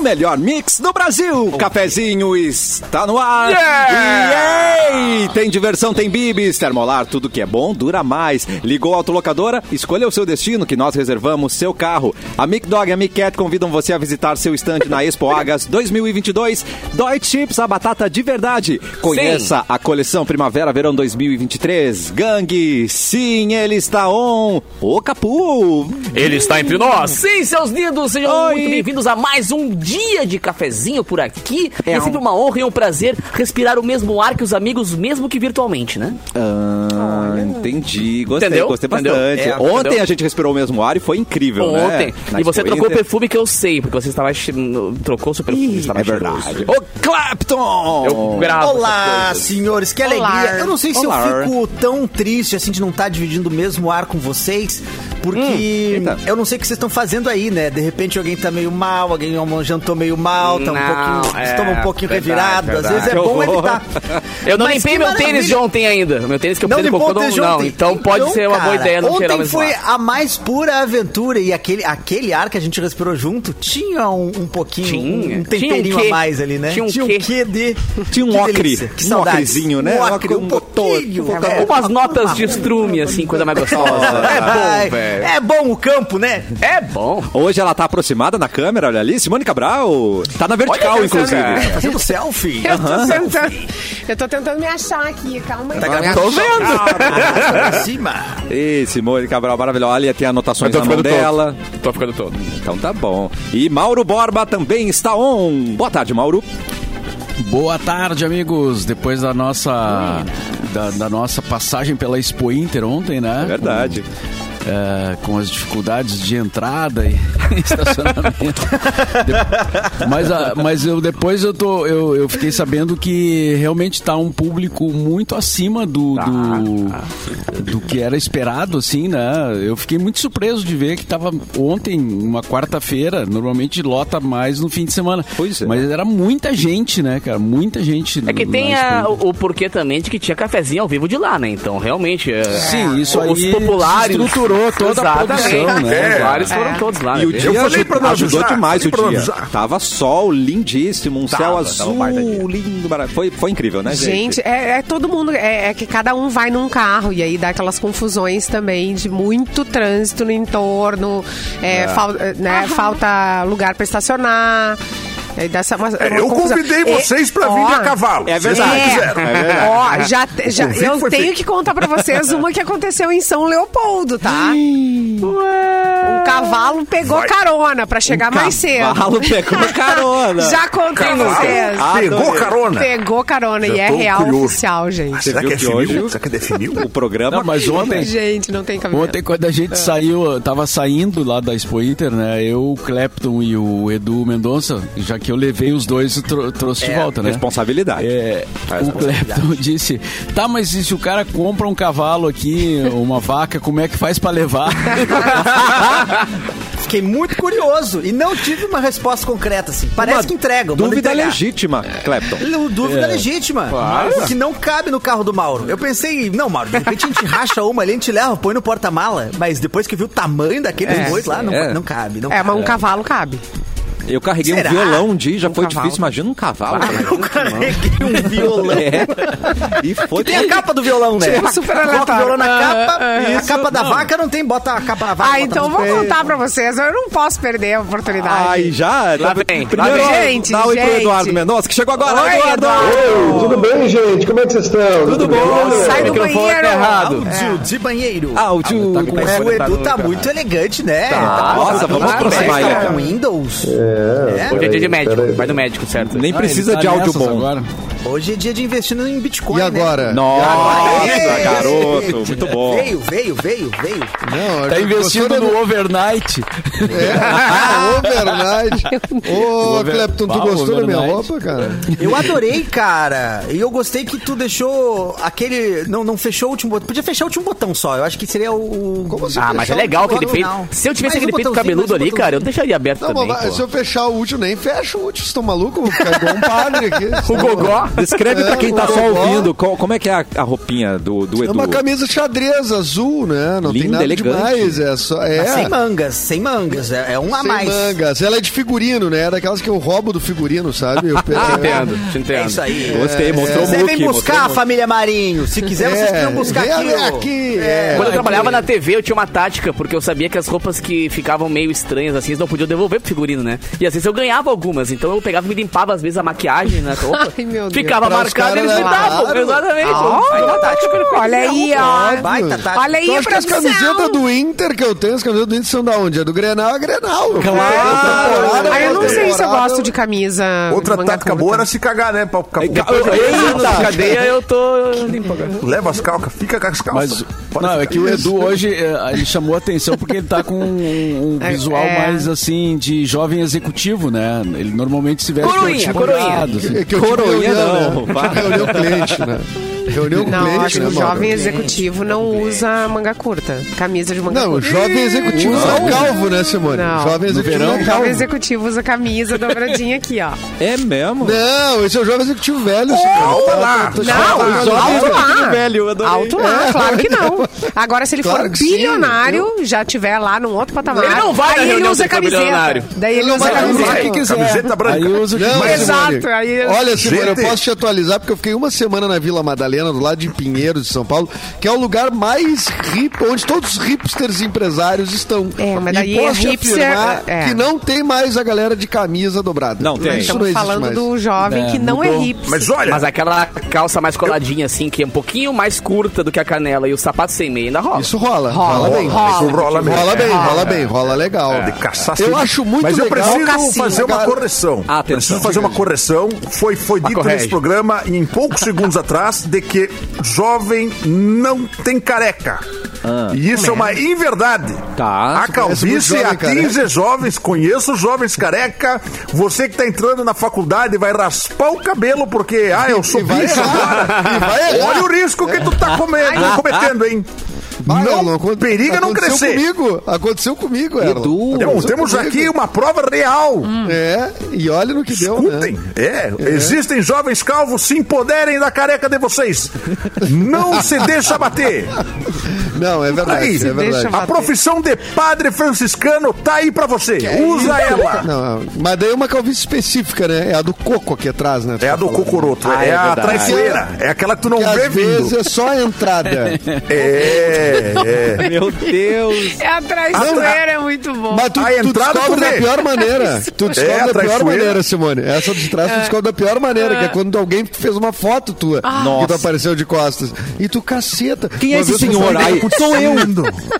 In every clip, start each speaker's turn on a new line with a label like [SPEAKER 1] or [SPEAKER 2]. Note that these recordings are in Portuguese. [SPEAKER 1] melhor mix do Brasil. Cafezinho está no ar.
[SPEAKER 2] Yeah!
[SPEAKER 1] Yay! Tem diversão, tem bibis, termolar, tudo que é bom dura mais. Ligou a autolocadora? Escolha o seu destino que nós reservamos seu carro. A Mic Dog e a Mic Cat convidam você a visitar seu estande na Expo Agas 2022. Dói Chips, a batata de verdade. Conheça a coleção Primavera Verão 2023. Gangue, sim, ele está on. O Capu.
[SPEAKER 2] Ele está entre nós.
[SPEAKER 3] Sim, seus lindos, sejam
[SPEAKER 1] Oi.
[SPEAKER 3] muito bem-vindos a mais um dia de cafezinho por aqui. É sempre uma honra e um prazer respirar o mesmo ar que os amigos, mesmo que virtualmente, né?
[SPEAKER 1] Ah, entendi. Gostei,
[SPEAKER 3] Entendeu?
[SPEAKER 1] gostei
[SPEAKER 3] Entendeu?
[SPEAKER 1] bastante.
[SPEAKER 3] É,
[SPEAKER 1] Ontem
[SPEAKER 3] entendeu?
[SPEAKER 1] a gente respirou o mesmo ar e foi incrível, né?
[SPEAKER 3] Ontem.
[SPEAKER 1] Na
[SPEAKER 3] E você
[SPEAKER 1] Expo
[SPEAKER 3] trocou o
[SPEAKER 1] Inter.
[SPEAKER 3] perfume que eu sei, porque você estava cheirando- trocou o seu perfume. estava
[SPEAKER 1] É
[SPEAKER 3] cheiroso.
[SPEAKER 1] verdade. Ô, Clapton!
[SPEAKER 3] Eu gravo. essas
[SPEAKER 4] Olá,
[SPEAKER 3] coisas.
[SPEAKER 4] senhores, que alegria.
[SPEAKER 5] Olá.
[SPEAKER 4] Eu não sei se
[SPEAKER 1] Olá.
[SPEAKER 4] eu fico tão triste assim de não estar dividindo o mesmo ar com vocês, porque
[SPEAKER 3] Hum,
[SPEAKER 1] eita.
[SPEAKER 4] eu não sei o que vocês estão fazendo aí, né? De repente alguém tá meio mal, alguém almo- jantou meio mal, tá um
[SPEAKER 3] Não,
[SPEAKER 4] pouquinho,
[SPEAKER 3] é,
[SPEAKER 4] estoma um pouquinho
[SPEAKER 3] verdade,
[SPEAKER 4] revirado.
[SPEAKER 3] verdade.
[SPEAKER 4] Às vezes é
[SPEAKER 1] Que
[SPEAKER 4] bom
[SPEAKER 1] horror.
[SPEAKER 4] evitar.
[SPEAKER 3] Eu não
[SPEAKER 4] Mas
[SPEAKER 3] limpei
[SPEAKER 4] que
[SPEAKER 3] meu
[SPEAKER 4] maravilha.
[SPEAKER 3] tênis de ontem ainda. Meu tênis que eu
[SPEAKER 4] Não
[SPEAKER 3] fiz no
[SPEAKER 4] limpou o
[SPEAKER 3] cocô
[SPEAKER 4] tênis de
[SPEAKER 3] não.
[SPEAKER 4] ontem.
[SPEAKER 3] Então pode
[SPEAKER 4] Então,
[SPEAKER 3] ser uma boa
[SPEAKER 4] cara,
[SPEAKER 3] ideia não cheirar o
[SPEAKER 4] Ontem
[SPEAKER 3] mesmo
[SPEAKER 4] foi
[SPEAKER 3] ar.
[SPEAKER 4] a mais pura aventura e aquele, aquele ar que a gente respirou junto tinha um, um pouquinho,
[SPEAKER 3] Tinha.
[SPEAKER 4] um- um
[SPEAKER 3] Tinha
[SPEAKER 4] temperinho
[SPEAKER 3] um quê?
[SPEAKER 4] a mais ali, né?
[SPEAKER 3] Tinha um
[SPEAKER 4] o
[SPEAKER 3] quê?
[SPEAKER 4] quê de...
[SPEAKER 1] Tinha um
[SPEAKER 4] Que
[SPEAKER 1] ocre,
[SPEAKER 4] delícia,
[SPEAKER 1] um
[SPEAKER 4] Que saudade.
[SPEAKER 1] ocrezinho, né?
[SPEAKER 4] Um
[SPEAKER 1] Um
[SPEAKER 4] ocre, um
[SPEAKER 1] ocre, um
[SPEAKER 4] pouquinho.
[SPEAKER 1] pouquinho,
[SPEAKER 4] cara.
[SPEAKER 3] Umas notas de estrume, assim, coisa mais gostosa.
[SPEAKER 4] É bom,
[SPEAKER 1] velho.
[SPEAKER 4] velho. É bom o campo, né?
[SPEAKER 3] É bom.
[SPEAKER 1] Hoje ela tá aproximada na câmera, olha ali. Simone Cabral. Tá na vertical,
[SPEAKER 3] Olha essa
[SPEAKER 1] inclusive.
[SPEAKER 3] cara.
[SPEAKER 4] Fazendo selfie.
[SPEAKER 5] Eu tô, tentando, eu tô tentando me achar aqui, calma aí.
[SPEAKER 2] Tá
[SPEAKER 1] Tô vendo.
[SPEAKER 4] Pra cima.
[SPEAKER 1] Ei, Simone Cabral, maravilhosa. Olha, tem anotações
[SPEAKER 2] Eu tô
[SPEAKER 1] na mão
[SPEAKER 2] ficando
[SPEAKER 1] dela.
[SPEAKER 2] Tô ficando todo.
[SPEAKER 1] Então tá bom. E Mauro Borba também está on. Boa tarde, Mauro.
[SPEAKER 6] Boa tarde, amigos. Depois da nossa da, da nossa passagem pela Expo Inter ontem, né?
[SPEAKER 1] É verdade.
[SPEAKER 6] Com, é, com as dificuldades de entrada e estacionamento. De- mas a- mas eu depois eu tô eu, eu fiquei sabendo que realmente tá um público muito acima do,
[SPEAKER 1] Tá.
[SPEAKER 6] do do que era esperado, assim, né? Eu fiquei muito surpreso de ver que tava ontem, uma quarta-feira, normalmente lota mais no fim de semana.
[SPEAKER 1] Pois é.
[SPEAKER 6] Mas era muita gente, né, cara? Muita gente.
[SPEAKER 3] É que
[SPEAKER 6] na
[SPEAKER 3] tem a-
[SPEAKER 6] Expo.
[SPEAKER 3] o, o porquê também de que tinha cafezinho ao vivo de lá, né? Então, realmente. é-
[SPEAKER 6] Sim, isso aí
[SPEAKER 3] os populares.
[SPEAKER 6] estruturou toda a
[SPEAKER 3] Exatamente.
[SPEAKER 6] produção,
[SPEAKER 3] Os
[SPEAKER 6] né?
[SPEAKER 3] populares foram
[SPEAKER 5] É.
[SPEAKER 3] todos lá, né?
[SPEAKER 1] E o
[SPEAKER 3] Bem-
[SPEAKER 1] dia
[SPEAKER 2] falei
[SPEAKER 1] aju-
[SPEAKER 2] pra não
[SPEAKER 1] ajudou
[SPEAKER 2] avisar,
[SPEAKER 1] demais o
[SPEAKER 2] falei pra não
[SPEAKER 1] dia.
[SPEAKER 2] avisar.
[SPEAKER 1] Tava sol lindíssimo, um céu azul, lindo, maravilhoso. Foi, foi incrível, né, gente?
[SPEAKER 5] Gente, é, é todo mundo. É, é que cada um vai num carro e aí dá aquelas confusões também de muito trânsito no entorno, é, fal- é, né, falta lugar para estacionar. é, dá essa- uma- uma
[SPEAKER 2] eu
[SPEAKER 5] confusão.
[SPEAKER 2] convidei
[SPEAKER 5] E-
[SPEAKER 2] vocês pra vir de
[SPEAKER 5] ó,
[SPEAKER 2] a cavalo.
[SPEAKER 1] É verdade.
[SPEAKER 2] Vocês
[SPEAKER 5] É.
[SPEAKER 2] quiseram.
[SPEAKER 5] Ó, já, te- já,
[SPEAKER 2] convite
[SPEAKER 5] eu
[SPEAKER 2] foi
[SPEAKER 5] tenho
[SPEAKER 2] feito.
[SPEAKER 5] que contar pra vocês uma que aconteceu em São Leopoldo, tá? Um cavalo pegou
[SPEAKER 2] Vai.
[SPEAKER 5] carona pra chegar mais cedo.
[SPEAKER 1] Cavalo pegou carona.
[SPEAKER 5] Já contei
[SPEAKER 2] Cavalo
[SPEAKER 5] vocês.
[SPEAKER 2] Pegou
[SPEAKER 1] Adorei.
[SPEAKER 2] carona.
[SPEAKER 5] Pegou carona
[SPEAKER 2] Já
[SPEAKER 5] e é
[SPEAKER 2] tô
[SPEAKER 5] real
[SPEAKER 2] curioso.
[SPEAKER 5] oficial, gente.
[SPEAKER 2] Será
[SPEAKER 1] viu
[SPEAKER 2] que é
[SPEAKER 1] que
[SPEAKER 2] definiu?
[SPEAKER 1] hoje-
[SPEAKER 2] Será que é definiu?
[SPEAKER 1] O programa.
[SPEAKER 6] Não, mas ontem,
[SPEAKER 5] Gente, não tem cabelo.
[SPEAKER 6] Ontem, quando a gente saiu, eu tava saindo lá da Expo Inter, né? Eu, o Clapton e o Edu Mendonça, já que eu levei os dois, eu tro- trouxe de volta, né?
[SPEAKER 1] Responsabilidade.
[SPEAKER 6] É, o Clepton disse: Tá, mas e se o cara compra um cavalo aqui, uma vaca, como é que faz pra levar?
[SPEAKER 4] Fiquei muito curioso e não tive uma resposta concreta, assim. Parece
[SPEAKER 1] Uma
[SPEAKER 4] que entregam. mandam
[SPEAKER 1] Dúvida
[SPEAKER 4] entregar.
[SPEAKER 1] legítima,
[SPEAKER 6] É.
[SPEAKER 1] Clepton.
[SPEAKER 4] Lu- é um Dúvida legítima. Porque não cabe no carro do Mauro. Eu pensei, não, Mauro, de repente a gente racha uma ali, a gente leva, põe no porta-mala. Mas depois que viu o tamanho daqueles
[SPEAKER 5] É,
[SPEAKER 4] bois lá, não,
[SPEAKER 1] é.
[SPEAKER 4] não cabe. Não
[SPEAKER 5] É,
[SPEAKER 4] cabe.
[SPEAKER 5] mas um cavalo cabe.
[SPEAKER 1] Eu carreguei
[SPEAKER 4] Será?
[SPEAKER 1] um violão um dia, já foi
[SPEAKER 5] cavalo.
[SPEAKER 1] difícil. Imagina um cavalo.
[SPEAKER 4] Eu carreguei um violão.
[SPEAKER 1] É. E foi.
[SPEAKER 4] Tem a capa do violão, né?
[SPEAKER 5] Tinha super
[SPEAKER 4] Bota o
[SPEAKER 5] aleatório.
[SPEAKER 4] violão na capa,
[SPEAKER 5] Ah,
[SPEAKER 4] a capa da vaca não tem, bota a capa da vaca.
[SPEAKER 5] Ah,
[SPEAKER 4] bota
[SPEAKER 5] então
[SPEAKER 4] nos
[SPEAKER 5] vou
[SPEAKER 4] peitos.
[SPEAKER 5] contar pra vocês. Eu não posso perder a oportunidade.
[SPEAKER 1] Ai, já?
[SPEAKER 3] Lá
[SPEAKER 1] Tá-
[SPEAKER 3] vem, lá
[SPEAKER 1] Primeiro,
[SPEAKER 5] vem. Gente,
[SPEAKER 1] dá oi pro
[SPEAKER 5] gente.
[SPEAKER 1] Eduardo Mendonça, que chegou agora.
[SPEAKER 5] Oi,
[SPEAKER 1] Eduardo!
[SPEAKER 7] Tudo bem, gente? Como é que vocês estão?
[SPEAKER 1] Tudo bom?
[SPEAKER 5] Sai do
[SPEAKER 3] O microfone
[SPEAKER 5] banheiro. É.
[SPEAKER 3] tá errado.
[SPEAKER 4] Áudio de banheiro.
[SPEAKER 6] Ah, tá
[SPEAKER 1] Áudio.
[SPEAKER 4] Com é, o Edu tá muito elegante, né? Tá
[SPEAKER 1] nossa,
[SPEAKER 4] com-
[SPEAKER 1] vamos
[SPEAKER 4] tá
[SPEAKER 1] aproximar
[SPEAKER 4] com-
[SPEAKER 1] ele,
[SPEAKER 4] tá
[SPEAKER 1] cara.
[SPEAKER 4] com Windows.
[SPEAKER 7] É,
[SPEAKER 3] Hoje é dia de
[SPEAKER 7] peraí,
[SPEAKER 3] médico.
[SPEAKER 7] peraí.
[SPEAKER 3] Vai do médico, certo?
[SPEAKER 6] Ah,
[SPEAKER 1] Nem
[SPEAKER 6] tá
[SPEAKER 1] precisa de áudio bom.
[SPEAKER 4] Hoje é dia de investir em Bitcoin,
[SPEAKER 7] E
[SPEAKER 4] né?
[SPEAKER 7] agora?
[SPEAKER 1] Nossa,
[SPEAKER 4] Ei!
[SPEAKER 1] garoto, muito bom.
[SPEAKER 4] É. Veio, veio, veio, veio.
[SPEAKER 7] Não,
[SPEAKER 6] Tá
[SPEAKER 7] eu-
[SPEAKER 6] investindo
[SPEAKER 7] eu sou
[SPEAKER 6] no overnight.
[SPEAKER 7] da- É, ah, overnight. Ô,
[SPEAKER 6] Over-
[SPEAKER 7] Clepton, tu
[SPEAKER 6] Pau,
[SPEAKER 7] gostou da minha
[SPEAKER 6] overnight.
[SPEAKER 7] roupa, cara?
[SPEAKER 4] Eu adorei, cara. E eu gostei que tu deixou aquele... Não, não fechou o último botão. Podia fechar o último botão só. Eu acho que seria o...
[SPEAKER 7] Como assim?
[SPEAKER 3] Ah, mas é legal aquele peito.
[SPEAKER 4] Não.
[SPEAKER 3] Se eu tivesse
[SPEAKER 4] Mais um
[SPEAKER 3] aquele peito
[SPEAKER 4] botãozinho,
[SPEAKER 3] cabeludo
[SPEAKER 4] mais um
[SPEAKER 3] ali, cara, eu
[SPEAKER 4] botãozinho.
[SPEAKER 3] deixaria aberto
[SPEAKER 7] Não,
[SPEAKER 3] também.
[SPEAKER 7] mas
[SPEAKER 3] pô.
[SPEAKER 7] se eu fechar o último, nem fecha o último. Vocês estão malucos? Vou ficar igual um padre aqui.
[SPEAKER 3] O gogó,
[SPEAKER 1] Descreve pra quem tá só
[SPEAKER 7] o gogó.
[SPEAKER 1] ouvindo co- como é que é a, a roupinha do, do
[SPEAKER 7] É
[SPEAKER 1] Edu.
[SPEAKER 7] uma camisa xadrez azul, né? Não tem
[SPEAKER 1] Linda,
[SPEAKER 7] nada
[SPEAKER 1] elegante.
[SPEAKER 7] demais. É só. É.
[SPEAKER 4] Mas Sem mangas, sem mangas. É, é um a
[SPEAKER 7] Sem
[SPEAKER 4] mais.
[SPEAKER 7] mangas. Ela é de figurino, né? É daquelas que eu roubo do figurino, sabe? Eu pego-
[SPEAKER 3] Ah,
[SPEAKER 2] Te entendo, te
[SPEAKER 4] É
[SPEAKER 2] entendo.
[SPEAKER 4] isso aí.
[SPEAKER 1] Gostei, mostrou
[SPEAKER 4] Vocês
[SPEAKER 1] o
[SPEAKER 4] vêm
[SPEAKER 1] Muki, mostrou
[SPEAKER 4] buscar,
[SPEAKER 1] o Muki.
[SPEAKER 4] família Marinho. Se quiser, vocês
[SPEAKER 7] É,
[SPEAKER 4] vêm buscar
[SPEAKER 7] vem
[SPEAKER 4] aqui. ó.
[SPEAKER 7] aqui. É.
[SPEAKER 3] Quando eu trabalhava na TV, eu tinha uma tática, porque eu sabia que as roupas que ficavam meio estranhas, assim, eles não podiam devolver pro figurino, né? E às vezes eu ganhava algumas, então eu pegava e me limpava, às vezes, a maquiagem na roupa.
[SPEAKER 5] Ai, meu Deus.
[SPEAKER 3] ficava
[SPEAKER 7] Pra os
[SPEAKER 3] marcada
[SPEAKER 7] caras
[SPEAKER 3] eles me davam.
[SPEAKER 7] levaram.
[SPEAKER 3] Exatamente.
[SPEAKER 5] Ah, olha aí, ó.
[SPEAKER 4] Ah, Baita tática.
[SPEAKER 5] Olha aí,
[SPEAKER 7] Tu acha que as
[SPEAKER 5] produção.
[SPEAKER 7] camisetas do Inter que eu tenho, as camisetas do Inter são da onde? É do Grenal, é Grenal. Claro!
[SPEAKER 5] Ah, eu não sei se eu gosto de camisa.
[SPEAKER 8] Outra
[SPEAKER 5] de manga
[SPEAKER 8] tática
[SPEAKER 5] curta.
[SPEAKER 8] boa era se cagar, né? Pra-
[SPEAKER 6] É
[SPEAKER 1] É,
[SPEAKER 8] pra-
[SPEAKER 3] Eita, cadeia eu tô limpo agora.
[SPEAKER 8] Leva as calcas, fica com as
[SPEAKER 6] Mas,
[SPEAKER 8] calças. Pode
[SPEAKER 6] não, é
[SPEAKER 8] ficar.
[SPEAKER 6] que o
[SPEAKER 8] Isso.
[SPEAKER 6] Edu hoje eh, ele chamou a atenção porque ele tá com um, um
[SPEAKER 5] É,
[SPEAKER 6] visual
[SPEAKER 5] é.
[SPEAKER 6] mais assim de jovem executivo, né? Ele normalmente se veste
[SPEAKER 3] Coroinha,
[SPEAKER 6] tipo
[SPEAKER 3] coroinha.
[SPEAKER 6] folgado, assim.
[SPEAKER 7] É que eu tive
[SPEAKER 1] Coroinha
[SPEAKER 7] reunião,
[SPEAKER 1] não,
[SPEAKER 7] né?
[SPEAKER 1] para.
[SPEAKER 7] Reunião cliente, né? Reunião
[SPEAKER 5] Não,
[SPEAKER 7] cliente,
[SPEAKER 5] acho que
[SPEAKER 7] né,
[SPEAKER 5] o
[SPEAKER 7] Mauro?
[SPEAKER 5] jovem executivo não usa manga curta. Camisa de manga
[SPEAKER 7] Não, o
[SPEAKER 5] curta.
[SPEAKER 7] jovem executivo não é calvo, né, Simone?
[SPEAKER 5] Não.
[SPEAKER 7] Jovem
[SPEAKER 6] No
[SPEAKER 7] executivo
[SPEAKER 6] verão.
[SPEAKER 7] não é
[SPEAKER 5] O jovem
[SPEAKER 7] calvo.
[SPEAKER 5] executivo usa camisa dobradinha aqui, ó.
[SPEAKER 1] É mesmo?
[SPEAKER 7] Não, esse é o jovem executivo velho, Simone. tá
[SPEAKER 8] Calma lá.
[SPEAKER 7] Tô- tô-
[SPEAKER 5] Não,
[SPEAKER 7] tô-
[SPEAKER 5] o jovem
[SPEAKER 1] Alto
[SPEAKER 5] executivo
[SPEAKER 1] lá. velho, eu adorei.
[SPEAKER 5] Alto lá, claro que não. Agora, se ele
[SPEAKER 7] É. Claro
[SPEAKER 5] for
[SPEAKER 7] que sim,
[SPEAKER 5] bilionário, já tiver lá num outro patamar,
[SPEAKER 3] Ele não vai na
[SPEAKER 5] aí ele
[SPEAKER 3] reunião
[SPEAKER 5] usa
[SPEAKER 3] se for
[SPEAKER 5] camiseta.
[SPEAKER 3] bilionário.
[SPEAKER 5] Daí ele
[SPEAKER 7] Ele não
[SPEAKER 5] usa
[SPEAKER 7] vai na reunião
[SPEAKER 5] camiseta.
[SPEAKER 7] se for
[SPEAKER 8] Camiseta branca.
[SPEAKER 6] Aí eu uso
[SPEAKER 7] Não,
[SPEAKER 6] Mas-
[SPEAKER 7] mas,
[SPEAKER 5] Exato, é
[SPEAKER 7] Simone,
[SPEAKER 5] aí-
[SPEAKER 7] Olha, Simone, eu
[SPEAKER 8] Gente.
[SPEAKER 7] posso te atualizar porque eu fiquei uma semana na Vila Madalena, do lado de Pinheiros, de São Paulo, que é o lugar mais hip, onde todos os hipsters empresários estão.
[SPEAKER 5] É, mas daí
[SPEAKER 7] e posso te
[SPEAKER 5] é hipster,
[SPEAKER 7] afirmar
[SPEAKER 5] é.
[SPEAKER 7] que não tem mais a galera de camisa dobrada.
[SPEAKER 1] Não tem.
[SPEAKER 7] Isso
[SPEAKER 5] Estamos
[SPEAKER 7] existe
[SPEAKER 5] falando
[SPEAKER 7] mais.
[SPEAKER 5] do jovem
[SPEAKER 6] É,
[SPEAKER 5] que não é
[SPEAKER 6] mudou.
[SPEAKER 5] hipster.
[SPEAKER 8] Mas olha,
[SPEAKER 3] Mas aquela calça mais coladinha, assim, que é um pouquinho mais curta do que a canela e o sapato sem meia ainda rola.
[SPEAKER 7] Isso rola, rola, bem.
[SPEAKER 8] isso rola mesmo.
[SPEAKER 7] Rola bem,
[SPEAKER 8] É.
[SPEAKER 7] rola bem, rola legal.
[SPEAKER 8] De caçar
[SPEAKER 7] Eu
[SPEAKER 8] sempre.
[SPEAKER 7] acho muito
[SPEAKER 8] Mas eu
[SPEAKER 7] legal. Ah,
[SPEAKER 8] preciso
[SPEAKER 5] assim.
[SPEAKER 7] Cassino.
[SPEAKER 8] fazer uma
[SPEAKER 7] Cara,
[SPEAKER 8] correção.
[SPEAKER 3] Atenção.
[SPEAKER 8] Preciso fazer uma correção. Foi, foi dito
[SPEAKER 3] correge.
[SPEAKER 8] nesse programa, em poucos segundos atrás, de que jovem não tem careca.
[SPEAKER 7] Ah.
[SPEAKER 8] e isso é uma inverdade.
[SPEAKER 1] Tá.
[SPEAKER 8] a
[SPEAKER 7] conhece muito
[SPEAKER 8] calvície
[SPEAKER 7] jovem
[SPEAKER 8] atinge jovens, conheço jovens careca. Você que está entrando na faculdade vai raspar o cabelo porque, ah, eu sou
[SPEAKER 7] E vai
[SPEAKER 8] bicho
[SPEAKER 7] errar.
[SPEAKER 8] agora.
[SPEAKER 7] E vai errar.
[SPEAKER 8] Olha o risco que tu tá comendo, cometendo, hein?
[SPEAKER 7] Vai,
[SPEAKER 8] não,
[SPEAKER 7] Elon, aconte-
[SPEAKER 8] periga não
[SPEAKER 7] aconteceu
[SPEAKER 8] crescer.
[SPEAKER 7] Comigo, aconteceu comigo, Erlon.
[SPEAKER 1] Edu.
[SPEAKER 8] Então,
[SPEAKER 7] Aconteceu
[SPEAKER 8] temos
[SPEAKER 7] comigo.
[SPEAKER 8] aqui uma prova real.
[SPEAKER 5] Hum.
[SPEAKER 7] É, e olha no que deu, né?
[SPEAKER 8] Escutem. É, existem jovens calvos, se empoderem da careca de vocês. Não se deixa bater.
[SPEAKER 7] Não, é verdade,
[SPEAKER 8] Aí,
[SPEAKER 7] é
[SPEAKER 8] se
[SPEAKER 7] verdade.
[SPEAKER 5] deixa-
[SPEAKER 8] A profissão de padre franciscano tá aí pra você. Usa ela.
[SPEAKER 7] Não, mas daí é uma calvície específica, né? É a do coco aqui atrás, né?
[SPEAKER 8] É a do cocoroto, é,
[SPEAKER 1] é
[SPEAKER 8] a
[SPEAKER 1] verdade.
[SPEAKER 8] traiçoeira. É aquela que tu não
[SPEAKER 7] Que
[SPEAKER 8] vê
[SPEAKER 7] às vezes
[SPEAKER 8] vindo.
[SPEAKER 7] é só a entrada.
[SPEAKER 8] É, é.
[SPEAKER 1] Meu Deus.
[SPEAKER 5] É a traiçoeira, é muito bom.
[SPEAKER 7] Mas tu,
[SPEAKER 8] A
[SPEAKER 7] tu
[SPEAKER 8] entrada
[SPEAKER 7] descobre
[SPEAKER 8] tu
[SPEAKER 7] da
[SPEAKER 8] vê.
[SPEAKER 7] pior maneira. Tu descobre
[SPEAKER 8] É, a
[SPEAKER 7] da pior
[SPEAKER 8] traiçoeira.
[SPEAKER 7] maneira, Simone. Essa de
[SPEAKER 5] É.
[SPEAKER 7] trás tu descobre da pior maneira, que é quando alguém fez uma foto tua
[SPEAKER 5] Ah.
[SPEAKER 7] que tu
[SPEAKER 1] Nossa.
[SPEAKER 7] apareceu de costas. E tu, caceta.
[SPEAKER 1] Quem é
[SPEAKER 7] Uma
[SPEAKER 1] esse
[SPEAKER 7] vez eu
[SPEAKER 1] senhor?
[SPEAKER 7] falei,
[SPEAKER 1] Aí, sou eu.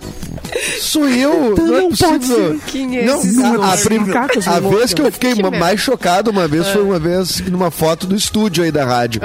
[SPEAKER 7] Sou eu. Não, é possível.
[SPEAKER 5] Quem é
[SPEAKER 7] Não,
[SPEAKER 5] esse
[SPEAKER 7] não,
[SPEAKER 5] senhor?
[SPEAKER 7] a, prim-
[SPEAKER 5] Macacos
[SPEAKER 7] a
[SPEAKER 5] me
[SPEAKER 7] vez que eu fiquei
[SPEAKER 5] Que
[SPEAKER 7] ma-
[SPEAKER 5] merda.
[SPEAKER 7] mais chocado uma vez
[SPEAKER 5] Ah.
[SPEAKER 7] foi uma vez numa foto do estúdio aí da rádio.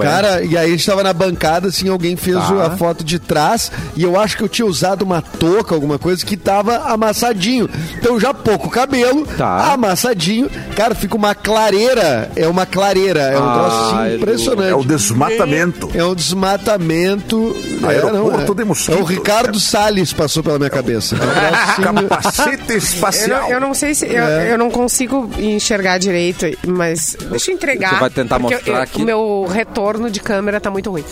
[SPEAKER 7] Cara, e aí a gente tava na bancada, assim, alguém fez o- a foto de trás e eu acho que eu tinha usado uma touca, alguma coisa, que tava amassadinho. Então já pouco cabelo,
[SPEAKER 1] Tá.
[SPEAKER 7] amassadinho. Cara, fica uma clareira. É uma clareira. É um
[SPEAKER 1] Ah,
[SPEAKER 7] troço assim,
[SPEAKER 1] Edu.
[SPEAKER 7] impressionante.
[SPEAKER 8] É o desmatamento.
[SPEAKER 7] É um desmatamento.
[SPEAKER 8] Aeroporto
[SPEAKER 7] é,
[SPEAKER 8] de
[SPEAKER 7] é
[SPEAKER 8] Mosquito.
[SPEAKER 7] o Ricardo Salles passou pela minha cabeça. É um troço assim,
[SPEAKER 8] Capacete
[SPEAKER 5] Eu não,
[SPEAKER 8] espacial.
[SPEAKER 5] eu não sei se. Eu,
[SPEAKER 8] É.
[SPEAKER 5] eu não consigo enxergar direito, mas deixa eu entregar.
[SPEAKER 1] Você vai tentar
[SPEAKER 5] porque eu-
[SPEAKER 1] mostrar
[SPEAKER 5] eu-
[SPEAKER 1] aqui?
[SPEAKER 5] O meu retorno de câmera tá muito ruim.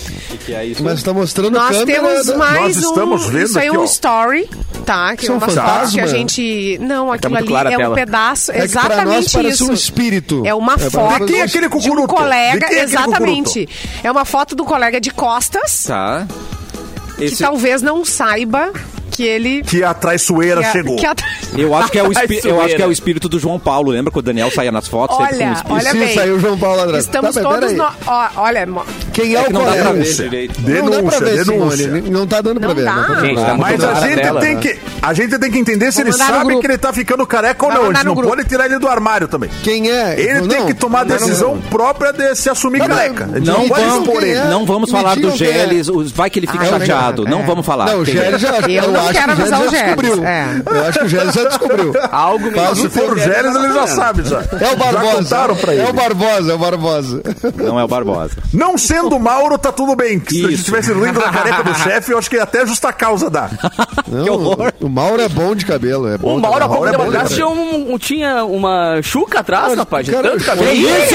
[SPEAKER 7] Mas tá mostrando
[SPEAKER 5] Nós
[SPEAKER 7] câmera.
[SPEAKER 5] temos
[SPEAKER 7] né?
[SPEAKER 5] mais
[SPEAKER 8] Nós
[SPEAKER 5] um.
[SPEAKER 8] estamos vendo
[SPEAKER 5] isso aí é
[SPEAKER 8] aqui,
[SPEAKER 5] um
[SPEAKER 8] ó.
[SPEAKER 5] story, tá? Que
[SPEAKER 7] Isso
[SPEAKER 5] é
[SPEAKER 7] é um
[SPEAKER 5] uma foto que a
[SPEAKER 7] fantasma?
[SPEAKER 5] gente.
[SPEAKER 1] Tá
[SPEAKER 5] Não, aquilo
[SPEAKER 3] muito
[SPEAKER 5] ali
[SPEAKER 3] clara a
[SPEAKER 5] é um
[SPEAKER 3] tela.
[SPEAKER 5] pedaço.
[SPEAKER 7] É que pra nós
[SPEAKER 5] exatamente
[SPEAKER 7] parece
[SPEAKER 5] isso.
[SPEAKER 7] um espírito.
[SPEAKER 5] É uma
[SPEAKER 7] É,
[SPEAKER 5] foto
[SPEAKER 8] De quem é aquele
[SPEAKER 5] de um
[SPEAKER 8] cucuruto? De
[SPEAKER 5] colega.
[SPEAKER 8] quem é aquele
[SPEAKER 5] exatamente. É uma foto do colega de costas
[SPEAKER 1] Tá.
[SPEAKER 5] que
[SPEAKER 1] Esse,
[SPEAKER 5] talvez não saiba que ele.
[SPEAKER 8] Que a traiçoeira
[SPEAKER 5] que a-
[SPEAKER 8] chegou.
[SPEAKER 5] que a-
[SPEAKER 1] eu, acho que é o espi- eu
[SPEAKER 3] Traiçoeira.
[SPEAKER 1] acho que é o espírito do João Paulo. Lembra que o Daniel saía nas fotos? sempre com um
[SPEAKER 5] Olha,
[SPEAKER 1] espírito?
[SPEAKER 5] olha
[SPEAKER 7] Sim,
[SPEAKER 5] bem.
[SPEAKER 7] saiu o João Paulo atrás.
[SPEAKER 5] Estamos
[SPEAKER 7] Tá, mas
[SPEAKER 5] todos.
[SPEAKER 7] peraí.
[SPEAKER 5] No... ó, olha, mo-
[SPEAKER 7] Quem é,
[SPEAKER 1] É
[SPEAKER 7] o
[SPEAKER 1] que não dá
[SPEAKER 7] colega?
[SPEAKER 1] pra ver direito.
[SPEAKER 7] não dá pra
[SPEAKER 8] Denúncia,
[SPEAKER 7] ver,
[SPEAKER 8] denúncia.
[SPEAKER 7] Simone. Não tá dando pra
[SPEAKER 5] Não
[SPEAKER 7] ver.
[SPEAKER 5] dá.
[SPEAKER 7] não
[SPEAKER 5] Gente,
[SPEAKER 1] tá
[SPEAKER 7] dando pra
[SPEAKER 8] Mas
[SPEAKER 7] ver.
[SPEAKER 8] a
[SPEAKER 1] Botar na
[SPEAKER 8] gente,
[SPEAKER 1] tela,
[SPEAKER 8] tem
[SPEAKER 1] né?
[SPEAKER 8] que, a gente tem que entender se
[SPEAKER 5] Vou
[SPEAKER 8] ele
[SPEAKER 5] mandar no
[SPEAKER 8] sabe
[SPEAKER 5] grupo.
[SPEAKER 8] que ele tá ficando careca ou
[SPEAKER 5] Vai
[SPEAKER 8] não. A
[SPEAKER 5] mandar
[SPEAKER 8] gente
[SPEAKER 5] no
[SPEAKER 8] não
[SPEAKER 5] grupo.
[SPEAKER 8] pode tirar ele do armário também.
[SPEAKER 7] Quem é?
[SPEAKER 8] Ele
[SPEAKER 7] Não,
[SPEAKER 8] tem
[SPEAKER 7] não.
[SPEAKER 8] que tomar a
[SPEAKER 7] Não, não,
[SPEAKER 8] decisão própria de se assumir
[SPEAKER 7] Não, não.
[SPEAKER 8] careca. A gente
[SPEAKER 1] Não,
[SPEAKER 8] não pode
[SPEAKER 1] vamos,
[SPEAKER 8] expor
[SPEAKER 7] é.
[SPEAKER 8] ele.
[SPEAKER 1] não vamos
[SPEAKER 7] Me
[SPEAKER 1] falar do
[SPEAKER 7] digam quem é.
[SPEAKER 1] Geles. os- Vai que ele fica
[SPEAKER 5] Ah, eu lembro.
[SPEAKER 1] chateado. Não
[SPEAKER 5] É.
[SPEAKER 1] vamos falar.
[SPEAKER 7] Não, o
[SPEAKER 1] Tem-
[SPEAKER 7] Gélis já.
[SPEAKER 5] Eu não
[SPEAKER 7] acho que
[SPEAKER 5] quero
[SPEAKER 7] o Gélis
[SPEAKER 5] avisar o
[SPEAKER 7] já
[SPEAKER 5] Gélis,
[SPEAKER 7] descobriu.
[SPEAKER 5] é.
[SPEAKER 7] Eu acho que o Gélis já descobriu.
[SPEAKER 3] Algo me
[SPEAKER 7] Faz
[SPEAKER 8] Se
[SPEAKER 7] o
[SPEAKER 8] for o Gélis, ele já sabe já.
[SPEAKER 7] É o
[SPEAKER 8] Já
[SPEAKER 7] Barbosa.
[SPEAKER 8] contaram pra ele.
[SPEAKER 7] É o Barbosa, é o Barbosa.
[SPEAKER 1] Não é o Barbosa.
[SPEAKER 8] Não sendo do Mauro tá tudo bem. Se a
[SPEAKER 1] Isso.
[SPEAKER 8] gente tivesse ruído na careca do chefe, eu acho que até justa causa dá.
[SPEAKER 7] Não, O Mauro é bom de cabelo. É bom
[SPEAKER 3] O Mauro, há pouco
[SPEAKER 8] Mauro é
[SPEAKER 3] tempo
[SPEAKER 8] bom,
[SPEAKER 3] atrás,
[SPEAKER 8] cara.
[SPEAKER 3] tinha, um, um- tinha uma chuca atrás, rapaz. de
[SPEAKER 7] cara,
[SPEAKER 3] tanto cabelo.
[SPEAKER 7] foi
[SPEAKER 1] Isso!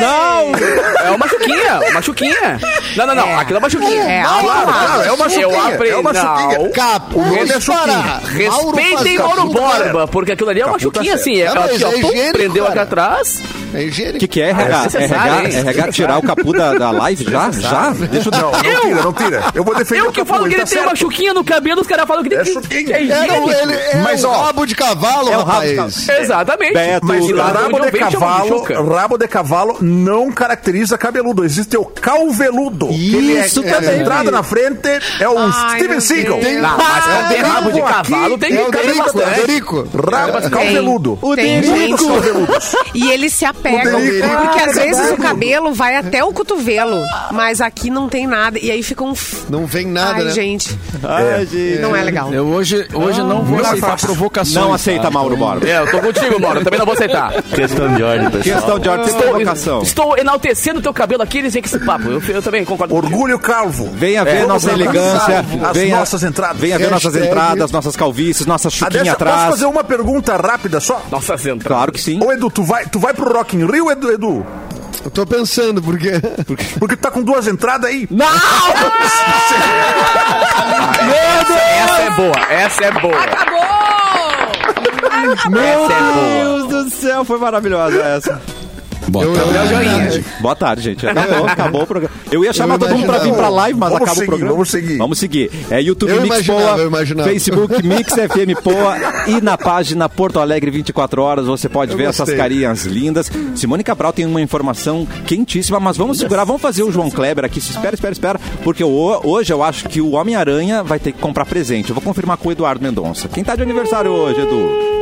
[SPEAKER 1] Não!
[SPEAKER 3] É uma chuquinha, uma chuquinha. Não, não, não. Aquilo é uma chuquinha.
[SPEAKER 5] É,
[SPEAKER 3] Mauro,
[SPEAKER 8] claro, claro, é uma
[SPEAKER 3] Eu
[SPEAKER 8] chuquinha,
[SPEAKER 3] aprendi.
[SPEAKER 8] é uma chuquinha.
[SPEAKER 3] Não.
[SPEAKER 7] Capu,
[SPEAKER 8] Deixa eu
[SPEAKER 7] para.
[SPEAKER 3] Respeitem
[SPEAKER 7] faz
[SPEAKER 3] Mauro
[SPEAKER 7] capu, cara.
[SPEAKER 3] Borba, porque aquilo ali é uma
[SPEAKER 8] Capu tá
[SPEAKER 3] chuquinha,
[SPEAKER 8] certo.
[SPEAKER 3] assim. É,
[SPEAKER 7] Ah, mas
[SPEAKER 3] aqui, ó,
[SPEAKER 7] é
[SPEAKER 3] pum,
[SPEAKER 7] higiênico,
[SPEAKER 3] prendeu aqui
[SPEAKER 7] cara.
[SPEAKER 3] atrás.
[SPEAKER 7] É
[SPEAKER 1] O
[SPEAKER 7] higiênico.
[SPEAKER 1] que, que é RH?
[SPEAKER 3] necessário,
[SPEAKER 1] RH,
[SPEAKER 3] hein?
[SPEAKER 1] RH tirar o capu da, da live já? Já? Deixa eu
[SPEAKER 8] Não, não tira, não tira. Eu vou defender
[SPEAKER 3] Eu
[SPEAKER 8] o
[SPEAKER 3] que
[SPEAKER 8] Capu,
[SPEAKER 3] falo que
[SPEAKER 8] tá
[SPEAKER 3] ele tem uma
[SPEAKER 8] certo.
[SPEAKER 3] chuquinha no cabelo, os caras falam que tem
[SPEAKER 8] É
[SPEAKER 3] que-
[SPEAKER 8] chuquinha.
[SPEAKER 3] que é
[SPEAKER 7] É,
[SPEAKER 3] higiênico.
[SPEAKER 7] não, ele é
[SPEAKER 8] Mas,
[SPEAKER 7] um
[SPEAKER 8] ó,
[SPEAKER 7] rabo de cavalo,
[SPEAKER 1] é um rabo de
[SPEAKER 7] rapaz.
[SPEAKER 3] Exatamente.
[SPEAKER 1] Beto,
[SPEAKER 8] Mas
[SPEAKER 1] E
[SPEAKER 8] o
[SPEAKER 1] lá
[SPEAKER 3] de
[SPEAKER 8] rabo
[SPEAKER 3] onde
[SPEAKER 8] de
[SPEAKER 3] eu venho, chamam de
[SPEAKER 8] cavalo, é um
[SPEAKER 3] chuca.
[SPEAKER 8] rabo de cavalo não caracteriza cabeludo. Existe o calveludo. que ele
[SPEAKER 1] Isso
[SPEAKER 8] é,
[SPEAKER 1] também.
[SPEAKER 8] É entrada na frente é o
[SPEAKER 5] Ai,
[SPEAKER 8] Steven
[SPEAKER 5] meu
[SPEAKER 8] Seagal. Então,
[SPEAKER 5] Deus.
[SPEAKER 3] Não, mas pra ter rabo de Ah, cavalo tem
[SPEAKER 7] É
[SPEAKER 3] que
[SPEAKER 7] o
[SPEAKER 3] ter
[SPEAKER 7] Derico, é o
[SPEAKER 3] bastante.
[SPEAKER 7] Derico.
[SPEAKER 8] Rabo calveludo.
[SPEAKER 5] O Tem
[SPEAKER 8] Muitos
[SPEAKER 5] gente-
[SPEAKER 8] calveludos.
[SPEAKER 5] E eles se apegam,
[SPEAKER 8] O delico.
[SPEAKER 5] porque
[SPEAKER 8] Ah,
[SPEAKER 5] às
[SPEAKER 8] é
[SPEAKER 5] vezes o
[SPEAKER 8] verdade.
[SPEAKER 5] cabelo vai até o cotovelo, mas aqui não tem nada. E aí fica um. f-
[SPEAKER 7] Não vem nada,
[SPEAKER 5] Ai,
[SPEAKER 7] né?
[SPEAKER 5] gente. Não é legal.
[SPEAKER 6] Eu hoje, hoje não vou aceitar provocações.
[SPEAKER 1] Não aceita,
[SPEAKER 6] tá?
[SPEAKER 1] Mauro Borba.
[SPEAKER 3] É, eu tô contigo, Mauro. eu Também não vou aceitar.
[SPEAKER 9] Questão de ordem, pessoal.
[SPEAKER 1] Questão de ordem, sem provocação.
[SPEAKER 3] Estou, estou enaltecendo teu cabelo aqui, eles vêm com esse papo. Eu, eu também concordo.
[SPEAKER 8] Orgulho calvo.
[SPEAKER 1] Venha ver
[SPEAKER 8] É. Vamos
[SPEAKER 1] nossa
[SPEAKER 8] analisar
[SPEAKER 1] elegância.
[SPEAKER 8] As
[SPEAKER 1] venha,
[SPEAKER 8] nossas entradas.
[SPEAKER 1] Venha ver nossas
[SPEAKER 7] Hashtag-
[SPEAKER 1] entradas, nossas calvícies, nossa
[SPEAKER 8] Ah,
[SPEAKER 1] chuquinha
[SPEAKER 8] deixa- Posso
[SPEAKER 1] atrás.
[SPEAKER 8] fazer uma pergunta rápida só?
[SPEAKER 3] Nossa, Zenta.
[SPEAKER 1] Claro que sim.
[SPEAKER 8] Ô Edu, tu vai, tu vai pro Rock in Rio, Edu, Edu?
[SPEAKER 7] Eu tô pensando, porque...
[SPEAKER 8] Porque tu tá com duas entradas aí.
[SPEAKER 1] Não!
[SPEAKER 3] Essa é boa, essa é boa.
[SPEAKER 5] Acabou!
[SPEAKER 1] Meu Deus do céu, foi maravilhosa essa.
[SPEAKER 6] Bota
[SPEAKER 7] Eu- eu-
[SPEAKER 6] lá.
[SPEAKER 1] Boa tarde, gente. Acabou, acabou o programa. Eu ia chamar
[SPEAKER 7] Eu
[SPEAKER 1] todo mundo pra vir
[SPEAKER 7] imaginava.
[SPEAKER 1] pra live, mas
[SPEAKER 8] Vamos
[SPEAKER 1] acaba
[SPEAKER 8] seguir,
[SPEAKER 1] o programa.
[SPEAKER 8] vamos seguir.
[SPEAKER 1] Vamos seguir. É YouTube
[SPEAKER 7] Eu
[SPEAKER 1] Mix
[SPEAKER 7] imaginava,
[SPEAKER 1] Poa,
[SPEAKER 7] eu imaginava.
[SPEAKER 1] Facebook Mix FM Poa e na página Porto Alegre 24 horas você pode ver essas
[SPEAKER 7] gostei.
[SPEAKER 1] carinhas lindas. Simone Cabral tem uma informação quentíssima, mas vamos segurar, vamos fazer o João Kleber aqui. Se Espera, espera, espera, porque ho- hoje eu acho que o Homem-Aranha vai ter que comprar presente. Eu vou confirmar com o Eduardo Mendonça. Quem tá de aniversário hoje, Edu?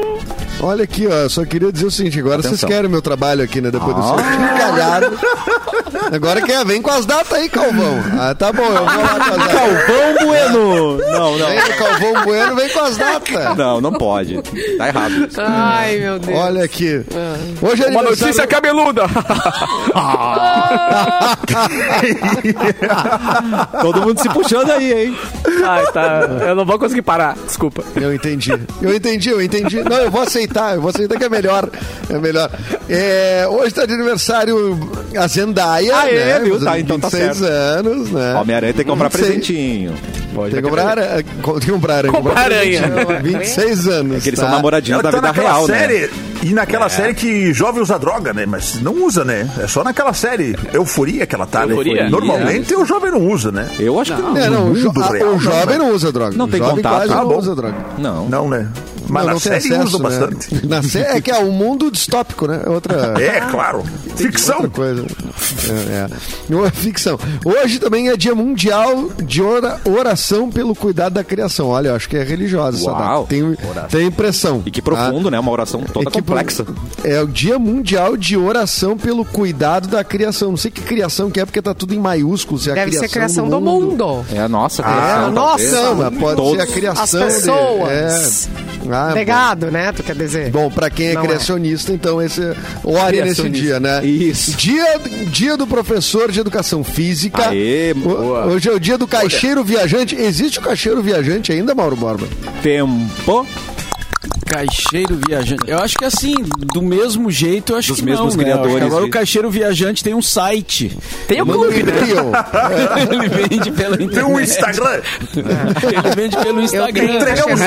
[SPEAKER 7] Olha aqui, ó, só queria dizer o seguinte, agora vocês
[SPEAKER 1] Atenção.
[SPEAKER 7] querem meu trabalho aqui, né? Depois do seu calhado. Agora quer, vem com as datas aí, Calvão. Ah, tá bom, eu vou lá com as datas.
[SPEAKER 1] Calvão Bueno! Não, não.
[SPEAKER 7] Vem, Calvão Bueno, vem com as datas.
[SPEAKER 1] Não, não pode. Tá errado. isso.
[SPEAKER 5] Ai, meu Deus.
[SPEAKER 7] Olha aqui. Hoje é
[SPEAKER 3] Uma
[SPEAKER 7] aniversário-
[SPEAKER 3] notícia cabeluda.
[SPEAKER 1] Todo mundo se puxando aí, hein?
[SPEAKER 3] Ai, tá. Eu não vou conseguir parar. Desculpa.
[SPEAKER 7] Eu entendi. Eu entendi, eu entendi. Não, eu vou aceitar, eu vou aceitar que é melhor. É melhor. É, hoje tá de aniversário a Zendaya.
[SPEAKER 1] Ah, é,
[SPEAKER 7] né?
[SPEAKER 1] viu?
[SPEAKER 7] Fazendo
[SPEAKER 1] Tá, então tá
[SPEAKER 7] 26
[SPEAKER 1] certo.
[SPEAKER 7] anos, né?
[SPEAKER 1] Homem-Aranha tem que comprar
[SPEAKER 7] 26.
[SPEAKER 1] presentinho.
[SPEAKER 7] Tem que comprar, é, co- tem que comprar aranha.
[SPEAKER 3] Comprar aranha.
[SPEAKER 7] presentinho. 26 anos.
[SPEAKER 1] É Que eles
[SPEAKER 7] tá?
[SPEAKER 1] são namoradinhos da
[SPEAKER 8] Ela tá
[SPEAKER 1] vida
[SPEAKER 8] naquela
[SPEAKER 1] real, né?
[SPEAKER 8] série. E naquela série que jovem usa droga, né? Mas não usa, né? É só naquela série. Euforia que ela tá, né?
[SPEAKER 3] Euforia.
[SPEAKER 8] Normalmente o jovem não usa, né?
[SPEAKER 1] Eu acho que
[SPEAKER 7] É,
[SPEAKER 1] não.
[SPEAKER 7] não, o, jo-
[SPEAKER 8] mundo
[SPEAKER 7] a-
[SPEAKER 8] real,
[SPEAKER 7] o jovem
[SPEAKER 8] não,
[SPEAKER 7] não usa droga.
[SPEAKER 1] Não
[SPEAKER 7] O
[SPEAKER 1] tem
[SPEAKER 7] jovem
[SPEAKER 1] contato.
[SPEAKER 7] Quase
[SPEAKER 1] Ah,
[SPEAKER 7] não
[SPEAKER 1] bom.
[SPEAKER 7] usa droga.
[SPEAKER 1] Não.
[SPEAKER 8] Não, né? Mas
[SPEAKER 7] não,
[SPEAKER 8] na
[SPEAKER 7] não tem
[SPEAKER 8] série
[SPEAKER 7] acesso,
[SPEAKER 8] usa
[SPEAKER 7] né?
[SPEAKER 8] bastante.
[SPEAKER 7] Na série é que é um mundo distópico, né? É outra.
[SPEAKER 8] É, claro.
[SPEAKER 7] Outra
[SPEAKER 8] Ficção.
[SPEAKER 7] coisa. É, é. Uma ficção. Hoje também é dia mundial de ora- oração pelo cuidado da criação. Olha, eu acho que é religiosa essa
[SPEAKER 1] Uau.
[SPEAKER 7] data. Tem, tem impressão. tá?
[SPEAKER 1] E que profundo,
[SPEAKER 7] Ah,
[SPEAKER 1] né? Uma oração toda complexa.
[SPEAKER 7] É o Dia Mundial de Oração pelo Cuidado da Criação. Não sei que criação que é, porque tá tudo em maiúsculo. Se é a
[SPEAKER 5] Deve ser a criação do mundo.
[SPEAKER 1] É a nossa
[SPEAKER 7] Ah,
[SPEAKER 1] criação.
[SPEAKER 7] nossa,
[SPEAKER 1] talvez.
[SPEAKER 7] não, mas pode
[SPEAKER 1] Todos.
[SPEAKER 7] ser a criação.
[SPEAKER 5] As
[SPEAKER 7] de-
[SPEAKER 5] pessoas.
[SPEAKER 7] é. Ah,
[SPEAKER 5] Pegado, né? Tu quer dizer?
[SPEAKER 7] Bom, pra quem é
[SPEAKER 5] Não é.
[SPEAKER 7] criacionista, então esse ore nesse dia, né?
[SPEAKER 1] Isso.
[SPEAKER 7] Dia, dia do professor de educação física.
[SPEAKER 1] Aê,
[SPEAKER 7] O-
[SPEAKER 1] boa.
[SPEAKER 7] Hoje é o dia do caixeiro viajante. Existe o caixeiro viajante ainda, Mauro Borba?
[SPEAKER 1] um Tempo.
[SPEAKER 6] Caixeiro viajante. Eu acho que assim, do mesmo jeito, eu acho
[SPEAKER 1] Dos
[SPEAKER 6] que
[SPEAKER 1] mesmos
[SPEAKER 6] não, né? Eu acho que
[SPEAKER 1] criadores
[SPEAKER 6] Agora
[SPEAKER 1] de-
[SPEAKER 6] o caixeiro viajante tem um site.
[SPEAKER 3] Tem o
[SPEAKER 7] Manda um
[SPEAKER 3] clube, né?
[SPEAKER 7] e-mail.
[SPEAKER 6] Ele vende pela internet.
[SPEAKER 8] Tem um
[SPEAKER 7] É.
[SPEAKER 8] Instagram.
[SPEAKER 6] Ele vende pelo Instagram.
[SPEAKER 8] Entregamos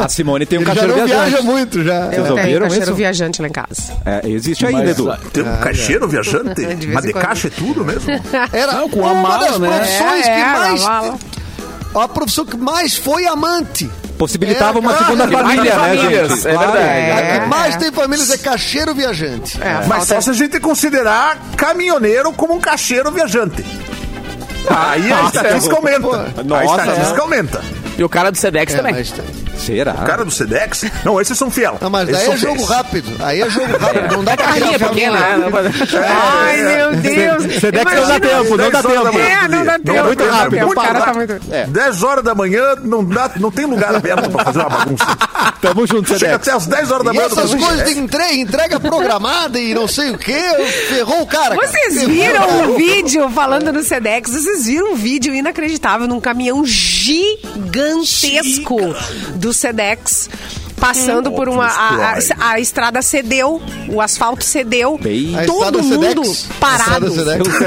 [SPEAKER 1] A Simone tem um
[SPEAKER 7] Ele já
[SPEAKER 1] cachorro
[SPEAKER 7] não viaja
[SPEAKER 1] viajante.
[SPEAKER 7] muito, já.
[SPEAKER 1] Vocês
[SPEAKER 5] Eu tenho
[SPEAKER 1] ouviram
[SPEAKER 5] cacheiro
[SPEAKER 1] isso?
[SPEAKER 5] né? viajante lá em casa.
[SPEAKER 1] É, existe ainda,
[SPEAKER 6] Mas,
[SPEAKER 1] Edu.
[SPEAKER 6] ah,
[SPEAKER 8] Tem
[SPEAKER 7] é.
[SPEAKER 8] um caixeiro viajante.
[SPEAKER 5] De vez
[SPEAKER 8] Mas
[SPEAKER 5] em
[SPEAKER 8] de
[SPEAKER 5] quando.
[SPEAKER 8] caixa é tudo mesmo.
[SPEAKER 7] Era
[SPEAKER 6] Não, com a
[SPEAKER 7] uma
[SPEAKER 6] mala,
[SPEAKER 7] das
[SPEAKER 6] né?
[SPEAKER 7] profissões
[SPEAKER 5] É,
[SPEAKER 7] que
[SPEAKER 5] era,
[SPEAKER 7] mais...
[SPEAKER 5] lá, lá.
[SPEAKER 7] A profissão que mais foi amante.
[SPEAKER 1] Possibilitava
[SPEAKER 7] É,
[SPEAKER 1] uma
[SPEAKER 7] claro.
[SPEAKER 1] segunda
[SPEAKER 7] Mais
[SPEAKER 1] família, né,
[SPEAKER 3] famílias,
[SPEAKER 1] gente?
[SPEAKER 3] é
[SPEAKER 1] Claro.
[SPEAKER 3] verdade.
[SPEAKER 7] A
[SPEAKER 5] É.
[SPEAKER 7] que mais tem famílias é caixeiro viajante.
[SPEAKER 5] É,
[SPEAKER 8] Mas
[SPEAKER 5] falta-
[SPEAKER 8] só se a gente considerar caminhoneiro como um caixeiro viajante. Aí a estatística aumenta.
[SPEAKER 1] Ah, Nossa, é.
[SPEAKER 8] a estatística aumenta.
[SPEAKER 3] E o cara do Sedex
[SPEAKER 7] É,
[SPEAKER 3] também.
[SPEAKER 7] mas-
[SPEAKER 1] Será?
[SPEAKER 8] O cara do Sedex? Não, esses são fiel.
[SPEAKER 7] Ah, mas
[SPEAKER 8] Esses
[SPEAKER 7] daí
[SPEAKER 8] são
[SPEAKER 7] é jogo
[SPEAKER 8] fiéis.
[SPEAKER 7] rápido. Aí é jogo rápido. Não dá pra
[SPEAKER 3] Carrinha
[SPEAKER 7] pegar
[SPEAKER 3] pequena, né? Não pode-
[SPEAKER 5] Ai, meu Deus.
[SPEAKER 9] Sedex não dá
[SPEAKER 5] Imagina-
[SPEAKER 9] tempo, não dá
[SPEAKER 8] Dez horas da
[SPEAKER 9] tempo.
[SPEAKER 8] manhã
[SPEAKER 5] É,
[SPEAKER 8] do
[SPEAKER 5] não dá
[SPEAKER 8] dia.
[SPEAKER 5] tempo.
[SPEAKER 9] muito
[SPEAKER 5] não dá
[SPEAKER 9] rápido,
[SPEAKER 5] tempo.
[SPEAKER 8] muito
[SPEAKER 5] O cara tá
[SPEAKER 8] rápido.
[SPEAKER 5] muito...
[SPEAKER 1] É.
[SPEAKER 8] 10 horas da manhã não, dá, não tem lugar aberto pra fazer uma bagunça.
[SPEAKER 9] Tamo junto,
[SPEAKER 8] Chega
[SPEAKER 9] Sedex.
[SPEAKER 8] até as 10 horas da
[SPEAKER 7] E
[SPEAKER 8] manhã.
[SPEAKER 7] essas
[SPEAKER 8] do-
[SPEAKER 7] coisas de entrega, entrega programada e não sei o quê, ferrou o cara. cara.
[SPEAKER 5] Vocês
[SPEAKER 7] Ferrou o cara.
[SPEAKER 5] viram o vídeo falando no Sedex? Vocês viram um vídeo inacreditável num caminhão gigantesco do Sedex?
[SPEAKER 7] Hum.
[SPEAKER 5] Passando por uma. A, a- a estrada cedeu, o asfalto cedeu,
[SPEAKER 1] Bem.
[SPEAKER 7] A
[SPEAKER 5] todo
[SPEAKER 7] estrada
[SPEAKER 5] mundo
[SPEAKER 7] Sedex.
[SPEAKER 5] parado.
[SPEAKER 7] A estrada Sedex.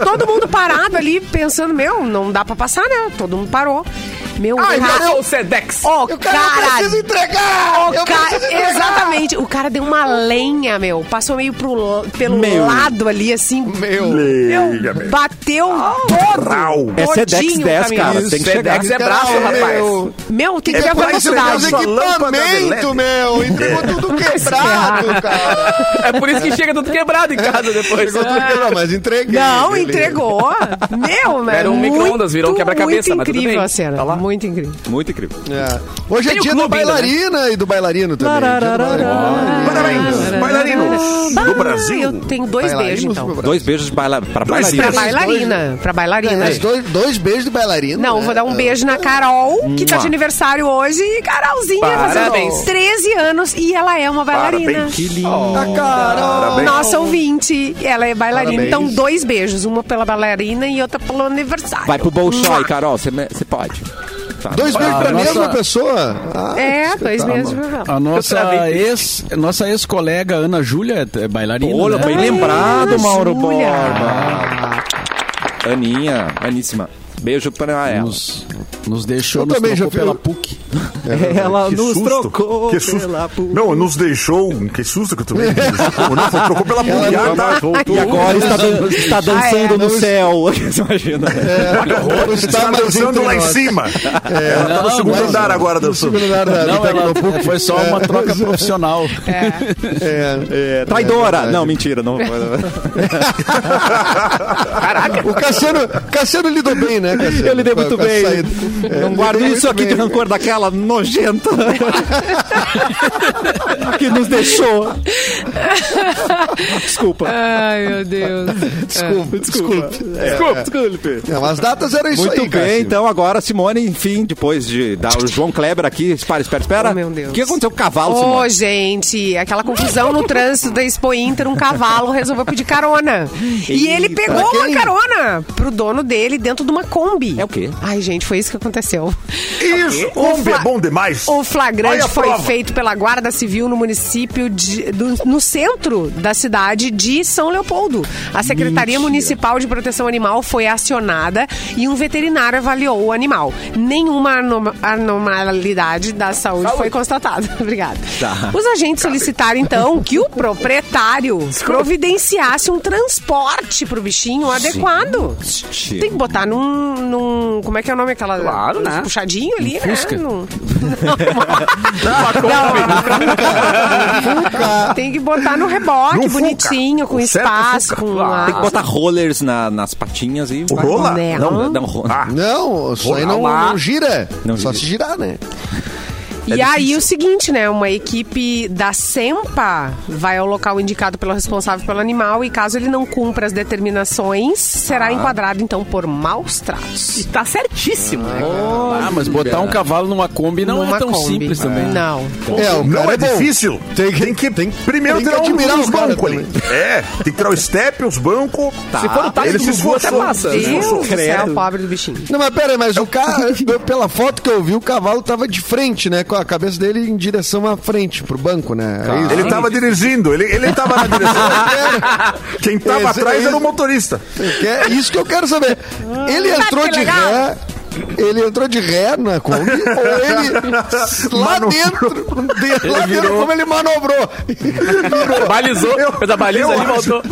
[SPEAKER 5] É. todo mundo parado ali, pensando, meu, não dá pra passar, né? Todo mundo parou. Meu,
[SPEAKER 3] Ai,
[SPEAKER 5] cara-
[SPEAKER 3] meu Deus, Sedex.
[SPEAKER 5] Ó,
[SPEAKER 7] Eu, cara, eu
[SPEAKER 5] cara,
[SPEAKER 7] preciso entregar!
[SPEAKER 5] o
[SPEAKER 7] eu
[SPEAKER 5] cara-
[SPEAKER 7] preciso entregar!
[SPEAKER 5] exatamente. O cara deu uma lenha, meu. Passou meio pro, pelo
[SPEAKER 9] Meu.
[SPEAKER 5] lado ali, assim.
[SPEAKER 7] Meu,
[SPEAKER 8] Liga, meu.
[SPEAKER 5] Bateu
[SPEAKER 3] Ah,
[SPEAKER 5] todo.
[SPEAKER 8] Brau.
[SPEAKER 9] É
[SPEAKER 5] todinho
[SPEAKER 9] Sedex
[SPEAKER 5] o
[SPEAKER 9] 10,
[SPEAKER 5] caminhão.
[SPEAKER 9] cara. Tem que chegar.
[SPEAKER 3] Sedex é braço,
[SPEAKER 7] Cara,
[SPEAKER 3] rapaz.
[SPEAKER 7] meu.
[SPEAKER 5] Meu, tem que ter
[SPEAKER 8] É pra entregar
[SPEAKER 7] Os
[SPEAKER 8] Sua
[SPEAKER 5] velocidade.
[SPEAKER 8] lâmpada
[SPEAKER 7] equipamentos,
[SPEAKER 8] de
[SPEAKER 7] meu! Entregou tudo quebrado, cara!
[SPEAKER 3] É por isso que chega tudo quebrado em casa depois. Ah,
[SPEAKER 7] Entregou tudo quebrado, mas entreguei.
[SPEAKER 5] é Não,
[SPEAKER 7] beleza.
[SPEAKER 5] entregou. Meu, né?
[SPEAKER 3] Era um
[SPEAKER 5] muito,
[SPEAKER 3] micro-ondas, virou um quebra-cabeça,
[SPEAKER 5] Muito
[SPEAKER 3] mas tudo
[SPEAKER 5] incrível
[SPEAKER 3] bem.
[SPEAKER 5] a cena.
[SPEAKER 3] Tá lá.
[SPEAKER 5] muito incrível.
[SPEAKER 1] Muito incrível.
[SPEAKER 7] É. Hoje
[SPEAKER 3] Tem
[SPEAKER 7] é
[SPEAKER 3] o
[SPEAKER 7] dia da
[SPEAKER 3] clube ainda, né?
[SPEAKER 7] bailarina e do bailarino também. Dia do
[SPEAKER 3] Ah,
[SPEAKER 7] bailarino.
[SPEAKER 8] Parabéns, bailarinos do Brasil.
[SPEAKER 5] Ah, Eu tenho dois beijos,
[SPEAKER 7] Bailarinos
[SPEAKER 5] então.
[SPEAKER 7] pro Brasil. É,
[SPEAKER 1] Dois beijos de baila... pra
[SPEAKER 8] Dois
[SPEAKER 5] Pra
[SPEAKER 1] bailarina.
[SPEAKER 8] beijos.
[SPEAKER 5] bailarina. Pra bailarina.
[SPEAKER 3] É,
[SPEAKER 7] Mas dois, dois beijos de bailarina.
[SPEAKER 5] Não,
[SPEAKER 7] né?
[SPEAKER 5] vou dar um beijo na Carol, que tá de aniversário hoje. E Carolzinha
[SPEAKER 3] Parabéns.
[SPEAKER 5] fazendo 13 anos e ela é uma bailarina.
[SPEAKER 8] Parabéns.
[SPEAKER 1] Que lindo.
[SPEAKER 7] Ah, cara!
[SPEAKER 8] Parabéns.
[SPEAKER 5] Nossa ouvinte, ela é bailarina.
[SPEAKER 7] Parabéns.
[SPEAKER 5] Então, dois beijos. Uma pela bailarina e outra pelo aniversário.
[SPEAKER 1] Vai pro
[SPEAKER 5] Mua.
[SPEAKER 1] Bolshoi, Carol. Você pode. Tá.
[SPEAKER 7] Dois beijos pra
[SPEAKER 6] nossa-
[SPEAKER 7] mesma pessoa? Ah,
[SPEAKER 5] É, dois beijos.
[SPEAKER 6] A nossa ex, a nossa ex-colega Ana Júlia é bailarina.
[SPEAKER 1] Olha,
[SPEAKER 6] né?
[SPEAKER 1] bem lembrado, Mauro
[SPEAKER 5] Júlia.
[SPEAKER 1] Borba. Aninha, Aníssima. Beijo pra ela.
[SPEAKER 6] Nos, nos deixou,
[SPEAKER 7] Eu
[SPEAKER 6] nos
[SPEAKER 7] também já
[SPEAKER 6] trocou
[SPEAKER 7] fui-
[SPEAKER 6] pela PUC.
[SPEAKER 7] é,
[SPEAKER 1] Ela
[SPEAKER 8] Que susto. que susto. Não, nos deixou. um- Que susto que eu tomei. Nos deixou. Não, foi- trocou pela
[SPEAKER 7] é,
[SPEAKER 8] mulher, tá?
[SPEAKER 1] E
[SPEAKER 5] é.
[SPEAKER 1] agora está, dan- está dançando
[SPEAKER 5] Ah, é.
[SPEAKER 1] no céu. Você imagina, né?
[SPEAKER 7] não
[SPEAKER 8] Está
[SPEAKER 7] mais
[SPEAKER 8] dançando
[SPEAKER 7] entre
[SPEAKER 8] lá em
[SPEAKER 7] nós.
[SPEAKER 8] cima. Ela tá no
[SPEAKER 6] não,
[SPEAKER 8] segundo
[SPEAKER 6] não.
[SPEAKER 8] andar agora dançando.
[SPEAKER 7] Segundo andar da- do
[SPEAKER 6] Não, ela,
[SPEAKER 7] Tecnopuc.
[SPEAKER 6] foi só uma troca profissional.
[SPEAKER 7] É, é.
[SPEAKER 1] Traidora.
[SPEAKER 7] verdade. É.
[SPEAKER 1] não, mentira. Não.
[SPEAKER 7] O Cassiano, Cassiano lidou bem, né, Cassiano?
[SPEAKER 1] Eu lidei
[SPEAKER 7] Com a-
[SPEAKER 1] muito
[SPEAKER 7] com a
[SPEAKER 1] bem.
[SPEAKER 7] saída. É,
[SPEAKER 1] Não
[SPEAKER 7] lidei
[SPEAKER 1] guardo
[SPEAKER 7] muito
[SPEAKER 1] isso aqui de
[SPEAKER 7] bem.
[SPEAKER 1] rancor daquela nojenta que nos deixou. Desculpa.
[SPEAKER 5] Ai, meu Deus.
[SPEAKER 7] Desculpe, desculpe.
[SPEAKER 1] Desculpa, desculpe.
[SPEAKER 7] É, Não, as datas eram isso
[SPEAKER 1] É, Muito
[SPEAKER 7] aí,
[SPEAKER 1] bem,
[SPEAKER 7] Cassio.
[SPEAKER 1] então agora, Simone, enfim, depois de dar o João Kleber aqui, espera, espera, espera.
[SPEAKER 5] Oh, meu Deus.
[SPEAKER 1] O que aconteceu com o cavalo,
[SPEAKER 5] Ô,
[SPEAKER 1] Simone?
[SPEAKER 5] gente, aquela confusão no trânsito da Expo Inter, um cavalo resolveu pedir carona. e ele
[SPEAKER 1] Eita.
[SPEAKER 5] pegou
[SPEAKER 7] Pra
[SPEAKER 5] uma
[SPEAKER 7] quem?
[SPEAKER 5] carona pro dono dele dentro de uma Kombi.
[SPEAKER 1] É o quê?
[SPEAKER 5] Ai, gente, foi isso que aconteceu.
[SPEAKER 8] Isso,
[SPEAKER 5] O
[SPEAKER 8] homem é
[SPEAKER 5] fa-
[SPEAKER 8] bom demais.
[SPEAKER 5] O
[SPEAKER 8] Olha
[SPEAKER 5] flagrante
[SPEAKER 8] a
[SPEAKER 5] foi
[SPEAKER 8] prova.
[SPEAKER 5] feito pela Guarda Civil no município de, do- no centro da cidade de São Leopoldo. A Secretaria Municipal de Proteção Animal foi acionada e um veterinário avaliou o animal. Nenhuma anom- anomalidade da saúde, foi constatada. Obrigada. Os agentes solicitaram então que o proprietário providenciasse um transporte para o bichinho adequado. Tem que botar num, num- como é que é o nome aquela
[SPEAKER 3] Claro, né?
[SPEAKER 5] puxadinho ali, né?
[SPEAKER 6] Fusca.
[SPEAKER 5] Num- Tem que botar no reboque,
[SPEAKER 8] Num Fuca.
[SPEAKER 5] bonitinho, com
[SPEAKER 8] O certo é
[SPEAKER 5] espaço,
[SPEAKER 8] Fuca.
[SPEAKER 5] com
[SPEAKER 3] Claro.
[SPEAKER 5] a-
[SPEAKER 1] Tem que botar rollers na- nas patinhas e.
[SPEAKER 8] O rola?
[SPEAKER 5] né?
[SPEAKER 1] Não, um é não,
[SPEAKER 7] Ah,
[SPEAKER 1] rola.
[SPEAKER 7] Não, isso aí não, não gira. Só se girar, né?
[SPEAKER 5] E aí o seguinte, né? Uma equipe da SEMPA vai ao local indicado pelo responsável pelo animal e caso ele não cumpra as determinações, será enquadrado então por maus tratos.
[SPEAKER 3] E tá certíssimo. né?
[SPEAKER 6] Ah, mas botar um cavalo numa Kombi não
[SPEAKER 5] Numa
[SPEAKER 6] é tão
[SPEAKER 5] Kombi.
[SPEAKER 6] simples também.
[SPEAKER 5] Não.
[SPEAKER 7] É, o
[SPEAKER 8] Não
[SPEAKER 7] cara
[SPEAKER 8] é,
[SPEAKER 7] bom.
[SPEAKER 8] difícil.
[SPEAKER 7] Tem que- tem-
[SPEAKER 8] primeiro
[SPEAKER 7] tem que
[SPEAKER 8] tirar
[SPEAKER 7] admirar
[SPEAKER 8] os
[SPEAKER 7] o cara
[SPEAKER 8] bancos ali. É, tem que tirar o step, os bancos. Tá.
[SPEAKER 3] Se for o táxi
[SPEAKER 8] Ele
[SPEAKER 3] do
[SPEAKER 8] se
[SPEAKER 3] Gugu, até
[SPEAKER 8] esforçou.
[SPEAKER 3] passa.
[SPEAKER 8] Ele se
[SPEAKER 5] Deus
[SPEAKER 8] esforçou.
[SPEAKER 5] do céu, pobre do bichinho.
[SPEAKER 7] Não, mas pera aí, mas o cara, pela foto que eu vi, o cavalo tava de frente, né? Com a cabeça dele em direção à frente, pro banco, né? É isso.
[SPEAKER 8] Ele tava dirigindo, ele, ele tava na direção. Quem tava
[SPEAKER 7] Esse-
[SPEAKER 8] atrás era o
[SPEAKER 7] esse-
[SPEAKER 8] motorista.
[SPEAKER 7] Que é isso que eu quero saber. Ele entrou de ré. Ele entrou de ré na Kombi ou ele lá
[SPEAKER 8] Manobrou.
[SPEAKER 7] dentro, de- lá dentro como ele manobrou.
[SPEAKER 3] Balizou,
[SPEAKER 8] Eu-
[SPEAKER 3] fez a baliza
[SPEAKER 8] eu
[SPEAKER 3] ali,
[SPEAKER 8] acho-
[SPEAKER 3] voltou.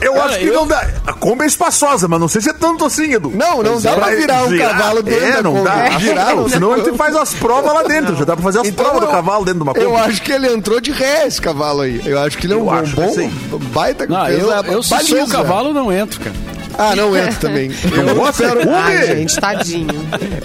[SPEAKER 8] Eu acho que não dá. A Kombi é espaçosa, mas não sei se é tanto assim, Edu.
[SPEAKER 7] Não, não dá pra virar um cavalo dentro
[SPEAKER 8] É,
[SPEAKER 7] da
[SPEAKER 8] não
[SPEAKER 7] Kombi. um
[SPEAKER 8] dá.
[SPEAKER 7] Girar,
[SPEAKER 8] não, senão ele faz as provas lá dentro. Já dá pra fazer as provas do
[SPEAKER 7] eu-
[SPEAKER 8] cavalo dentro de uma
[SPEAKER 7] Eu
[SPEAKER 8] Kombi.
[SPEAKER 7] acho que ele entrou de ré esse cavalo aí. Eu acho que ele é um
[SPEAKER 8] Eu
[SPEAKER 7] bom,
[SPEAKER 8] acho que
[SPEAKER 7] bom
[SPEAKER 8] sim.
[SPEAKER 7] baita
[SPEAKER 6] Não,
[SPEAKER 7] fez
[SPEAKER 6] Ah, eu,
[SPEAKER 7] a
[SPEAKER 6] eu se sou o
[SPEAKER 7] baliza.
[SPEAKER 6] cavalo, não entro, cara.
[SPEAKER 7] Ah, não entro também. Eu
[SPEAKER 8] gosta?
[SPEAKER 7] espero.
[SPEAKER 5] Ai,
[SPEAKER 8] Ubi!
[SPEAKER 5] gente, tadinho.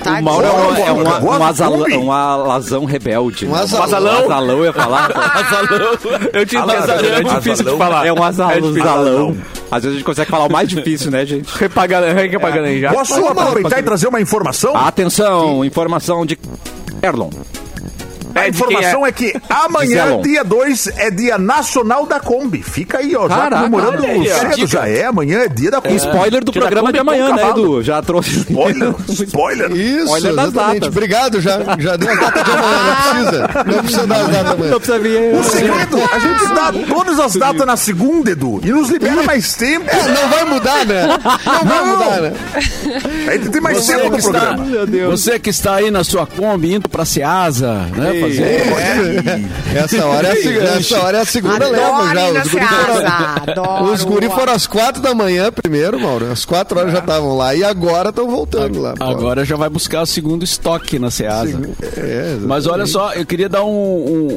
[SPEAKER 5] Tadinho.
[SPEAKER 1] O Mauro é um, é um,
[SPEAKER 8] Gosta?
[SPEAKER 1] um, azala-
[SPEAKER 8] Ui.
[SPEAKER 1] um alazão rebelde.
[SPEAKER 7] Um
[SPEAKER 1] né?
[SPEAKER 7] azalão.
[SPEAKER 1] Um azalão, eu ia falar. azalão.
[SPEAKER 2] Eu tinha
[SPEAKER 1] Alazão.
[SPEAKER 2] pensado, é difícil de
[SPEAKER 1] Azalão.
[SPEAKER 2] falar.
[SPEAKER 1] É um azalão.
[SPEAKER 2] difícil.
[SPEAKER 1] azalão. Às vezes a gente consegue falar o mais difícil, né, gente? É.
[SPEAKER 2] Repagando já.
[SPEAKER 8] Posso aproveitar e trazer uma informação?
[SPEAKER 1] Ah, Atenção, informação de Erlon.
[SPEAKER 8] A informação é? que amanhã,
[SPEAKER 1] Zelon.
[SPEAKER 8] dia 2, é dia nacional da Kombi. Fica aí, ó. Já
[SPEAKER 1] Caraca,
[SPEAKER 8] comemorando
[SPEAKER 1] olha aí, ó.
[SPEAKER 8] cedo, já é. Amanhã é dia da Kombi.
[SPEAKER 1] Spoiler do
[SPEAKER 2] Tira
[SPEAKER 1] programa
[SPEAKER 2] Kombi
[SPEAKER 1] de amanhã,
[SPEAKER 2] com
[SPEAKER 1] né,
[SPEAKER 2] cavalo.
[SPEAKER 1] Edu? Já trouxe.
[SPEAKER 8] Spoiler. Spoiler.
[SPEAKER 7] Isso,
[SPEAKER 1] Olha nas
[SPEAKER 7] exatamente.
[SPEAKER 1] datas.
[SPEAKER 7] Obrigado, já, já deu a data de amanhã, não precisa. Não precisa dar a data amanhã.
[SPEAKER 1] Não precisa vir.
[SPEAKER 8] O segredo, a gente dá todas as datas na segunda, Edu, e nos libera mais tempo.
[SPEAKER 7] É, não vai mudar, né? Não vai mudar, né?
[SPEAKER 8] Aí tem mais
[SPEAKER 6] Você
[SPEAKER 8] tempo
[SPEAKER 6] que,
[SPEAKER 8] no
[SPEAKER 6] está,
[SPEAKER 8] programa.
[SPEAKER 6] é você que está aí na sua Kombi indo pra Ceasa, né? Fazer...
[SPEAKER 7] Essa hora é a, seg- essa hora é a segunda leva já.
[SPEAKER 5] Adoro ir na
[SPEAKER 7] Os guri,
[SPEAKER 5] Ceasa,
[SPEAKER 7] foram,
[SPEAKER 5] adoro.
[SPEAKER 7] os guri foram às quatro da manhã primeiro, Mauro. Às quatro horas já estavam lá e agora estão voltando lá. pô.
[SPEAKER 6] Agora já vai buscar o segundo estoque na Ceasa.
[SPEAKER 7] É,
[SPEAKER 6] Mas olha só, eu queria dar um-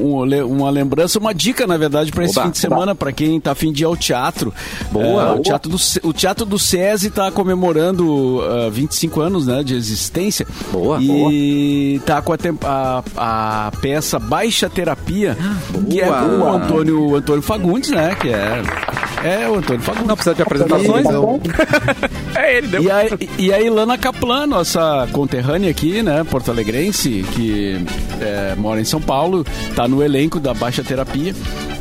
[SPEAKER 6] um- um le- uma lembrança, uma dica, na verdade, para esse
[SPEAKER 1] Oba,
[SPEAKER 6] fim de semana, para quem tá afim de ir ao teatro. Boa, o, teatro do, Ce- o Teatro do SESI tá comemorando ah, 25 anos né, de existência.
[SPEAKER 1] Boa,
[SPEAKER 6] E tá com a, tem- a- a peça Baixa Terapia, que é com o
[SPEAKER 1] Boa.
[SPEAKER 6] Antônio, o Antônio Fagundes, né? Que é, é o Antônio Fagundes.
[SPEAKER 1] Não precisa de
[SPEAKER 7] Então,
[SPEAKER 1] apresentações.
[SPEAKER 2] É ele, deu.
[SPEAKER 6] E a, e a Ilana Caplan, nossa conterrânea aqui, né, porto-alegrense, que é, mora em São Paulo, tá no elenco da Baixa Terapia.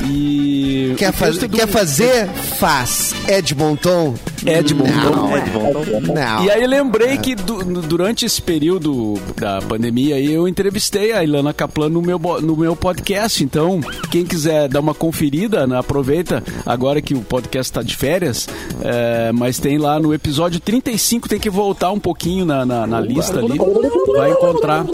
[SPEAKER 6] E
[SPEAKER 7] quer,
[SPEAKER 6] o
[SPEAKER 7] faz-
[SPEAKER 6] texto do
[SPEAKER 7] quer fazer? Faz. É Edmonton?
[SPEAKER 6] Edmond.
[SPEAKER 7] é Não. Não.
[SPEAKER 6] E aí lembrei que du- no- durante esse período da pandemia aí, eu entrevistei a Ilana Kaplan no meu, bo- no meu podcast. Então, quem quiser dar uma conferida, né, aproveita agora que o podcast está de férias. é, mas tem lá no episódio 35, tem que voltar um pouquinho na, na- na lista ali. Vai encontrar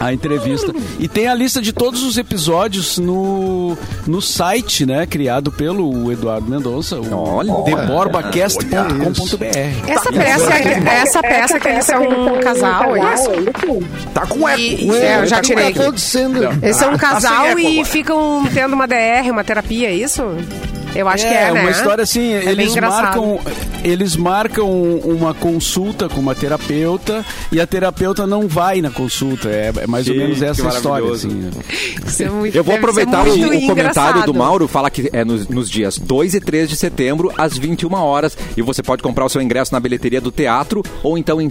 [SPEAKER 6] a entrevista. E tem a lista de todos os episódios no, no site, né? Criado pelo Eduardo Mendonça, o
[SPEAKER 1] Olha.
[SPEAKER 8] Tá,
[SPEAKER 6] TheBorbaCast.com.br.
[SPEAKER 5] Essa peça, essa peça que eles são um casal, é isso?
[SPEAKER 8] Tá com um
[SPEAKER 5] E-
[SPEAKER 8] eco. Tá
[SPEAKER 5] e- é, eu já tirei.
[SPEAKER 7] O que tá acontecendo?
[SPEAKER 5] Eles são um
[SPEAKER 8] sem
[SPEAKER 5] casal
[SPEAKER 8] eco
[SPEAKER 5] e
[SPEAKER 8] agora.
[SPEAKER 5] ficam tendo uma DR, uma terapia, é isso? Eu acho que é, né?
[SPEAKER 6] uma história assim,
[SPEAKER 5] É bem
[SPEAKER 6] eles
[SPEAKER 5] engraçado.
[SPEAKER 6] marcam, eles marcam uma consulta com uma terapeuta e a terapeuta não vai na consulta. É, é mais ou
[SPEAKER 1] Sim,
[SPEAKER 6] menos
[SPEAKER 1] que
[SPEAKER 6] essa história.
[SPEAKER 1] maravilhoso.
[SPEAKER 6] Assim.
[SPEAKER 5] Isso é muito-
[SPEAKER 1] Eu vou
[SPEAKER 5] deve ser
[SPEAKER 1] aproveitar o,
[SPEAKER 5] muito
[SPEAKER 1] o comentário
[SPEAKER 5] engraçado.
[SPEAKER 1] do Mauro, falar que é nos, nos dias 2 e 3 de setembro, às 21 horas. E você pode comprar o seu ingresso na bilheteria do teatro ou então em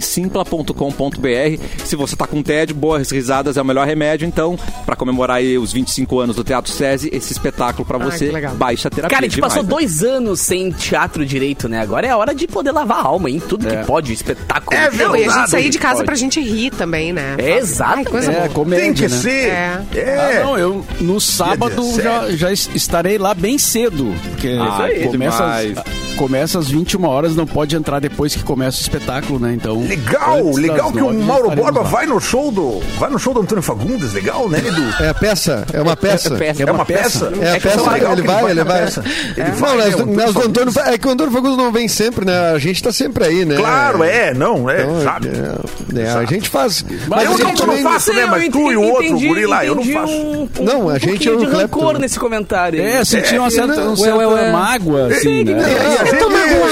[SPEAKER 1] simpla.com.br. Se você tá com tédio, boas risadas é o melhor remédio. Então, pra comemorar aí os 25 anos do Teatro SESI, esse espetáculo pra você,
[SPEAKER 5] que legal.
[SPEAKER 1] baixa terapia.
[SPEAKER 3] Cara, a gente
[SPEAKER 1] demais,
[SPEAKER 3] passou
[SPEAKER 1] né?
[SPEAKER 3] dois anos sem teatro direito, né? Agora é a hora de poder lavar a alma em tudo que pode, espetáculo.
[SPEAKER 8] É
[SPEAKER 5] Não, e a gente sair de casa
[SPEAKER 3] Pode.
[SPEAKER 5] pra gente rir também, né?
[SPEAKER 3] É, exato.
[SPEAKER 5] Ai, coisa
[SPEAKER 6] É,
[SPEAKER 5] boa.
[SPEAKER 6] comédia,
[SPEAKER 8] Tem que
[SPEAKER 6] né?
[SPEAKER 8] ser.
[SPEAKER 5] É.
[SPEAKER 8] É.
[SPEAKER 6] Ah, não, eu no sábado
[SPEAKER 8] Dia
[SPEAKER 6] já,
[SPEAKER 8] 17.
[SPEAKER 6] já es- estarei lá bem cedo. Porque
[SPEAKER 1] Ah, que
[SPEAKER 6] começa,
[SPEAKER 1] demais.
[SPEAKER 6] às, começa às 21 horas, não pode entrar depois que começa o espetáculo, né? Então.
[SPEAKER 8] Legal,
[SPEAKER 6] antes das
[SPEAKER 8] legal que o
[SPEAKER 6] nove já
[SPEAKER 8] Mauro
[SPEAKER 6] estaremos
[SPEAKER 8] Borba
[SPEAKER 6] lá.
[SPEAKER 8] vai no show do. Vai no show do Antônio Fagundes, legal, né, Edu?
[SPEAKER 7] É a peça? É uma peça?
[SPEAKER 8] É uma peça?
[SPEAKER 7] É a
[SPEAKER 8] que
[SPEAKER 7] peça,
[SPEAKER 8] tão legal
[SPEAKER 7] ele
[SPEAKER 8] que
[SPEAKER 7] vai, ele
[SPEAKER 8] na
[SPEAKER 7] vai.
[SPEAKER 8] peça. Ele
[SPEAKER 7] Não,
[SPEAKER 8] vai, né,
[SPEAKER 7] nós,
[SPEAKER 8] o Antônio
[SPEAKER 7] nós do
[SPEAKER 8] Fagundes.
[SPEAKER 7] Antônio, Fa- é que o Antônio Fagundes não vem sempre, né? A gente tá sempre aí, né?
[SPEAKER 8] Claro, é, não, é,
[SPEAKER 7] Então,
[SPEAKER 8] sabe?
[SPEAKER 7] é, é, a gente faz. Mas, a
[SPEAKER 8] eu não-
[SPEAKER 7] gente
[SPEAKER 8] eu não
[SPEAKER 7] também-
[SPEAKER 8] faço. né? Mas tu e o outro guri lá, eu não
[SPEAKER 3] entendi
[SPEAKER 8] faço.
[SPEAKER 3] Um, um,
[SPEAKER 7] Não, a
[SPEAKER 3] um
[SPEAKER 7] gente
[SPEAKER 3] pouquinho
[SPEAKER 7] é o
[SPEAKER 3] de
[SPEAKER 7] Clapton.
[SPEAKER 3] rancor nesse comentário. aí.
[SPEAKER 6] É, senti uma certa, uma
[SPEAKER 7] Ué,
[SPEAKER 6] certa
[SPEAKER 3] ué, ué.
[SPEAKER 6] mágoa, assim, né?
[SPEAKER 8] E a gente-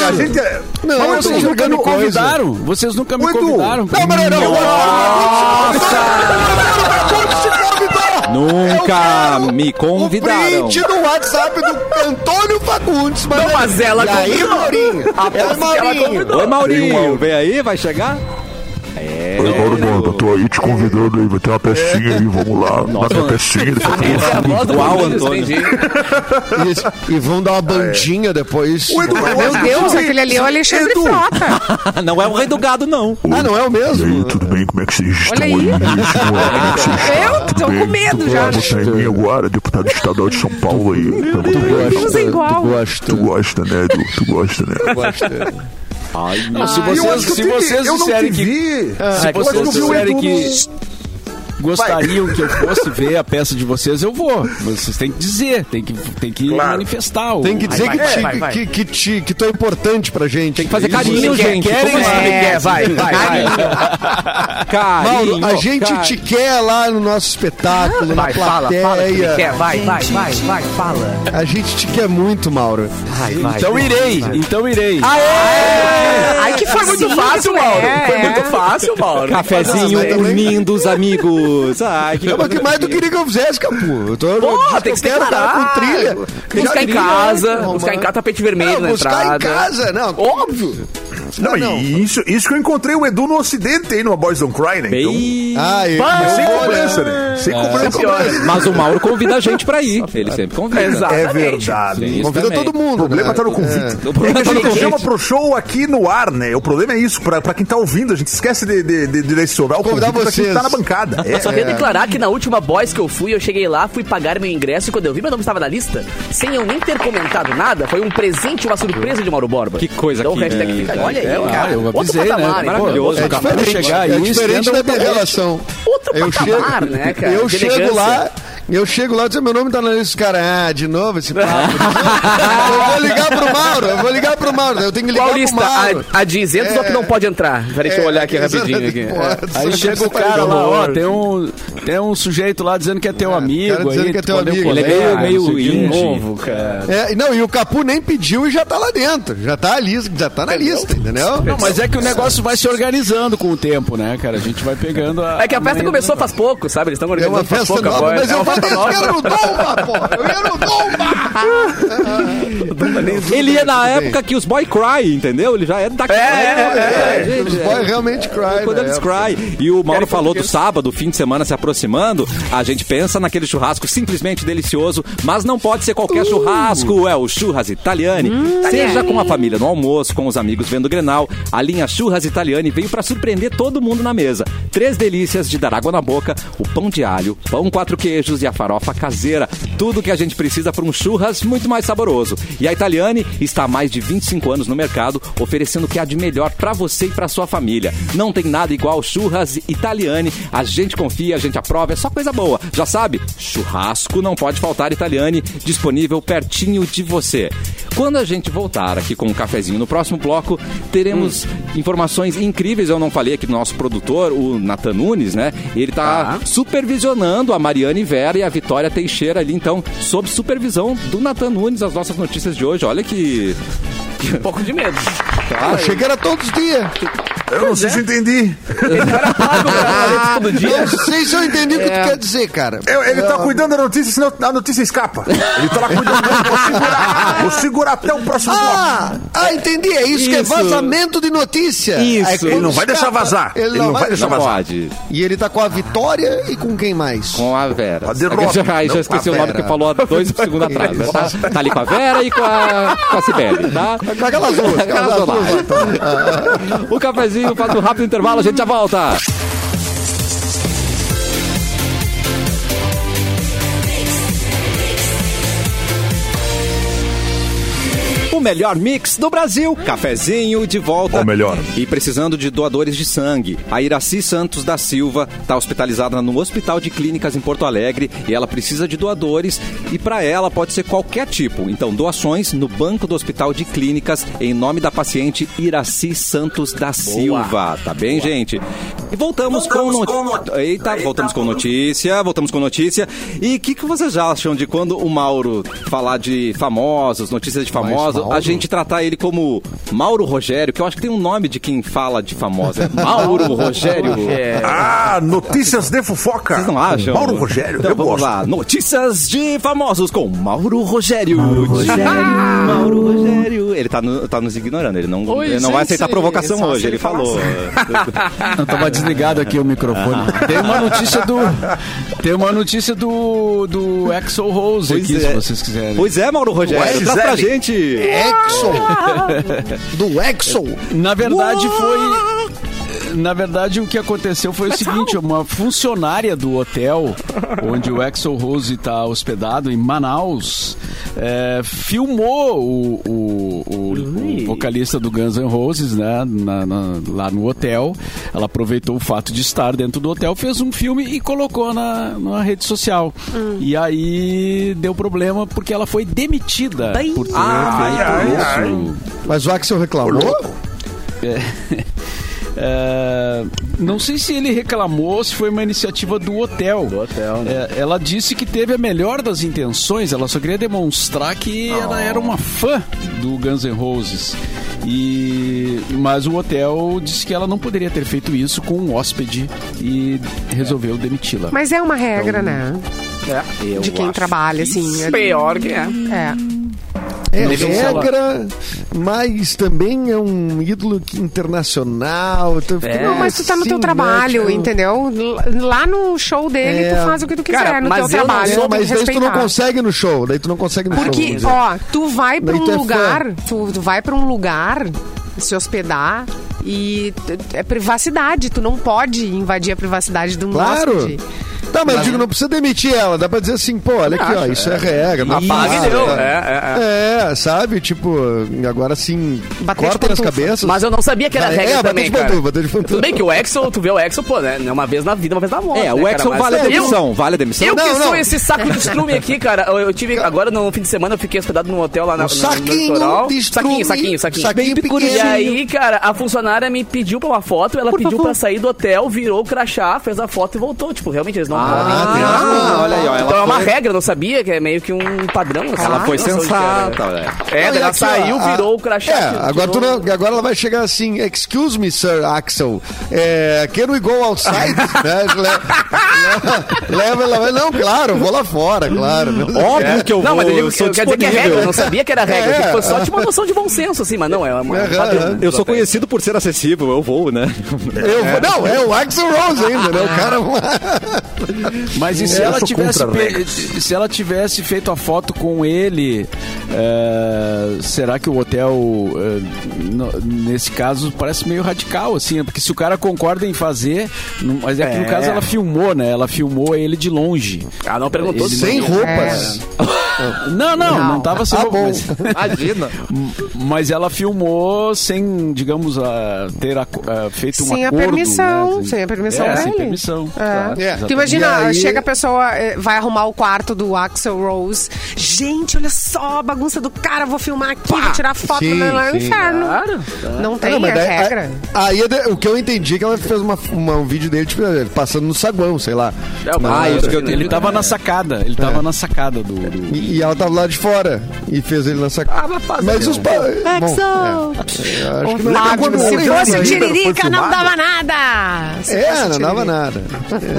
[SPEAKER 8] a gente é-
[SPEAKER 7] Não,
[SPEAKER 8] Mas
[SPEAKER 7] eu
[SPEAKER 8] eu
[SPEAKER 7] tô
[SPEAKER 8] sou
[SPEAKER 6] Vocês nunca
[SPEAKER 7] jogando
[SPEAKER 6] me
[SPEAKER 7] coisa.
[SPEAKER 6] convidaram. Vocês nunca me
[SPEAKER 8] Ô, Edu,
[SPEAKER 6] convidaram.
[SPEAKER 7] Não, mas não, não,
[SPEAKER 1] Nunca me
[SPEAKER 7] O
[SPEAKER 1] convidaram.
[SPEAKER 7] print do WhatsApp do Antônio Fagundes, mas.
[SPEAKER 3] Não, mas ela
[SPEAKER 7] e aí,
[SPEAKER 3] convidou.
[SPEAKER 7] Maurinho? Ela, Maurinho.
[SPEAKER 1] Oi, Maurinho, vem aí, vai chegar? É.
[SPEAKER 9] Borba, tô aí te convidando aí, vai ter uma pecinha aí, vamos lá. Nossa, uma pecinha, depois eu
[SPEAKER 3] Essa é a voz do
[SPEAKER 1] Igual,
[SPEAKER 3] Corinthians,
[SPEAKER 1] Antônio.
[SPEAKER 3] entendi.
[SPEAKER 7] Isso, E vão dar uma bandinha depois.
[SPEAKER 8] O Edu-
[SPEAKER 5] Meu Deus,
[SPEAKER 8] Edu-
[SPEAKER 5] aquele ali é o Alexandre
[SPEAKER 8] Edu,
[SPEAKER 5] Frota.
[SPEAKER 1] Não é o rei do gado, não.
[SPEAKER 7] Ah, não é o
[SPEAKER 9] E aí,
[SPEAKER 7] mesmo?
[SPEAKER 9] tudo bem? Como é que vocês estão
[SPEAKER 5] Olha
[SPEAKER 9] aí?
[SPEAKER 5] aí.
[SPEAKER 9] bicho? Como é que vocês estão?
[SPEAKER 5] Eu tô
[SPEAKER 9] Tudo
[SPEAKER 5] com
[SPEAKER 9] bem?
[SPEAKER 5] medo
[SPEAKER 9] Tu
[SPEAKER 5] já.
[SPEAKER 9] vai
[SPEAKER 8] é
[SPEAKER 9] votar em mim agora, deputado estadual de São Paulo aí. Vai votar em mim?
[SPEAKER 5] Deus, igual.
[SPEAKER 9] Tu gosta, né, Edu? Tu gosta, né?
[SPEAKER 6] Se
[SPEAKER 8] eu acho
[SPEAKER 6] vocês,
[SPEAKER 8] que eu
[SPEAKER 6] se
[SPEAKER 8] tive-
[SPEAKER 6] vocês
[SPEAKER 8] eu não
[SPEAKER 6] disserem
[SPEAKER 8] te
[SPEAKER 6] que
[SPEAKER 8] vi.
[SPEAKER 6] Se
[SPEAKER 8] Ah, eu acho que eu
[SPEAKER 6] vocês
[SPEAKER 8] vi o
[SPEAKER 6] disserem
[SPEAKER 8] Edu
[SPEAKER 6] que gostariam
[SPEAKER 8] Vai.
[SPEAKER 6] que eu fosse ver a peça de vocês, eu vou. Mas Vocês têm que dizer, tem que, tem que
[SPEAKER 8] Claro.
[SPEAKER 6] manifestar. o-
[SPEAKER 7] Tem que dizer
[SPEAKER 3] Vai,
[SPEAKER 7] que,
[SPEAKER 3] vai,
[SPEAKER 7] te-
[SPEAKER 3] vai, vai.
[SPEAKER 7] Que, que, te- que tu é importante pra gente. Tem que fazer
[SPEAKER 1] carinho, gente.
[SPEAKER 6] Querem
[SPEAKER 3] Como
[SPEAKER 6] sim.
[SPEAKER 3] é?
[SPEAKER 6] vai, vai, vai.
[SPEAKER 1] Carinho,
[SPEAKER 7] Mauro, a gente
[SPEAKER 1] carinho.
[SPEAKER 7] te quer lá no nosso espetáculo,
[SPEAKER 3] Vai,
[SPEAKER 7] na
[SPEAKER 3] fala,
[SPEAKER 7] plateia.
[SPEAKER 3] fala o que tu quer. Vai, vai,
[SPEAKER 7] Gente,
[SPEAKER 3] vai, vai, fala.
[SPEAKER 7] A gente te quer muito, Mauro.
[SPEAKER 6] Então irei, então irei.
[SPEAKER 5] Ai, que foi muito fácil, Mauro.
[SPEAKER 3] Foi muito fácil, Mauro.
[SPEAKER 1] Cafezinho
[SPEAKER 7] Mas também-
[SPEAKER 1] unindo os amigos. Ai, que
[SPEAKER 7] Não, mas o que mais tu queria que eu fizesse, Capu? Eu tô,
[SPEAKER 3] Pô,
[SPEAKER 7] eu
[SPEAKER 3] tem que se
[SPEAKER 7] quero dar
[SPEAKER 3] declarar.
[SPEAKER 7] com trilha.
[SPEAKER 3] Buscar
[SPEAKER 7] Já
[SPEAKER 3] em
[SPEAKER 7] trilha,
[SPEAKER 3] casa,
[SPEAKER 7] né?
[SPEAKER 3] buscar em casa, tapete vermelho
[SPEAKER 7] Não,
[SPEAKER 3] na
[SPEAKER 7] buscar
[SPEAKER 3] entrada.
[SPEAKER 7] em casa, não.
[SPEAKER 3] Óbvio.
[SPEAKER 8] Não,
[SPEAKER 7] Ah,
[SPEAKER 8] e
[SPEAKER 7] não.
[SPEAKER 8] Isso, isso que eu encontrei o Edu no Ocidente, aí, numa Boys Don't Cry, né? Então,
[SPEAKER 1] Bem...
[SPEAKER 7] Ah, eu,
[SPEAKER 8] sem
[SPEAKER 7] olha,
[SPEAKER 8] cobrança, né? Sem cobrança.
[SPEAKER 1] Mas o Mauro convida a gente pra ir. Ele sempre convida.
[SPEAKER 8] É
[SPEAKER 3] Exatamente.
[SPEAKER 8] verdade.
[SPEAKER 1] Tem isso
[SPEAKER 7] Convida
[SPEAKER 1] também.
[SPEAKER 7] todo
[SPEAKER 8] O
[SPEAKER 7] mundo.
[SPEAKER 8] problema
[SPEAKER 7] né?
[SPEAKER 8] tá no convite.
[SPEAKER 1] O
[SPEAKER 8] É que
[SPEAKER 1] problema
[SPEAKER 8] a
[SPEAKER 1] tá no
[SPEAKER 8] gente
[SPEAKER 1] convite.
[SPEAKER 8] chama pro show aqui no ar, né? O problema é isso. Pra, pra quem tá ouvindo, a gente esquece de, de, de direcionar Ah, o
[SPEAKER 7] Convidar
[SPEAKER 8] convite pra quem
[SPEAKER 7] vocês.
[SPEAKER 8] tá na bancada. É.
[SPEAKER 3] Só queria declarar que na última Boys que eu fui, eu cheguei lá, fui pagar meu ingresso e quando eu vi meu nome estava na lista, sem eu nem ter comentado nada, foi um presente, uma surpresa de Mauro Borba.
[SPEAKER 1] Que coisa
[SPEAKER 3] então,
[SPEAKER 1] que-
[SPEAKER 3] o hashtag
[SPEAKER 1] é,
[SPEAKER 3] fica,
[SPEAKER 1] é,
[SPEAKER 3] Olha aí,
[SPEAKER 1] é,
[SPEAKER 3] cara.
[SPEAKER 6] eu
[SPEAKER 3] outro
[SPEAKER 6] avisei, né?
[SPEAKER 3] patamar, hein?
[SPEAKER 1] Maravilhoso.
[SPEAKER 7] É
[SPEAKER 1] O Capu
[SPEAKER 7] diferente,
[SPEAKER 1] chegar aí,
[SPEAKER 7] é diferente
[SPEAKER 6] estenda um
[SPEAKER 7] da minha
[SPEAKER 6] convite.
[SPEAKER 7] relação.
[SPEAKER 3] Outro
[SPEAKER 7] Eu chego,
[SPEAKER 3] patamar, né, cara?
[SPEAKER 7] eu
[SPEAKER 3] De
[SPEAKER 7] chego
[SPEAKER 3] elegância.
[SPEAKER 7] lá, eu chego lá e digo, meu nome tá na lista, cara, ah, de novo esse papo. eu vou ligar pro Mauro, eu vou ligar pro Mauro, eu tenho que ligar
[SPEAKER 3] Paulista,
[SPEAKER 7] pro Mauro. É,
[SPEAKER 3] a, a de isentos ou que não pode entrar? Peraí, deixa eu olhar aqui rapidinho. Aqui.
[SPEAKER 6] Aí
[SPEAKER 7] tá
[SPEAKER 6] chega o cara lá, ó, tem um, tem um sujeito lá dizendo que é teu amigo.
[SPEAKER 7] cara dizendo
[SPEAKER 6] aí,
[SPEAKER 7] que é
[SPEAKER 6] tu
[SPEAKER 7] teu
[SPEAKER 6] pode
[SPEAKER 7] amigo.
[SPEAKER 1] Ele
[SPEAKER 6] colar,
[SPEAKER 3] Ah,
[SPEAKER 1] é
[SPEAKER 10] Ah,
[SPEAKER 1] meio,
[SPEAKER 6] não sei o
[SPEAKER 1] meio
[SPEAKER 3] um
[SPEAKER 6] quê.
[SPEAKER 1] novo, cara.
[SPEAKER 7] É, e não, e o Capu nem pediu e já tá lá dentro. Já tá ali, já tá na lista, entendeu?
[SPEAKER 6] Não, mas é que o negócio vai se organizando com o tempo, né, cara? A gente vai pegando a.
[SPEAKER 3] É que a festa
[SPEAKER 6] manha
[SPEAKER 3] começou
[SPEAKER 6] do
[SPEAKER 3] faz pouco, sabe? Eles estão
[SPEAKER 7] É uma
[SPEAKER 3] organizando faz
[SPEAKER 7] festa
[SPEAKER 3] pouco
[SPEAKER 7] nova,
[SPEAKER 3] agora.
[SPEAKER 7] mas
[SPEAKER 3] É
[SPEAKER 7] eu
[SPEAKER 3] uma
[SPEAKER 7] vou
[SPEAKER 3] festa
[SPEAKER 7] eu
[SPEAKER 3] nova.
[SPEAKER 7] ia no Domba, pô! Eu ia no Domba!
[SPEAKER 1] Ele ia na
[SPEAKER 7] Tudo bem.
[SPEAKER 1] época que os boy cry, entendeu? Ele já é da
[SPEAKER 7] É,
[SPEAKER 1] é,
[SPEAKER 7] os boys realmente cry,
[SPEAKER 1] Quando
[SPEAKER 7] né?
[SPEAKER 1] eles cry. E o Mauro falou do sábado, fim de semana se aproximando, a gente pensa naquele churrasco simplesmente delicioso, mas não pode ser
[SPEAKER 7] Uh!
[SPEAKER 1] qualquer churrasco. É o Churras Italiani.
[SPEAKER 7] Hum.
[SPEAKER 1] Seja com a família no almoço, com os amigos vendo o Grenal, a linha Churras Italiani veio para surpreender todo mundo na mesa. Três delícias de dar água na boca, o pão de alho, pão quatro queijos e a farofa caseira. Tudo que a gente precisa para um churras muito mais saboroso. E a Italiani está há mais de 25 anos no mercado, oferecendo o que há de melhor para você e para sua família. Não tem nada igual churras Italiani. A gente confia, a gente aprova, é só coisa boa. Já sabe, churrasco não pode faltar Italiani, disponível pertinho de você. Quando a gente voltar aqui com o cafezinho no próximo bloco, teremos informações incríveis. Eu não falei aqui do nosso produtor, o Nathan Nunes, né? Ele tá supervisionando a Mariane Vera e a Vitória Teixeira ali, então, sob supervisão do Nathan Nunes, as nossas notícias de hoje. Olha que.
[SPEAKER 3] Um pouco de medo.
[SPEAKER 7] Eu Ah, achei que era todos os dias.
[SPEAKER 8] Eu não sei se eu entendi.
[SPEAKER 7] Não sei se eu entendi o que
[SPEAKER 1] É.
[SPEAKER 7] tu quer dizer, cara.
[SPEAKER 8] Eu- ele tá cuidando da notícia, senão a notícia escapa. Ele tá lá cuidando. Vou segurar, vou segurar até o próximo bloco.
[SPEAKER 7] Ah, ah, entendi. É isso, que é
[SPEAKER 1] Isso.
[SPEAKER 7] vazamento de notícia.
[SPEAKER 1] Isso.
[SPEAKER 7] Aí quando
[SPEAKER 8] Ele não vai deixar
[SPEAKER 7] escapa,
[SPEAKER 8] vazar.
[SPEAKER 7] Ele não, vai deixar
[SPEAKER 1] Não
[SPEAKER 7] vazar.
[SPEAKER 1] pode.
[SPEAKER 7] E ele tá com a Vitória e com quem mais?
[SPEAKER 1] Com a Vera.
[SPEAKER 8] A derrota,
[SPEAKER 1] já, já
[SPEAKER 8] não
[SPEAKER 1] esqueci
[SPEAKER 7] a
[SPEAKER 1] o nome
[SPEAKER 7] Vera.
[SPEAKER 1] que falou há dois segundos atrás. né? Tá, tá ali com a Vera e com a, com a Cibele, tá?
[SPEAKER 7] Com aquelas
[SPEAKER 1] Aquelas
[SPEAKER 7] duas. aquelas
[SPEAKER 1] duas lá.
[SPEAKER 7] duas.
[SPEAKER 1] O cafezinho faz um rápido intervalo, a gente já volta. O melhor mix do Brasil. Cafezinho de volta.
[SPEAKER 8] O melhor.
[SPEAKER 1] E precisando de doadores de sangue. A Iraci Santos da Silva está hospitalizada no Hospital de Clínicas em Porto Alegre e ela precisa de doadores e para ela pode ser qualquer tipo. Então, doações no banco do Hospital de Clínicas em nome da paciente Iraci Santos da Silva. Tá bem, gente? E voltamos, com, not... Eita, voltamos com notícia, voltamos com notícia. E o que, que vocês acham de quando o Mauro falar de famosos, notícias de famosos, a gente tratar ele como Mauro Rogério, que eu acho que tem um nome de quem fala de famosa. É Mauro Rogério.
[SPEAKER 3] É.
[SPEAKER 8] Ah, notícias de fofoca.
[SPEAKER 1] Vocês não acham?
[SPEAKER 8] Mauro Rogério,
[SPEAKER 1] Então
[SPEAKER 8] eu
[SPEAKER 1] vamos
[SPEAKER 8] gosto.
[SPEAKER 1] lá. Notícias de famosos com Mauro Rogério. Mauro Rogério. Ele tá, no- tá nos ignorando. Ele não, ele não vai aceitar provocação
[SPEAKER 5] só se
[SPEAKER 1] hoje.
[SPEAKER 5] ele
[SPEAKER 1] Ele falou.
[SPEAKER 6] Eu tava desligado aqui o microfone. Tem uma notícia do. Tem uma notícia do. do Axel Rose aqui, se vocês quiserem.
[SPEAKER 1] Pois é, Mauro Rogério.
[SPEAKER 8] Ué,
[SPEAKER 1] traz pra
[SPEAKER 8] Gisele.
[SPEAKER 1] gente.
[SPEAKER 7] Exxon. Do Exxon.
[SPEAKER 6] Na verdade foi. eh, Na verdade, o que aconteceu foi o seguinte: uma funcionária do hotel onde o Axel Rose está hospedado, em Manaus, é, filmou o, o- o- o vocalista do Guns N' Roses né, na- na- lá no hotel. Ela aproveitou o fato de estar dentro do hotel, fez um filme e colocou na, na rede social. E aí deu problema porque ela foi demitida por ter feito isso.
[SPEAKER 7] Mas o Axel reclamou?
[SPEAKER 6] É, não sei se ele reclamou ou se foi uma iniciativa do hotel. Do hotel, né? ela disse que teve a melhor das intenções, ela só queria demonstrar que ela era uma fã do Guns N' Roses. E, mas o hotel disse que ela não poderia ter feito isso com um hóspede e resolveu demiti-la.
[SPEAKER 5] Mas é uma regra, né?
[SPEAKER 8] É,
[SPEAKER 1] Eu
[SPEAKER 5] De quem
[SPEAKER 1] acho
[SPEAKER 5] trabalha, assim. ali.
[SPEAKER 3] Pior que é.
[SPEAKER 5] É.
[SPEAKER 7] É
[SPEAKER 6] Não sei se ela-
[SPEAKER 7] regra, mas também é um ídolo que- internacional. Então,
[SPEAKER 3] É.
[SPEAKER 7] fica-
[SPEAKER 5] Não, mas tu tá no
[SPEAKER 7] sim,
[SPEAKER 5] teu
[SPEAKER 7] né,
[SPEAKER 5] trabalho,
[SPEAKER 7] tipo-
[SPEAKER 5] entendeu? L- Lá no show dele,
[SPEAKER 7] É.
[SPEAKER 5] tu faz o que tu quiser
[SPEAKER 3] Cara,
[SPEAKER 5] no
[SPEAKER 3] mas
[SPEAKER 5] teu
[SPEAKER 3] eu não
[SPEAKER 5] trabalho.
[SPEAKER 7] É,
[SPEAKER 5] tem
[SPEAKER 7] mas
[SPEAKER 5] que
[SPEAKER 7] daí tu não
[SPEAKER 5] respeitar.
[SPEAKER 7] consegue no show. Daí tu não consegue no show. né?
[SPEAKER 5] Porque,
[SPEAKER 7] vamos dizer.
[SPEAKER 5] ó, tu vai pra
[SPEAKER 7] Daí tu é
[SPEAKER 5] um
[SPEAKER 7] fã.
[SPEAKER 5] lugar, tu, tu vai pra um lugar se hospedar e t- t- é privacidade, tu não pode invadir a privacidade de um
[SPEAKER 7] Claro.
[SPEAKER 5] hóspede.
[SPEAKER 7] Tá, mas eu digo, não precisa demitir ela. Dá pra dizer assim, pô, olha aqui, ó, isso é regra. não
[SPEAKER 3] Apaga e
[SPEAKER 7] precisa,
[SPEAKER 3] deu,
[SPEAKER 7] tá?
[SPEAKER 3] é,
[SPEAKER 7] É, sabe? Tipo, agora assim,
[SPEAKER 5] Bater de
[SPEAKER 7] corta as
[SPEAKER 5] pantufa.
[SPEAKER 7] cabeças.
[SPEAKER 3] Mas eu não sabia que era
[SPEAKER 7] É,
[SPEAKER 3] regra
[SPEAKER 7] é,
[SPEAKER 3] também,
[SPEAKER 7] bater de
[SPEAKER 3] cara.
[SPEAKER 7] pantufa, bater de
[SPEAKER 3] Tudo
[SPEAKER 7] pantufa.
[SPEAKER 3] bem que o Exo, tu vê o Exo, pô, né? Uma vez na vida, uma vez na morte.
[SPEAKER 1] É,
[SPEAKER 3] né,
[SPEAKER 1] o
[SPEAKER 3] cara?
[SPEAKER 1] Exxon
[SPEAKER 3] Mas
[SPEAKER 1] vale a
[SPEAKER 3] eu-
[SPEAKER 1] demissão, vale a demissão.
[SPEAKER 3] Eu que
[SPEAKER 7] Não,
[SPEAKER 3] sou
[SPEAKER 7] não.
[SPEAKER 3] esse saco de estrume aqui, cara. Eu, eu tive agora no fim de semana, eu fiquei hospedado num hotel lá na,
[SPEAKER 7] Um
[SPEAKER 3] no- no
[SPEAKER 7] saquinho
[SPEAKER 3] litoral.
[SPEAKER 7] de estrume.
[SPEAKER 3] saquinho, saquinho, saquinho.
[SPEAKER 7] Saquinho
[SPEAKER 3] E
[SPEAKER 7] pequenininho.
[SPEAKER 3] aí, cara, a funcionária me pediu pra uma foto, ela pediu pra sair do hotel, virou o crachá, fez a foto e voltou. Tipo, realmente eles não podem.
[SPEAKER 7] tá.
[SPEAKER 1] Ah, olha aí, ó.
[SPEAKER 3] Então é
[SPEAKER 1] Ela
[SPEAKER 3] uma
[SPEAKER 1] foi,
[SPEAKER 3] regra, eu não sabia, que é meio que um padrão. assim.
[SPEAKER 1] ela foi
[SPEAKER 3] Não sei onde que era.
[SPEAKER 1] sensata, olha.
[SPEAKER 3] É,
[SPEAKER 7] Não,
[SPEAKER 3] daí
[SPEAKER 7] e
[SPEAKER 3] ela
[SPEAKER 7] aqui, ó,
[SPEAKER 3] saiu,
[SPEAKER 7] a-
[SPEAKER 3] virou o crachá. tipo,
[SPEAKER 7] É,
[SPEAKER 3] tirou-
[SPEAKER 7] agora, tu não- agora ela vai chegar assim, excuse me, sir Axel, é, can we go outside? né? Le- leva, leva ela, vai, não, claro, vou lá fora, claro.
[SPEAKER 1] Óbvio que eu vou,
[SPEAKER 3] Não, mas eu, digo,
[SPEAKER 1] eu sou
[SPEAKER 3] eu quer dizer que é
[SPEAKER 1] disponível.
[SPEAKER 3] regra, eu não sabia que era regra.
[SPEAKER 7] É.
[SPEAKER 3] Tipo, Foi só tipo uma noção de bom senso, assim, mas não, é uma, é um
[SPEAKER 7] Aham,
[SPEAKER 3] padrão.
[SPEAKER 7] aham.
[SPEAKER 3] né,
[SPEAKER 1] Eu
[SPEAKER 3] do
[SPEAKER 1] sou
[SPEAKER 3] hotel.
[SPEAKER 1] conhecido por ser acessível, eu vou, né?
[SPEAKER 7] Eu vou- não, é o Axel Rose ainda, né? O
[SPEAKER 3] Ah.
[SPEAKER 7] cara...
[SPEAKER 6] Mas e se,
[SPEAKER 8] É, Eu
[SPEAKER 6] ela
[SPEAKER 8] sou
[SPEAKER 6] tivesse
[SPEAKER 8] contra
[SPEAKER 6] pe-
[SPEAKER 8] regras.
[SPEAKER 6] se ela tivesse feito a foto com ele, é, será que o hotel, é, no- nesse caso, parece meio radical, assim, né? porque se o cara concorda em fazer, não- mas aqui
[SPEAKER 5] É.
[SPEAKER 6] no caso ela filmou, né? Ela filmou ele de longe.
[SPEAKER 3] Ela Ah, não É. perguntou
[SPEAKER 6] Ele
[SPEAKER 3] se- um
[SPEAKER 7] Sem roupas.
[SPEAKER 6] Não, não, não, tava sem
[SPEAKER 5] Tá
[SPEAKER 7] Ah,
[SPEAKER 6] roupa,
[SPEAKER 7] bom.
[SPEAKER 6] mas,
[SPEAKER 1] Imagina.
[SPEAKER 6] mas ela filmou sem, digamos, a, ter a- a- feito um
[SPEAKER 5] Sem a
[SPEAKER 6] acordo,
[SPEAKER 5] permissão,
[SPEAKER 6] né?
[SPEAKER 5] sem a permissão
[SPEAKER 6] é, Sem
[SPEAKER 5] dele.
[SPEAKER 6] permissão, claro,
[SPEAKER 5] É.
[SPEAKER 6] exatamente.
[SPEAKER 5] Tu imagina,
[SPEAKER 7] E aí-
[SPEAKER 5] chega a pessoa, eh, vai arrumar o quarto do Axel Rose. Gente, olha só a bagunça do cara, vou filmar aqui, vou tirar foto.
[SPEAKER 7] Sim,
[SPEAKER 5] lá, lá, é um
[SPEAKER 7] sim.
[SPEAKER 5] inferno. Não tem
[SPEAKER 7] Ah, não, mas
[SPEAKER 5] é
[SPEAKER 7] daí-
[SPEAKER 5] regra.
[SPEAKER 7] a- Aí, é de- o que eu entendi é que ela fez uma, uma- um vídeo dele, tipo, ele passando no saguão, sei lá.
[SPEAKER 3] É,
[SPEAKER 7] Né,
[SPEAKER 1] Ah,
[SPEAKER 6] É
[SPEAKER 1] isso que eu
[SPEAKER 6] Ele tava na sacada, ele tava
[SPEAKER 5] É.
[SPEAKER 6] na sacada do- do,
[SPEAKER 7] E, e ela tava lá de fora e fez ele na
[SPEAKER 3] Ah,
[SPEAKER 7] sacada. Mas os
[SPEAKER 5] Axel!
[SPEAKER 7] pais. é. acho que não
[SPEAKER 5] Flávio,
[SPEAKER 8] quando o
[SPEAKER 5] se
[SPEAKER 8] Lembra
[SPEAKER 5] fosse o
[SPEAKER 8] quando o Bieber foi
[SPEAKER 5] Tiririca, não
[SPEAKER 8] filmado?
[SPEAKER 5] dava nada. Se
[SPEAKER 7] É,
[SPEAKER 5] fosse o
[SPEAKER 7] não
[SPEAKER 5] Tiririca.
[SPEAKER 7] dava nada.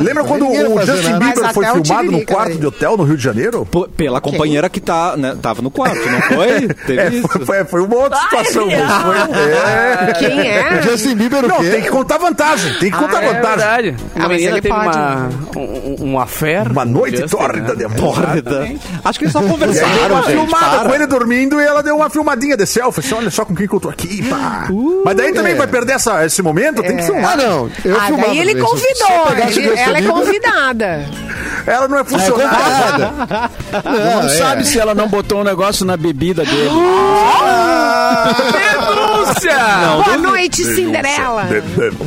[SPEAKER 8] Lembra quando
[SPEAKER 7] Ninguém ia
[SPEAKER 8] o
[SPEAKER 7] fazer
[SPEAKER 8] Justin
[SPEAKER 7] nada.
[SPEAKER 5] Mas
[SPEAKER 8] Bieber foi
[SPEAKER 5] até o
[SPEAKER 8] filmado no
[SPEAKER 5] Tiririca,
[SPEAKER 8] quarto
[SPEAKER 5] né?
[SPEAKER 8] de hotel no Rio de Janeiro?
[SPEAKER 1] P- Pela companheira que tá, né, tava no quarto, não foi? Teve
[SPEAKER 8] É,
[SPEAKER 1] isso.
[SPEAKER 8] foi, foi, foi uma outra situação. mas foi- é.
[SPEAKER 5] Quem é?
[SPEAKER 7] Justin Bieber o
[SPEAKER 8] Não,
[SPEAKER 7] quê?
[SPEAKER 8] tem que contar vantagem. Tem que contar
[SPEAKER 3] É
[SPEAKER 8] vantagem.
[SPEAKER 3] verdade.
[SPEAKER 7] Ah,
[SPEAKER 3] Uma
[SPEAKER 5] mas
[SPEAKER 3] menina
[SPEAKER 5] ele
[SPEAKER 3] teve
[SPEAKER 5] pode,
[SPEAKER 3] uma, um, um- um affair.
[SPEAKER 8] Uma
[SPEAKER 3] com
[SPEAKER 8] noite
[SPEAKER 3] Justin,
[SPEAKER 8] tórrida de amor.
[SPEAKER 1] Porra, Acho que eles só
[SPEAKER 8] E aí deu
[SPEAKER 1] conversaram,
[SPEAKER 8] uma
[SPEAKER 1] gente.
[SPEAKER 8] filmada
[SPEAKER 1] para.
[SPEAKER 8] com ele dormindo e ela deu uma filmadinha de selfie. Assim, olha só com quem que eu tô aqui, pá.
[SPEAKER 1] Uh.
[SPEAKER 8] Mas daí também
[SPEAKER 7] é.
[SPEAKER 8] vai perder essa- esse momento, tem que filmar.
[SPEAKER 7] Ah, não. Eu
[SPEAKER 5] Ah,
[SPEAKER 7] filmava
[SPEAKER 5] daí ele
[SPEAKER 7] mesmo. Se eu
[SPEAKER 5] convidou.
[SPEAKER 7] pegasse
[SPEAKER 5] ele-
[SPEAKER 7] o Justin
[SPEAKER 5] ela é
[SPEAKER 7] Bieber-
[SPEAKER 5] convidada.
[SPEAKER 8] Ela não é
[SPEAKER 7] Ah, É
[SPEAKER 8] funcionária.
[SPEAKER 7] convidada.
[SPEAKER 6] Não,
[SPEAKER 7] é.
[SPEAKER 6] sabe se ela não botou um negócio na bebida dele.
[SPEAKER 3] Denúncia!
[SPEAKER 5] Boa noite, Cinderela.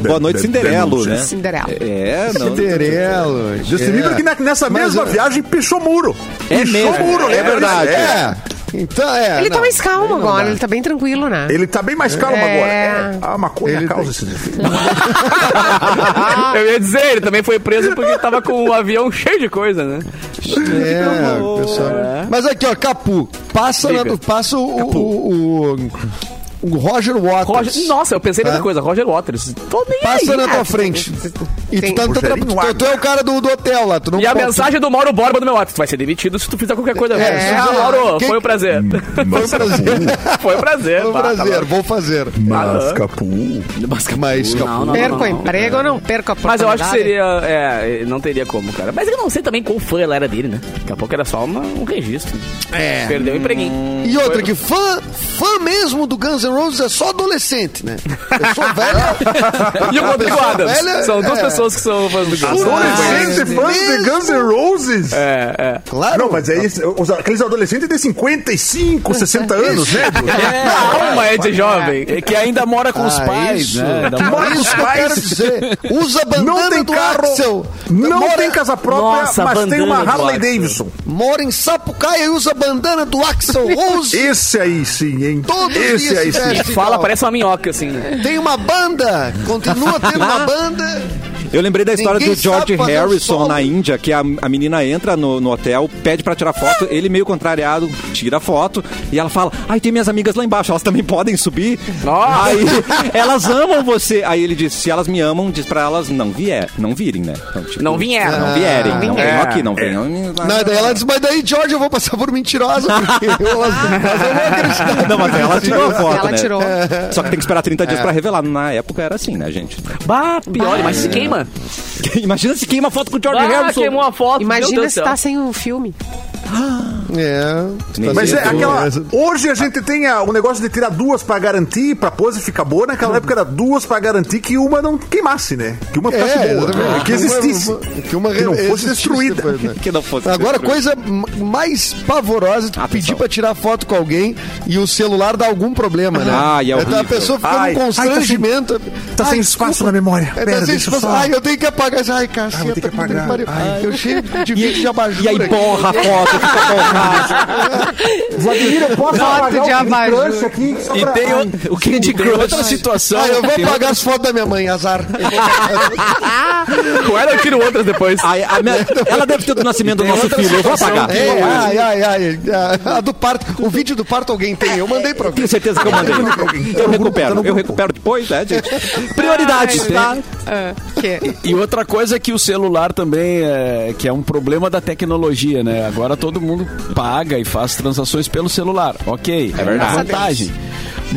[SPEAKER 1] Boa noite, Cinderelo, né?
[SPEAKER 5] Cinderela.
[SPEAKER 1] É, não.
[SPEAKER 7] Cinderelo.
[SPEAKER 8] Justin Bieber que na- nessa
[SPEAKER 7] Mas,
[SPEAKER 8] mesma
[SPEAKER 7] é.
[SPEAKER 8] viagem pichou muro.
[SPEAKER 1] É
[SPEAKER 8] pichou
[SPEAKER 1] mesmo,
[SPEAKER 8] muro,
[SPEAKER 1] é
[SPEAKER 8] lembra?
[SPEAKER 1] verdade.
[SPEAKER 8] disso? É.
[SPEAKER 7] É. Então, é.
[SPEAKER 5] Ele
[SPEAKER 7] não.
[SPEAKER 5] tá mais calmo
[SPEAKER 7] Aí não
[SPEAKER 5] agora,
[SPEAKER 7] dá.
[SPEAKER 5] ele tá bem tranquilo, né?
[SPEAKER 8] Ele tá bem mais calmo
[SPEAKER 5] É.
[SPEAKER 8] agora. É, a maconha
[SPEAKER 7] Ele-
[SPEAKER 8] causa esse defeito.
[SPEAKER 3] Ah, Eu ia dizer, ele também foi preso porque tava com o avião cheio de coisa, né?
[SPEAKER 7] É, pessoal. Mas aqui, ó, Capu, passa, na- passa o, o, o, o Roger Waters.
[SPEAKER 3] Roger, nossa, eu pensei em outra
[SPEAKER 7] Tá.
[SPEAKER 3] coisa, Roger Waters. Tô nem
[SPEAKER 7] Passa
[SPEAKER 3] aí, ah,
[SPEAKER 7] na
[SPEAKER 3] cara.
[SPEAKER 7] tua frente. E tu,
[SPEAKER 5] Tem-
[SPEAKER 7] tá no teu tra-
[SPEAKER 8] Rogerinho
[SPEAKER 7] tu- tu é o cara do, do hotel lá. Tu não
[SPEAKER 3] E a
[SPEAKER 7] pode-
[SPEAKER 3] mensagem do Mauro Borba do meu WhatsApp. Tu vai ser demitido se tu fizer qualquer coisa.
[SPEAKER 7] É,
[SPEAKER 3] É,
[SPEAKER 7] se
[SPEAKER 3] ah,
[SPEAKER 7] fizer-
[SPEAKER 3] Mauro,
[SPEAKER 7] quem-
[SPEAKER 3] foi um prazer.
[SPEAKER 7] Foi um prazer.
[SPEAKER 3] Foi um prazer.
[SPEAKER 7] Foi um
[SPEAKER 3] pá, tá
[SPEAKER 7] prazer.
[SPEAKER 3] bom.
[SPEAKER 7] Vou fazer.
[SPEAKER 8] Mas, Capu.
[SPEAKER 7] Hum, Mas, Capu.
[SPEAKER 3] não, não,
[SPEAKER 5] perco
[SPEAKER 3] não,
[SPEAKER 5] o
[SPEAKER 3] não.
[SPEAKER 5] emprego ou não perco a
[SPEAKER 3] Mas
[SPEAKER 5] oportunidade?
[SPEAKER 3] eu acho que seria. É, não teria como, cara. Mas eu não sei também qual fã ela era dele, né? Daqui a pouco era só uma- um registro. É. Perdeu o empreguinho.
[SPEAKER 7] E outra que fã, fã mesmo do Guns N' Roses é só adolescente, né? Eu sou velha.
[SPEAKER 3] E o Rodrigo
[SPEAKER 7] Pessoa
[SPEAKER 3] Adams.
[SPEAKER 7] velha,
[SPEAKER 3] São duas
[SPEAKER 7] é. um
[SPEAKER 3] pessoas que são fãs do Guns.
[SPEAKER 8] Adolescente fãs de Guns N' Roses?
[SPEAKER 3] É, é.
[SPEAKER 7] Claro.
[SPEAKER 8] Não, mas é isso. Os, aqueles adolescentes têm 55, 60 anos, né? Edu?
[SPEAKER 3] A alma é de jovem.
[SPEAKER 6] É que ainda mora com os
[SPEAKER 7] Ah,
[SPEAKER 6] pais,
[SPEAKER 7] isso.
[SPEAKER 6] né? Ainda mora-
[SPEAKER 7] É
[SPEAKER 8] Mas
[SPEAKER 7] isso
[SPEAKER 8] os
[SPEAKER 7] que eu quero
[SPEAKER 8] pais
[SPEAKER 7] dizer. Usa a bandana
[SPEAKER 8] não tem
[SPEAKER 7] do
[SPEAKER 8] carro,
[SPEAKER 7] Axel.
[SPEAKER 8] não
[SPEAKER 7] Mora-
[SPEAKER 8] tem casa própria,
[SPEAKER 3] Nossa,
[SPEAKER 8] mas tem uma
[SPEAKER 3] bandana do
[SPEAKER 8] Harley
[SPEAKER 3] Axel.
[SPEAKER 8] Davidson.
[SPEAKER 7] Mora em Sapucaia e usa a bandana do Axel Rose.
[SPEAKER 8] Esse aí sim, hein?
[SPEAKER 7] Todos os
[SPEAKER 8] Esse
[SPEAKER 7] dias
[SPEAKER 8] aí
[SPEAKER 7] se
[SPEAKER 8] sim.
[SPEAKER 3] E
[SPEAKER 7] Festival.
[SPEAKER 3] fala, parece uma minhoca, assim, né?
[SPEAKER 7] Tem uma banda! Continua tendo uma banda!
[SPEAKER 1] Eu lembrei da história
[SPEAKER 7] Ninguém
[SPEAKER 1] do George
[SPEAKER 7] sabe fazer um
[SPEAKER 1] Harrison
[SPEAKER 7] solo.
[SPEAKER 1] na Índia, que a, a menina entra no, no hotel, pede pra tirar
[SPEAKER 7] É.
[SPEAKER 1] foto, ele meio contrariado, tira a foto, e ela fala, ai, tem minhas amigas lá embaixo, elas também podem subir?
[SPEAKER 3] Nossa.
[SPEAKER 1] Aí, elas amam você. Aí ele diz, se elas me amam, diz pra elas, não vier, não virem, né? Então, tipo,
[SPEAKER 3] Não É. vier.
[SPEAKER 1] Não vierem, não venham aqui, não venham...
[SPEAKER 7] Não, daí ela diz, mas daí, George, eu vou passar por mentirosa, porque elas, elas não vão acreditar.
[SPEAKER 1] Não, mas ela tirou a foto,
[SPEAKER 5] Ela
[SPEAKER 1] né?
[SPEAKER 5] tirou.
[SPEAKER 7] é.
[SPEAKER 1] Só que tem que esperar 30 dias pra revelar. Na época era assim, né, gente?
[SPEAKER 3] Bah, pior, mas se queima.
[SPEAKER 1] Imagina se queima a foto com o George
[SPEAKER 3] Ah,
[SPEAKER 1] Harrison.
[SPEAKER 3] queimou a foto. meu
[SPEAKER 5] Imagina
[SPEAKER 3] Deus
[SPEAKER 5] se
[SPEAKER 3] do céu.
[SPEAKER 5] tá sem um filme.
[SPEAKER 7] É.
[SPEAKER 8] Mas é
[SPEAKER 7] Sim, tu-
[SPEAKER 8] aquela.
[SPEAKER 7] essa-
[SPEAKER 8] Hoje a gente tem a- o negócio de tirar duas pra garantir, pra pose ficar boa. Naquela época era duas pra garantir que uma não queimasse, né? Que uma ficasse
[SPEAKER 7] É,
[SPEAKER 8] boa.
[SPEAKER 7] exatamente.
[SPEAKER 8] né? Que existisse.
[SPEAKER 7] Uma- uma- que uma
[SPEAKER 8] Que não fosse
[SPEAKER 7] existisse
[SPEAKER 8] destruída.
[SPEAKER 7] depois, né?
[SPEAKER 1] Que não fosse
[SPEAKER 7] Agora,
[SPEAKER 1] destruída. Ah,
[SPEAKER 7] coisa m- mais pavorosa, tu
[SPEAKER 1] Atenção.
[SPEAKER 7] pedir pra tirar foto com alguém e o celular dá algum problema, né?
[SPEAKER 1] Ah, e é
[SPEAKER 7] Então a
[SPEAKER 1] horrível.
[SPEAKER 7] pessoa fica
[SPEAKER 8] Ai,
[SPEAKER 7] num
[SPEAKER 8] ai, tá sem-
[SPEAKER 7] constrangimento.
[SPEAKER 8] Tá sem espaço na memória.
[SPEAKER 7] É,
[SPEAKER 8] Pera,
[SPEAKER 7] tá sem
[SPEAKER 8] deixa eu
[SPEAKER 7] espaço.
[SPEAKER 8] só- Ah,
[SPEAKER 7] Ai, eu tenho que apagar. isso. Ai,
[SPEAKER 8] vou
[SPEAKER 7] caceta,
[SPEAKER 8] ter que
[SPEAKER 7] puta
[SPEAKER 8] apagar.
[SPEAKER 7] pariu.
[SPEAKER 8] Ai.
[SPEAKER 7] Eu cheio de vídeo de abajur.
[SPEAKER 1] E aí
[SPEAKER 7] aqui.
[SPEAKER 1] borra a foto, fica borrado.
[SPEAKER 8] Vladimir, eu posso apagar
[SPEAKER 5] de
[SPEAKER 8] o Candy
[SPEAKER 5] abajur.
[SPEAKER 8] Crush aqui? Só
[SPEAKER 6] E
[SPEAKER 8] pra-
[SPEAKER 6] tem o, o Candy Crush. outra situação.
[SPEAKER 7] Ah, eu vou apagar as fotos da minha mãe, azar.
[SPEAKER 2] Com ela eu tiro outras depois.
[SPEAKER 1] Ai, a minha- ela deve ter do nascimento do nosso filho. Eu vou apagar.
[SPEAKER 7] É, ai, ai, ai. A, a do parto. O vídeo do parto alguém tem. Eu mandei pra alguém.
[SPEAKER 1] Tenho certeza que eu mandei. Eu recupero. Eu recupero depois, né, gente? Prioridades,
[SPEAKER 5] Ai,
[SPEAKER 1] tá?
[SPEAKER 7] é.
[SPEAKER 5] Ah, que-
[SPEAKER 6] E outra coisa é que o celular também é que é um problema da tecnologia, né? Agora todo mundo paga e faz transações pelo celular. Ok, é verdade. vantagem.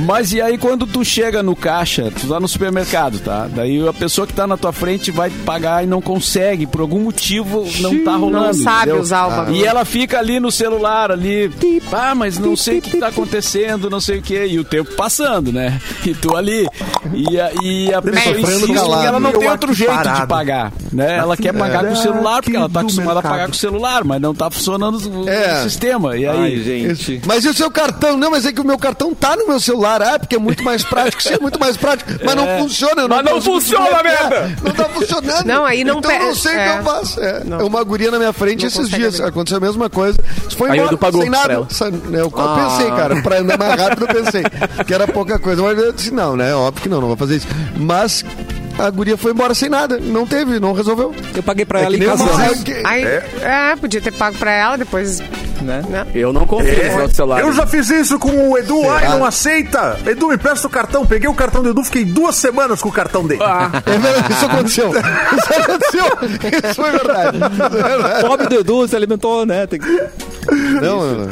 [SPEAKER 6] Mas e aí quando tu chega no caixa, tu tá no supermercado, tá? Daí a pessoa que tá na tua frente vai pagar e não consegue, por algum motivo não tá rolando.
[SPEAKER 5] não sabe
[SPEAKER 6] entendeu?
[SPEAKER 5] usar o bagulho.
[SPEAKER 6] E ela fica ali no celular, ali, ah, mas não sei o que tá acontecendo, não sei o que, e o tempo passando, né? E tu ali, e a, e a pessoa
[SPEAKER 7] sofrendo
[SPEAKER 6] insiste que
[SPEAKER 7] calado.
[SPEAKER 6] ela não
[SPEAKER 8] Eu
[SPEAKER 6] tem outro
[SPEAKER 8] aqui
[SPEAKER 6] jeito de
[SPEAKER 8] parado. é.
[SPEAKER 6] pagar, né? Ela quer pagar com o celular, porque ela tá acostumada a pagar com o celular, mas não tá funcionando o,
[SPEAKER 7] É.
[SPEAKER 6] o sistema, e aí...
[SPEAKER 1] Ai, gente.
[SPEAKER 7] Isso. Mas e o seu cartão? Não, mas é que o meu cartão tá no meu celular. Ah, porque é muito mais prático. Sim, é muito mais prático. Mas não funciona. eu
[SPEAKER 2] É. Mas não
[SPEAKER 7] consigo
[SPEAKER 2] funciona,
[SPEAKER 7] conectar.
[SPEAKER 2] merda!
[SPEAKER 7] Não tá funcionando.
[SPEAKER 5] Não, aí não
[SPEAKER 7] Então
[SPEAKER 5] pe-
[SPEAKER 7] eu não sei o
[SPEAKER 5] é.
[SPEAKER 7] que eu faço. É.
[SPEAKER 5] Não.
[SPEAKER 7] Uma guria na minha frente
[SPEAKER 5] Não
[SPEAKER 7] esses
[SPEAKER 5] consegue
[SPEAKER 7] dias.
[SPEAKER 5] abrir.
[SPEAKER 7] Aconteceu a mesma coisa. Isso Foi
[SPEAKER 2] Aí o
[SPEAKER 7] embora,
[SPEAKER 2] Edu pagou
[SPEAKER 7] sem
[SPEAKER 2] pra
[SPEAKER 7] nada.
[SPEAKER 2] ela. Ah.
[SPEAKER 7] Sa- né, Eu, eu pensei, cara. Pra andar mais rápido, eu pensei que era pouca coisa. Mas eu disse, não, né? Óbvio que não, não vou fazer isso. Mas... A guria foi embora sem nada. Não teve, não resolveu.
[SPEAKER 1] Eu paguei pra
[SPEAKER 7] É
[SPEAKER 1] ela
[SPEAKER 7] que
[SPEAKER 1] em
[SPEAKER 7] nem
[SPEAKER 1] casa.
[SPEAKER 7] uma-
[SPEAKER 1] né?
[SPEAKER 7] é que-
[SPEAKER 5] Aí, é, podia ter pago pra ela, depois
[SPEAKER 3] Eu não confio nesse negócio do celular.
[SPEAKER 8] É, Eu já fiz isso com o Edu, ai, não aceita. Edu, me presta o cartão. Peguei o cartão do Edu, fiquei duas semanas com o cartão dele.
[SPEAKER 3] Ah,
[SPEAKER 7] É verdade, isso aconteceu. Isso aconteceu. Isso foi verdade. Isso é verdade.
[SPEAKER 1] Pobre do Edu se alimentou, né? Tem que-
[SPEAKER 7] Não, não, não.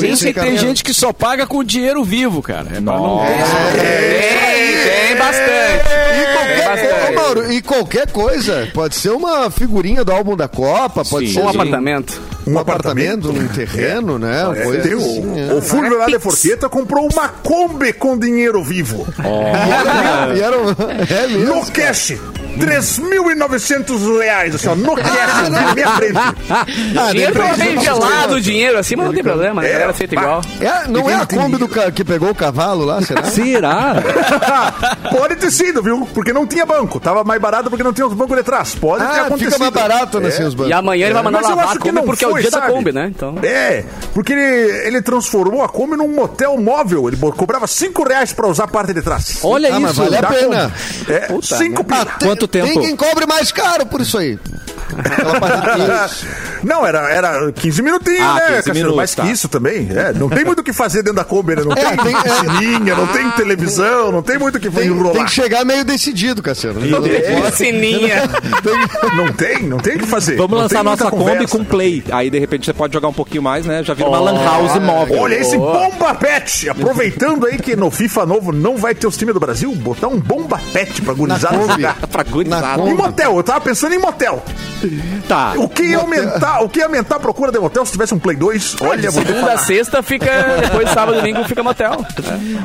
[SPEAKER 1] é
[SPEAKER 6] Gente,
[SPEAKER 7] esse
[SPEAKER 6] tem
[SPEAKER 7] caminho.
[SPEAKER 6] gente que só paga com dinheiro vivo, cara. É pra não ter essa-
[SPEAKER 3] Tem bastante.
[SPEAKER 7] E qualquer,
[SPEAKER 3] bastante.
[SPEAKER 7] É, Ô, Mauro, e qualquer coisa, pode ser uma figurinha do álbum da Copa, pode
[SPEAKER 1] Sim.
[SPEAKER 7] ser
[SPEAKER 3] Um
[SPEAKER 7] um,
[SPEAKER 3] apartamento.
[SPEAKER 7] um apartamento, um terreno, né?
[SPEAKER 8] É,
[SPEAKER 7] coisa
[SPEAKER 8] tem
[SPEAKER 7] assim,
[SPEAKER 8] o, o Fulvio lá de Forqueta comprou uma Kombi com dinheiro vivo.
[SPEAKER 7] é. E era um- é mesmo.
[SPEAKER 8] No cash. 3.900 reais, assim, ó, no cash, na minha frente.
[SPEAKER 7] Ah,
[SPEAKER 3] Dinheiro
[SPEAKER 7] nem
[SPEAKER 3] pra
[SPEAKER 7] precisa-
[SPEAKER 3] meio gelado, dinheiro assim, mas não
[SPEAKER 8] É,
[SPEAKER 3] tem problema, né? A galera aceita igual.
[SPEAKER 7] É, não é a Kombi do ca- que pegou o cavalo lá, será?
[SPEAKER 1] Será?
[SPEAKER 8] Pode ter sido, viu? Porque não tinha banco. Tava mais barato porque não tinha os bancos de trás. Pode ter
[SPEAKER 7] Ah,
[SPEAKER 8] acontecido. É.
[SPEAKER 7] fica mais barato, né, assim, os bancos.
[SPEAKER 3] E amanhã ele vai mandar
[SPEAKER 8] Mas eu
[SPEAKER 3] lavar
[SPEAKER 8] acho
[SPEAKER 3] a
[SPEAKER 8] que
[SPEAKER 3] Kombi
[SPEAKER 8] não
[SPEAKER 3] porque é o
[SPEAKER 8] foi,
[SPEAKER 3] dia da
[SPEAKER 8] sabe?
[SPEAKER 3] Kombi, né? Então.
[SPEAKER 8] É, porque ele, ele transformou a Kombi num motel móvel. Ele bo- cobrava 5 reais pra usar a parte de trás.
[SPEAKER 1] Olha
[SPEAKER 7] Ah, mas
[SPEAKER 1] isso.
[SPEAKER 7] vale a
[SPEAKER 8] Da
[SPEAKER 7] pena.
[SPEAKER 8] Kombi. É, 5
[SPEAKER 7] Ah,
[SPEAKER 8] pila.
[SPEAKER 7] tem-
[SPEAKER 1] Quanto tempo?
[SPEAKER 7] Tem quem cobre mais caro por isso aí. Aquela parada-
[SPEAKER 8] Não, era, era 15 minutinhos,
[SPEAKER 1] Ah,
[SPEAKER 8] né,
[SPEAKER 1] 15
[SPEAKER 8] Cassiano?
[SPEAKER 1] minutos,
[SPEAKER 8] Mais
[SPEAKER 1] tá.
[SPEAKER 8] que isso também. É, não tem muito o que fazer dentro da Kombi, né? Não tem,
[SPEAKER 7] tem- é.
[SPEAKER 8] piscininha, não tem televisão, não tem muito o que
[SPEAKER 7] Tem,
[SPEAKER 8] enrolar.
[SPEAKER 7] tem que chegar meio decidido, Cassiano. Não tem
[SPEAKER 8] É.
[SPEAKER 7] como.
[SPEAKER 3] Sininha.
[SPEAKER 8] Não tem, não tem o que fazer.
[SPEAKER 1] Vamos
[SPEAKER 8] Não
[SPEAKER 1] lançar
[SPEAKER 8] tem muita
[SPEAKER 1] nossa Kombi
[SPEAKER 8] conversa.
[SPEAKER 1] com Play. Aí, de repente, você pode jogar um pouquinho mais, né? Já vira uma lan house móvel.
[SPEAKER 8] Ah, Olha esse Bomba Pet! Aproveitando aí que no FIFA novo não vai ter os times do Brasil, botar um Bomba Pet pra gurizada
[SPEAKER 7] Kombi.
[SPEAKER 8] jogar.
[SPEAKER 1] Pra
[SPEAKER 7] Na
[SPEAKER 1] gurizada.
[SPEAKER 8] Em
[SPEAKER 7] Kombi.
[SPEAKER 8] motel, eu tava pensando em motel.
[SPEAKER 1] Tá.
[SPEAKER 8] O que ia aumentar, o que ia aumentar a procura de motel se tivesse um Play 2? Olha, vou ter que
[SPEAKER 3] Segunda,
[SPEAKER 8] falar.
[SPEAKER 3] sexta fica. Depois sábado, domingo fica motel.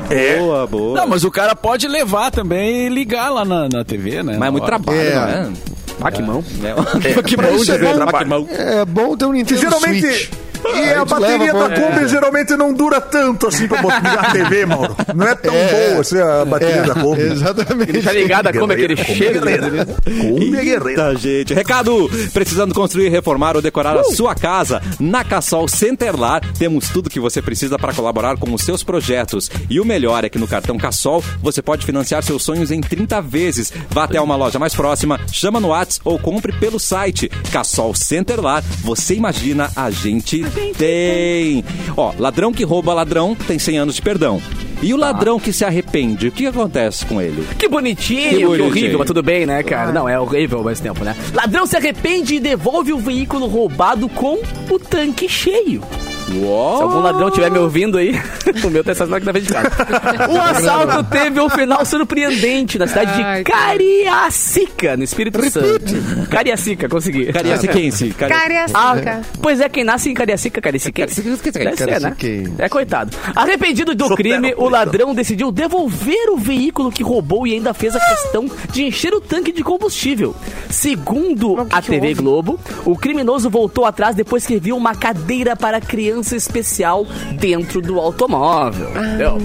[SPEAKER 8] É.
[SPEAKER 1] Boa, boa.
[SPEAKER 6] Não, mas o cara pode levar também e ligar lá na, na TV, né?
[SPEAKER 1] Mas é muito
[SPEAKER 6] Na hora.
[SPEAKER 1] trabalho,
[SPEAKER 7] É.
[SPEAKER 1] né? Ah, que mão. É.
[SPEAKER 8] Pra isso é bom.
[SPEAKER 1] Ah, que mão.
[SPEAKER 7] É bom ter um Nintendo
[SPEAKER 8] Geralmente,
[SPEAKER 7] Switch.
[SPEAKER 8] E a,
[SPEAKER 7] gente
[SPEAKER 8] bateria tá
[SPEAKER 7] leva,
[SPEAKER 8] da
[SPEAKER 7] pô.
[SPEAKER 8] Kombi geralmente não dura tanto assim pra botar na TV, Mauro. Não é tão boa assim a bateria da Kombi.
[SPEAKER 7] É. Exatamente.
[SPEAKER 3] Tá ligado a como é que ele chega?
[SPEAKER 8] Kombi é guerreira.
[SPEAKER 1] Eita, gente. Recado: precisando construir, reformar ou decorar a sua casa? Na Cassol Centerlar temos tudo que você precisa para colaborar com os seus projetos. E o melhor é que no cartão Cassol você pode financiar seus sonhos em 30 vezes. Vá até uma loja mais próxima, chama no Whats ou compre pelo site. Cassol Centerlar, você imagina, a gente tem. Ó, ladrão que rouba ladrão tem 100 anos de perdão. E o ladrão que se arrepende, o que acontece com ele?
[SPEAKER 3] Que bonitinho,
[SPEAKER 1] Que
[SPEAKER 3] que,
[SPEAKER 1] bonitinho.
[SPEAKER 3] horrível, mas tudo bem, né,
[SPEAKER 8] Ah.
[SPEAKER 3] cara? Não, é horrível ao mesmo tempo, né? Ladrão se arrepende e devolve o veículo roubado com o tanque cheio. Se algum ladrão estiver me ouvindo aí, o meu tá estacionado aqui na frente de casa. O assalto teve um final surpreendente na cidade
[SPEAKER 5] Ai,
[SPEAKER 3] de Cariacica, no Espírito Santo. Cariacica, consegui.
[SPEAKER 1] Cariaciquense. Cari-
[SPEAKER 5] Cariacica.
[SPEAKER 3] Pois é, quem nasce em Cariacica, Cariaciquense. Deve ser,
[SPEAKER 5] assim
[SPEAKER 3] né?
[SPEAKER 7] Cariaciquense.
[SPEAKER 3] É, coitado. Arrependido do crime, o ladrão decidiu devolver o veículo que roubou e ainda fez a questão de encher o tanque de combustível. Segundo
[SPEAKER 5] que
[SPEAKER 3] a
[SPEAKER 5] que
[SPEAKER 3] TV
[SPEAKER 5] houve?
[SPEAKER 3] Globo, o criminoso voltou atrás depois que viu uma cadeira para criança especial dentro do automóvel.
[SPEAKER 5] Ah.
[SPEAKER 3] entendeu?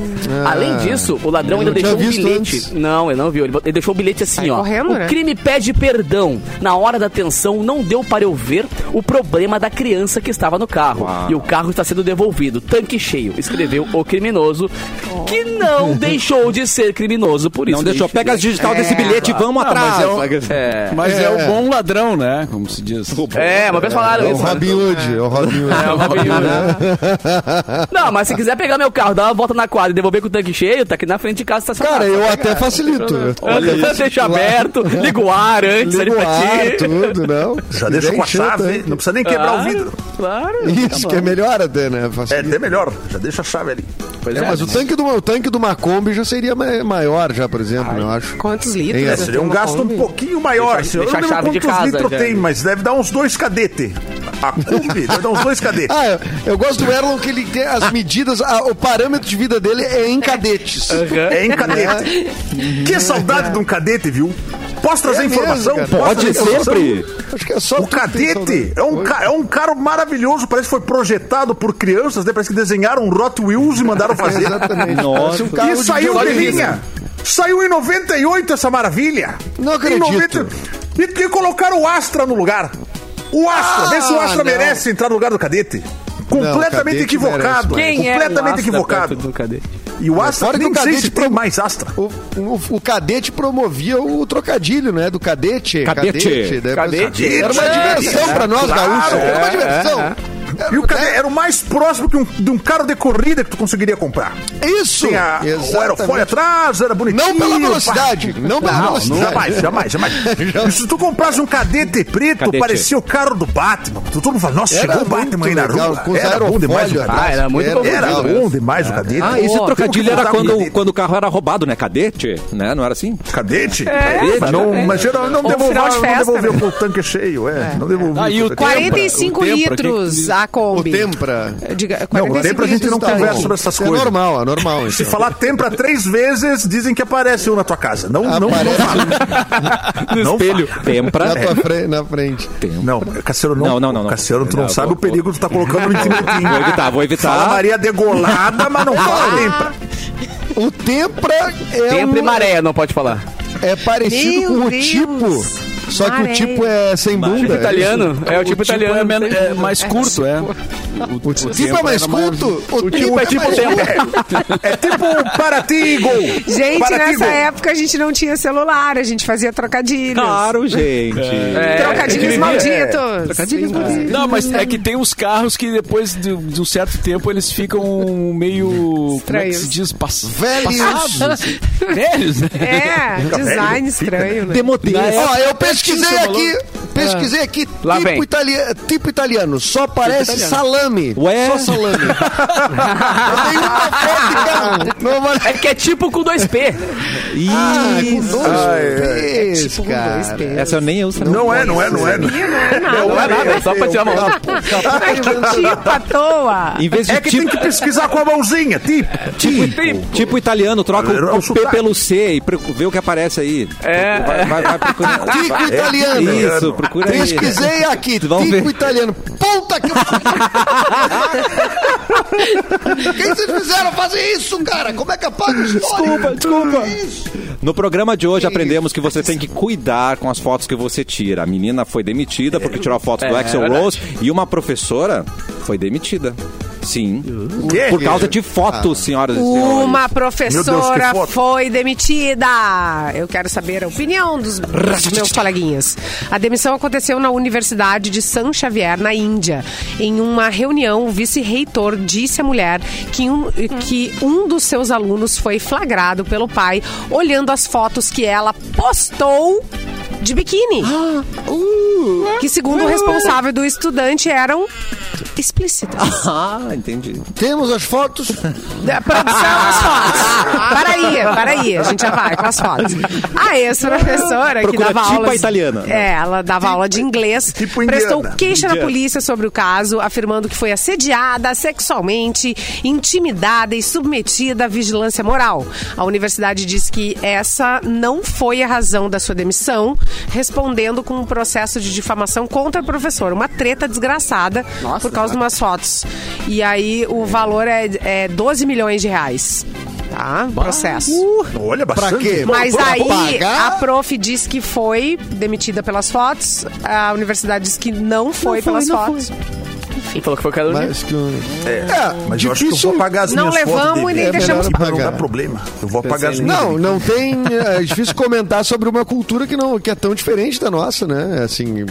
[SPEAKER 3] Além disso, o ladrão
[SPEAKER 7] Eu
[SPEAKER 3] ainda
[SPEAKER 7] não
[SPEAKER 3] deixou
[SPEAKER 7] tinha
[SPEAKER 3] um
[SPEAKER 7] visto
[SPEAKER 3] bilhete.
[SPEAKER 7] antes.
[SPEAKER 3] Não, ele não viu. Ele bot- ele deixou o bilhete assim,
[SPEAKER 5] Sai
[SPEAKER 3] ó.
[SPEAKER 5] correndo,
[SPEAKER 3] o
[SPEAKER 5] né?
[SPEAKER 3] crime pede perdão. Na hora da tensão, não deu para eu ver o problema da criança que estava no carro. E o carro está sendo devolvido. Tanque cheio, escreveu o criminoso, que não deixou de ser criminoso por isso.
[SPEAKER 1] Não deixou.
[SPEAKER 3] gente.
[SPEAKER 1] Pega as digital desse bilhete e vamos atrás.
[SPEAKER 6] É. mas é o, mas é. o bom ladrão, né? Como se diz.
[SPEAKER 3] É, uma vez
[SPEAKER 7] É
[SPEAKER 3] falaram
[SPEAKER 7] o
[SPEAKER 3] isso. né?
[SPEAKER 7] Robin Hood, é o Robin Hood.
[SPEAKER 3] É, o Robin Hood, né? Não, mas se quiser pegar meu carro, dar uma volta na quadra e devolver com o tanque cheio, tá aqui na frente de casa, tá
[SPEAKER 7] Cara, eu até facilito.
[SPEAKER 3] Olha isso, deixa aberto, liga o ar antes ali
[SPEAKER 7] Ligo o
[SPEAKER 3] pra
[SPEAKER 7] ar,
[SPEAKER 3] ti.
[SPEAKER 7] tudo, não.
[SPEAKER 8] Já deixa
[SPEAKER 7] Nem
[SPEAKER 8] com a
[SPEAKER 7] encheu o
[SPEAKER 8] chave,
[SPEAKER 7] tanque.
[SPEAKER 8] não precisa nem quebrar o vidro.
[SPEAKER 3] Claro.
[SPEAKER 7] Isso, que é melhor até, né?
[SPEAKER 8] É
[SPEAKER 7] Facilita.
[SPEAKER 8] até melhor, já deixa a chave ali.
[SPEAKER 7] É, mas o tanque, do, o tanque de uma Kombi já seria ma- maior, já, por exemplo, né? eu acho.
[SPEAKER 5] Quantos litros?
[SPEAKER 7] Tem
[SPEAKER 8] É,
[SPEAKER 7] essa.
[SPEAKER 8] seria um
[SPEAKER 5] Uma
[SPEAKER 8] gasto
[SPEAKER 5] Kombi?
[SPEAKER 8] um pouquinho maior.
[SPEAKER 3] Deixa-
[SPEAKER 8] eu não
[SPEAKER 3] deixa a
[SPEAKER 8] lembro
[SPEAKER 3] chave de
[SPEAKER 8] quantos
[SPEAKER 3] casa,
[SPEAKER 8] litros
[SPEAKER 3] já.
[SPEAKER 8] tem, mas deve dar uns dois cadete. A Kombi deve dar uns dois cadete.
[SPEAKER 7] Ah, eu, eu gosto do Erlon que ele tem as medidas, a- o parâmetro de vida dele é em cadetes.
[SPEAKER 8] É em cadete. que saudade de um cadete, viu? Posso trazer
[SPEAKER 7] É mesmo,
[SPEAKER 8] informação?
[SPEAKER 7] cara.
[SPEAKER 8] Posso
[SPEAKER 1] Pode
[SPEAKER 8] trazer informação?
[SPEAKER 1] sempre.
[SPEAKER 7] Acho que é só
[SPEAKER 8] O
[SPEAKER 7] tu que tem
[SPEAKER 8] cadete
[SPEAKER 7] saudade.
[SPEAKER 8] é um, ca- é um cara maravilhoso, parece que foi projetado por crianças, né? parece que desenharam um Rottweils e mandaram fazer.
[SPEAKER 7] Exatamente.
[SPEAKER 1] Nossa.
[SPEAKER 7] Parece um
[SPEAKER 8] e
[SPEAKER 7] carro de
[SPEAKER 8] saiu de
[SPEAKER 7] violino.
[SPEAKER 8] linha. Saiu em 98 essa maravilha.
[SPEAKER 7] Não
[SPEAKER 8] Em
[SPEAKER 7] acredito.
[SPEAKER 8] 90 E, e colocaram o Astra no lugar. O Astra, vê se o Astra
[SPEAKER 7] Ah, não.
[SPEAKER 8] merece entrar no lugar do cadete. Completamente
[SPEAKER 7] cadete merece,
[SPEAKER 8] equivocado.
[SPEAKER 7] mas-
[SPEAKER 3] Quem é o
[SPEAKER 8] completamente
[SPEAKER 3] Astra
[SPEAKER 8] equivocado.
[SPEAKER 3] perto do cadê?
[SPEAKER 8] E o Astra,
[SPEAKER 7] Fora que
[SPEAKER 8] nem
[SPEAKER 7] o
[SPEAKER 8] sei
[SPEAKER 7] cadete
[SPEAKER 8] se tem
[SPEAKER 7] pro-
[SPEAKER 8] mais Astra.
[SPEAKER 7] O, o- o cadete promovia o trocadilho, né? Do cadete.
[SPEAKER 1] Cadete.
[SPEAKER 7] né?
[SPEAKER 3] Cadete.
[SPEAKER 7] Era uma diversão pra nós,
[SPEAKER 8] Claro. é,
[SPEAKER 7] gaúchos. Era uma diversão.
[SPEAKER 8] E
[SPEAKER 7] É,
[SPEAKER 8] o
[SPEAKER 7] né?
[SPEAKER 8] cadete era o mais próximo que um- de um carro de corrida que tu conseguiria comprar.
[SPEAKER 7] Isso!
[SPEAKER 8] Tinha o aerofólio
[SPEAKER 7] Exatamente.
[SPEAKER 8] atrás, era bonitinho.
[SPEAKER 7] Não pela
[SPEAKER 8] pá.
[SPEAKER 7] velocidade. Não pela
[SPEAKER 8] Não, não,
[SPEAKER 7] velocidade.
[SPEAKER 8] jamais, jamais, jamais. E se tu comprasse um cadete preto,
[SPEAKER 1] Cadete.
[SPEAKER 8] parecia o carro do Batman. Tu todo mundo fala, nossa,
[SPEAKER 7] Era
[SPEAKER 8] chegou o
[SPEAKER 7] muito
[SPEAKER 8] Batman aí na
[SPEAKER 7] legal, com
[SPEAKER 8] rua.
[SPEAKER 7] os né?
[SPEAKER 8] Era bom
[SPEAKER 7] aerofólio
[SPEAKER 8] demais o cadete.
[SPEAKER 7] atrás.
[SPEAKER 3] Ah, era muito
[SPEAKER 8] Era
[SPEAKER 7] legal
[SPEAKER 8] bom né?
[SPEAKER 7] mesmo.
[SPEAKER 8] demais o cadete. um
[SPEAKER 1] Ah, esse
[SPEAKER 3] Ó,
[SPEAKER 1] trocadilho era
[SPEAKER 8] temos que botar
[SPEAKER 1] quando,
[SPEAKER 8] cadete.
[SPEAKER 1] quando o carro era roubado, né? Cadete, né? Não era assim?
[SPEAKER 8] Cadete?
[SPEAKER 3] mas
[SPEAKER 8] Cadete? Não,
[SPEAKER 3] também.
[SPEAKER 8] mas geral, não
[SPEAKER 5] Ou
[SPEAKER 8] devolveu,
[SPEAKER 5] final de
[SPEAKER 8] não
[SPEAKER 5] festa,
[SPEAKER 8] devolveu com o tanque cheio, é. Não devolveu.
[SPEAKER 6] Ah, e o
[SPEAKER 8] Não,
[SPEAKER 6] Tempra,
[SPEAKER 5] 45
[SPEAKER 6] o Tempra,
[SPEAKER 5] litros
[SPEAKER 6] que-
[SPEAKER 5] a
[SPEAKER 7] O
[SPEAKER 5] Kombi. É,
[SPEAKER 7] Tempra.
[SPEAKER 5] Diga,
[SPEAKER 8] Não,
[SPEAKER 5] 45
[SPEAKER 8] Tempra a gente não
[SPEAKER 5] litros
[SPEAKER 7] Tá
[SPEAKER 8] conversa
[SPEAKER 7] bom.
[SPEAKER 8] sobre essas
[SPEAKER 7] É
[SPEAKER 8] coisas.
[SPEAKER 7] normal, é normal.
[SPEAKER 8] Se
[SPEAKER 7] então.
[SPEAKER 8] falar tempra três vezes, dizem que aparece um na tua casa. Não, não, não
[SPEAKER 7] Aparece
[SPEAKER 8] fala.
[SPEAKER 1] No espelho.
[SPEAKER 7] na,
[SPEAKER 1] Tempra.
[SPEAKER 8] é.
[SPEAKER 7] tua fre- na frente.
[SPEAKER 8] Não, Cassiano, não.
[SPEAKER 1] Não, não, não, não.
[SPEAKER 8] Cassiano, tu não,
[SPEAKER 1] Não,
[SPEAKER 8] sabe
[SPEAKER 1] vou-
[SPEAKER 8] o perigo que tu tá colocando no intimetinho.
[SPEAKER 1] Vou evitar, vou evitar.
[SPEAKER 8] Fala Maria degolada, mas não fala tempra.
[SPEAKER 7] O Tempra é,
[SPEAKER 3] Tempo e
[SPEAKER 7] um-
[SPEAKER 3] maré, não pode falar.
[SPEAKER 7] é parecido
[SPEAKER 5] Meu
[SPEAKER 7] com o
[SPEAKER 5] Deus.
[SPEAKER 7] tipo, só que o
[SPEAKER 5] Maré.
[SPEAKER 7] tipo é sem bunda.
[SPEAKER 3] Tipo italiano, é o tipo
[SPEAKER 6] é,
[SPEAKER 3] italiano.
[SPEAKER 6] men- é mais curto, é. O, o
[SPEAKER 7] Tipo é mais curto. O tipo
[SPEAKER 3] é tipo
[SPEAKER 7] mais
[SPEAKER 3] tempo.
[SPEAKER 7] curto.
[SPEAKER 8] É tipo para ti, gol.
[SPEAKER 5] Gente,
[SPEAKER 8] para ti,
[SPEAKER 5] nessa
[SPEAKER 8] gol.
[SPEAKER 5] época a gente não tinha celular, a gente fazia trocadilhos.
[SPEAKER 1] Claro, gente.
[SPEAKER 5] Trocadilhos
[SPEAKER 8] é.
[SPEAKER 5] malditos.
[SPEAKER 1] Trocadilhos malditos.
[SPEAKER 6] Não, mas é que tem uns carros que depois de, de um certo tempo eles ficam meio. Como é que
[SPEAKER 5] Estranhos.
[SPEAKER 6] se diz? Pass...
[SPEAKER 7] Velhos.
[SPEAKER 6] Passados. assim. Velhos, né?
[SPEAKER 5] É, design estranho, né?
[SPEAKER 1] Demodê.
[SPEAKER 7] Ó, eu pesquisei
[SPEAKER 6] Isso,
[SPEAKER 7] aqui, pesquisei aqui
[SPEAKER 3] Lá vem.
[SPEAKER 7] tipo, itali- tipo italiano, só parece salame.
[SPEAKER 1] Ué?
[SPEAKER 7] Só salame. eu tenho uma foto de um. carro. Não vale
[SPEAKER 3] É que é tipo com 2P.
[SPEAKER 7] com dois pés,
[SPEAKER 5] Tipo, com
[SPEAKER 7] cara.
[SPEAKER 5] dois pés.
[SPEAKER 1] Essa eu nem uso.
[SPEAKER 8] Não é, não é, não é. não é.
[SPEAKER 3] Não é nada, é só pra tirar uma onda.
[SPEAKER 5] Tipo à toa.
[SPEAKER 1] Em vez de
[SPEAKER 8] É que tem
[SPEAKER 1] tipo,
[SPEAKER 8] que pesquisar com a mãozinha, tipo.
[SPEAKER 1] tipo, tipo italiano, troca
[SPEAKER 8] É
[SPEAKER 1] o,
[SPEAKER 8] o
[SPEAKER 1] o P
[SPEAKER 8] sotaque.
[SPEAKER 1] pelo C e pre- vê o que aparece aí.
[SPEAKER 3] É.
[SPEAKER 1] Vai, vai, vai procurando.
[SPEAKER 7] Tipo italiano.
[SPEAKER 1] Isso, procura aí.
[SPEAKER 7] Pesquisei aqui,
[SPEAKER 1] Vamos
[SPEAKER 7] tico
[SPEAKER 1] ver.
[SPEAKER 7] italiano. Puta que Por que vocês fizeram fazer isso, cara? Como é que apaga isso?
[SPEAKER 1] Desculpa, desculpa. No programa de hoje aprendemos que você tem que cuidar com as fotos que você tira. A menina foi demitida porque tirou a foto do Axel Rose e uma professora foi demitida. Sim.
[SPEAKER 8] Uh. É.
[SPEAKER 1] Por causa de fotos, senhoras e senhores.
[SPEAKER 5] Uma
[SPEAKER 8] Meu Deus,
[SPEAKER 5] professora
[SPEAKER 8] que foto.
[SPEAKER 5] foi demitida. Eu quero saber a opinião dos meus coleguinhas. A demissão aconteceu na Universidade de San Xavier, na Índia. Em uma reunião, o vice-reitor disse à mulher que um, que um dos seus alunos foi flagrado pelo pai olhando as fotos que ela postou de biquíni. Que, segundo o responsável do estudante, eram explícitas.
[SPEAKER 1] Ah, entendi.
[SPEAKER 7] Temos as fotos.
[SPEAKER 5] Da É, produção as fotos. Para aí, para aí. A gente já vai com as fotos. Ah, A ex-professora que
[SPEAKER 1] Procura
[SPEAKER 5] dava
[SPEAKER 1] tipa
[SPEAKER 5] aula.
[SPEAKER 1] italiana.
[SPEAKER 5] É, ela dava aula de inglês.
[SPEAKER 8] tipo indiana.
[SPEAKER 5] prestou queixa na
[SPEAKER 1] Indiana.
[SPEAKER 5] polícia sobre o caso, afirmando que foi assediada sexualmente, intimidada e submetida à vigilância moral. A universidade diz que essa não foi a razão da sua demissão, respondendo com um processo de difamação contra a professora. Uma treta desgraçada por causa de umas fotos. E aí o valor é, é 12 milhões de reais. Tá? Processo.
[SPEAKER 8] Olha,
[SPEAKER 7] Pra
[SPEAKER 8] bastante.
[SPEAKER 7] quê?
[SPEAKER 5] Mas
[SPEAKER 7] Pra
[SPEAKER 5] aí
[SPEAKER 7] pagar?
[SPEAKER 5] a prof diz que foi demitida pelas fotos, a universidade diz que não foi pelas fotos.
[SPEAKER 3] Ele falou que foi cada um.
[SPEAKER 7] Mas que... É,
[SPEAKER 8] Ah, Mas eu acho que eu
[SPEAKER 7] difícil.
[SPEAKER 8] vou pagar as
[SPEAKER 5] Não
[SPEAKER 8] minhas
[SPEAKER 5] levamos
[SPEAKER 8] fotos
[SPEAKER 5] e
[SPEAKER 8] dele.
[SPEAKER 5] nem
[SPEAKER 8] É,
[SPEAKER 5] deixamos
[SPEAKER 8] mas Não
[SPEAKER 7] pagar.
[SPEAKER 8] dá problema. Eu vou pagar as minhas.
[SPEAKER 7] Não, não tem. É difícil comentar sobre uma cultura que não que é tão diferente da nossa, né? Assim,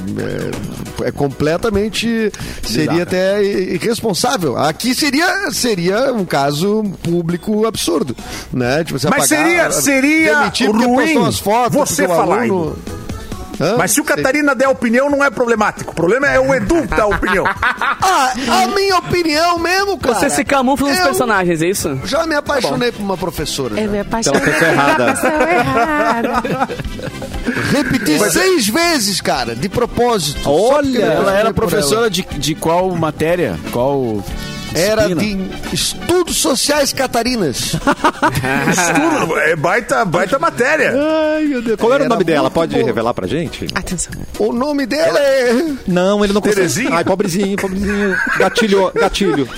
[SPEAKER 7] é, é completamente seria até i- irresponsável. Aqui seria seria um caso público absurdo, né? Tipo, você
[SPEAKER 8] Mas seria- seria
[SPEAKER 7] demitir porque
[SPEAKER 8] ruim
[SPEAKER 7] postou umas fotos
[SPEAKER 8] você
[SPEAKER 7] do seu
[SPEAKER 8] falar,
[SPEAKER 7] aluno. Hã?
[SPEAKER 8] Mas se o Catarina der opinião, não é problemático. O problema é o Edu dar opinião.
[SPEAKER 7] Ah, a minha opinião mesmo, cara.
[SPEAKER 3] Você se camufla nos
[SPEAKER 7] Eu
[SPEAKER 3] personagens, é isso?
[SPEAKER 7] Já
[SPEAKER 8] Tá
[SPEAKER 7] me apaixonei por uma professora. né?
[SPEAKER 5] Eu
[SPEAKER 7] já.
[SPEAKER 5] me apaixonei
[SPEAKER 1] pessoa errada.
[SPEAKER 5] É, pela pessoa errada.
[SPEAKER 7] Repeti
[SPEAKER 8] é-
[SPEAKER 7] seis vezes, cara, de propósito. Só
[SPEAKER 1] Olha!
[SPEAKER 7] porque eu
[SPEAKER 6] Ela
[SPEAKER 7] apaixonei
[SPEAKER 6] era
[SPEAKER 7] por
[SPEAKER 6] professora de, de qual matéria? Qual.
[SPEAKER 7] Era
[SPEAKER 6] disciplina?
[SPEAKER 7] de Estudos Sociais Catarinas.
[SPEAKER 8] Estudo, é baita, baita matéria.
[SPEAKER 7] Ai, meu Deus.
[SPEAKER 1] Qual era, o nome dela? Pode revelar pra gente?
[SPEAKER 5] Atenção.
[SPEAKER 7] O nome dela é.
[SPEAKER 1] Não, ele não consegue.
[SPEAKER 8] Terezinha?
[SPEAKER 1] Ai, pobrezinho, pobrezinho. Gatilho, gatilho.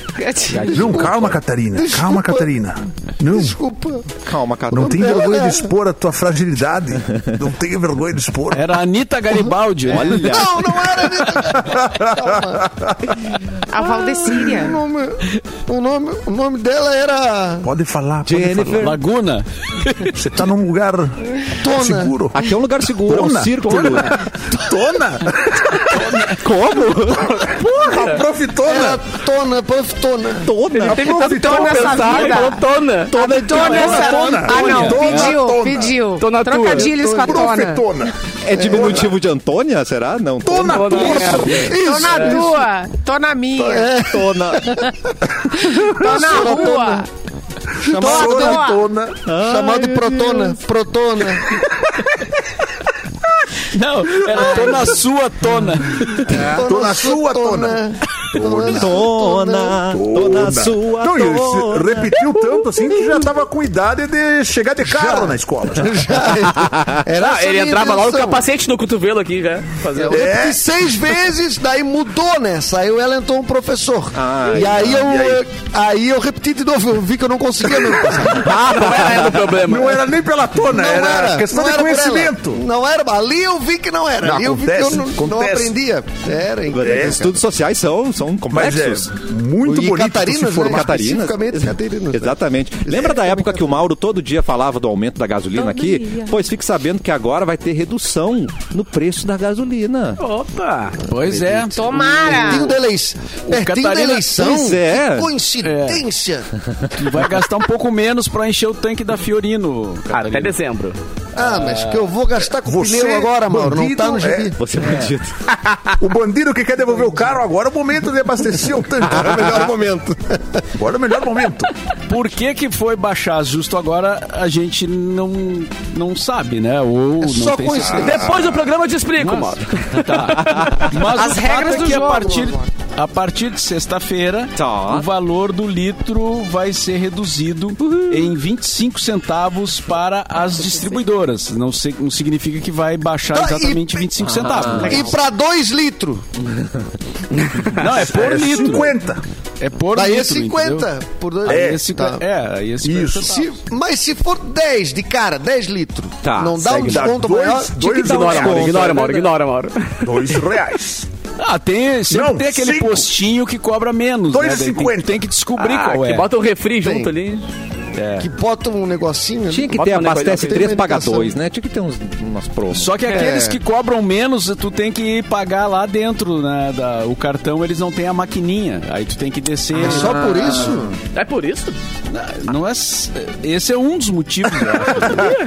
[SPEAKER 8] Não, calma, Catarina. Calma, Catarina. Não,
[SPEAKER 7] Desculpa.
[SPEAKER 1] Calma, cara.
[SPEAKER 8] não tem
[SPEAKER 7] dela
[SPEAKER 8] vergonha
[SPEAKER 7] é-
[SPEAKER 8] de expor a tua fragilidade. Não tenha vergonha de expor.
[SPEAKER 6] Era a Anitta Garibaldi. né?
[SPEAKER 1] Olha.
[SPEAKER 7] Não, não era.
[SPEAKER 5] A Valdecíria.
[SPEAKER 7] o, nome, o, nome, o nome dela era.
[SPEAKER 8] Pode falar, pode
[SPEAKER 1] Jennifer.
[SPEAKER 6] Laguna.
[SPEAKER 8] falar. Você tá num lugar seguro.
[SPEAKER 1] Aqui é um lugar seguro, é um
[SPEAKER 8] Tona.
[SPEAKER 1] círculo.
[SPEAKER 8] Tona?
[SPEAKER 1] Como?
[SPEAKER 8] A
[SPEAKER 7] Era
[SPEAKER 8] profitona.
[SPEAKER 7] É, tona, panftona.
[SPEAKER 1] Tona.
[SPEAKER 3] Teve tanto tom nessa vida. Falou tona.
[SPEAKER 5] A dona essa...
[SPEAKER 8] Tona.
[SPEAKER 5] Ah, não.
[SPEAKER 8] Tona.
[SPEAKER 5] Pediu,
[SPEAKER 8] Tona.
[SPEAKER 5] pediu.
[SPEAKER 3] Tona tua.
[SPEAKER 5] Trocadilhos com a tona.
[SPEAKER 8] Profitona.
[SPEAKER 1] É diminutivo de Antônia, será? Não.
[SPEAKER 8] Tona
[SPEAKER 3] Tona.
[SPEAKER 8] tua.
[SPEAKER 5] Tona tua. Tona minha.
[SPEAKER 1] Tona.
[SPEAKER 5] Tona
[SPEAKER 7] Tona,
[SPEAKER 5] rua.
[SPEAKER 7] Chamado
[SPEAKER 5] Tona.
[SPEAKER 7] de,
[SPEAKER 5] Boa.
[SPEAKER 8] Tona.
[SPEAKER 7] chamado de protona. Protona.
[SPEAKER 6] Não, era tona sua tona.
[SPEAKER 8] É. Tona sua tona.
[SPEAKER 7] Tona.
[SPEAKER 1] Tona. Tona sua.
[SPEAKER 8] Não, e ele se
[SPEAKER 1] tona.
[SPEAKER 8] repetiu tanto assim que já tava com idade de chegar de carro na escola. já.
[SPEAKER 7] Já era
[SPEAKER 3] Ah,
[SPEAKER 7] essa
[SPEAKER 3] ele
[SPEAKER 7] minha
[SPEAKER 3] entrava logo com o
[SPEAKER 7] intenção.
[SPEAKER 3] capacete no cotovelo aqui já. Fazer
[SPEAKER 7] Eu repeti seis vezes, daí mudou, né? Saiu ela, entrou um professor. e aí eu, aí? eu repeti de novo, eu vi que eu não conseguia mesmo. passar.
[SPEAKER 3] Ah, não era ela o problema.
[SPEAKER 8] Não era nem pela tona,
[SPEAKER 7] Não
[SPEAKER 8] era,
[SPEAKER 7] era.
[SPEAKER 8] questão
[SPEAKER 7] não
[SPEAKER 8] de
[SPEAKER 7] era por ela.
[SPEAKER 8] conhecimento.
[SPEAKER 7] Não era, ali eu vi que não era.
[SPEAKER 8] Não,
[SPEAKER 7] ali eu vi que
[SPEAKER 8] acontece,
[SPEAKER 7] eu não, não
[SPEAKER 8] acontece.
[SPEAKER 7] aprendia. Era, hein?
[SPEAKER 8] É,
[SPEAKER 1] Estudos sociais são, são
[SPEAKER 8] Mas é
[SPEAKER 1] complexos.
[SPEAKER 8] muito
[SPEAKER 7] E
[SPEAKER 8] bonito
[SPEAKER 7] Catarinas,
[SPEAKER 8] se É.
[SPEAKER 7] né?
[SPEAKER 8] formar.
[SPEAKER 1] Catarinas.
[SPEAKER 7] Especificamente
[SPEAKER 1] Exa-
[SPEAKER 7] Catarinas, né?
[SPEAKER 1] Exatamente. Lembra da época que o Mauro todo dia falava do aumento da gasolina aqui? Pois fique sabendo que agora vai ter redução no preço da gasolina.
[SPEAKER 3] Opa.
[SPEAKER 6] Pois é.
[SPEAKER 7] Pertinho
[SPEAKER 5] Tomara.
[SPEAKER 7] da
[SPEAKER 8] Ah,
[SPEAKER 7] eleição. um Pertinho da
[SPEAKER 6] Catarina-
[SPEAKER 7] eleição.
[SPEAKER 1] Pois é.
[SPEAKER 7] Que coincidência.
[SPEAKER 8] É.
[SPEAKER 6] Tu vai gastar um pouco menos pra encher o tanque da Fiorino.
[SPEAKER 3] Cara, até dezembro.
[SPEAKER 7] Ah, mas que eu vou gastar com o
[SPEAKER 8] Você,
[SPEAKER 7] pneu agora, Mauro. Não tá no
[SPEAKER 8] bandido,
[SPEAKER 7] gibi.
[SPEAKER 1] Você é bandido.
[SPEAKER 8] O bandido que quer devolver o carro, agora é o momento de abastecer o tanque. Agora é o
[SPEAKER 7] Ah.
[SPEAKER 8] melhor momento. Agora é o melhor momento.
[SPEAKER 6] Por que que foi baixar justo agora, a gente não, não sabe, né? Ou
[SPEAKER 7] Só
[SPEAKER 6] não tem
[SPEAKER 7] coincidência.
[SPEAKER 3] Depois do programa eu te explico, mano.
[SPEAKER 6] Mas
[SPEAKER 5] As
[SPEAKER 6] o fato
[SPEAKER 5] regras
[SPEAKER 6] é
[SPEAKER 5] do
[SPEAKER 6] que
[SPEAKER 5] jogo,
[SPEAKER 6] a partir, A partir de sexta-feira,
[SPEAKER 1] Tá.
[SPEAKER 6] o valor do litro vai ser reduzido em 25 centavos para as distribuidoras. Não, se- não significa que vai baixar
[SPEAKER 7] Tá, e-
[SPEAKER 6] exatamente 25 centavos.
[SPEAKER 7] E pra dois litros.
[SPEAKER 6] Não, é por litro.
[SPEAKER 8] 50.
[SPEAKER 6] É por
[SPEAKER 7] Daí é
[SPEAKER 6] litro, entendeu?
[SPEAKER 7] 50 por dois
[SPEAKER 6] Aí é,
[SPEAKER 7] litros. Tá.
[SPEAKER 6] 50, é, aí é 50
[SPEAKER 8] Isso.
[SPEAKER 6] centavos.
[SPEAKER 7] Se- mas se for 10 de cara, 10 litros,
[SPEAKER 1] Tá,
[SPEAKER 7] não dá um
[SPEAKER 8] Dá
[SPEAKER 7] desconto
[SPEAKER 8] dois-
[SPEAKER 7] maior?
[SPEAKER 8] dois
[SPEAKER 3] Ignora, Mauro,
[SPEAKER 8] reais.
[SPEAKER 3] ignora, Mauro, ignora, Mauro.
[SPEAKER 8] Dois reais.
[SPEAKER 6] Ah, tem, sempre
[SPEAKER 8] Não,
[SPEAKER 6] tem aquele
[SPEAKER 8] cinco.
[SPEAKER 6] postinho que cobra menos. né? Daí Tem,
[SPEAKER 8] 2,50.
[SPEAKER 6] tem que descobrir
[SPEAKER 3] Ah,
[SPEAKER 6] qual
[SPEAKER 3] que
[SPEAKER 6] é.
[SPEAKER 3] bota o refri junto
[SPEAKER 7] Tem.
[SPEAKER 3] ali.
[SPEAKER 7] Que bota um negocinho ali.
[SPEAKER 1] Tinha que
[SPEAKER 3] Bota
[SPEAKER 1] ter
[SPEAKER 3] um negócio
[SPEAKER 1] abastece
[SPEAKER 7] aí,
[SPEAKER 1] três
[SPEAKER 7] tem
[SPEAKER 1] paga
[SPEAKER 7] medicação.
[SPEAKER 1] dois, né? Tinha que ter uns, umas promos.
[SPEAKER 6] Só que aqueles que cobram menos, tu tem que pagar lá dentro, né? da- o cartão eles não têm a maquininha. Aí tu tem que descer.
[SPEAKER 7] É só por isso?
[SPEAKER 3] É por isso?
[SPEAKER 6] Não é, esse é um dos motivos. eu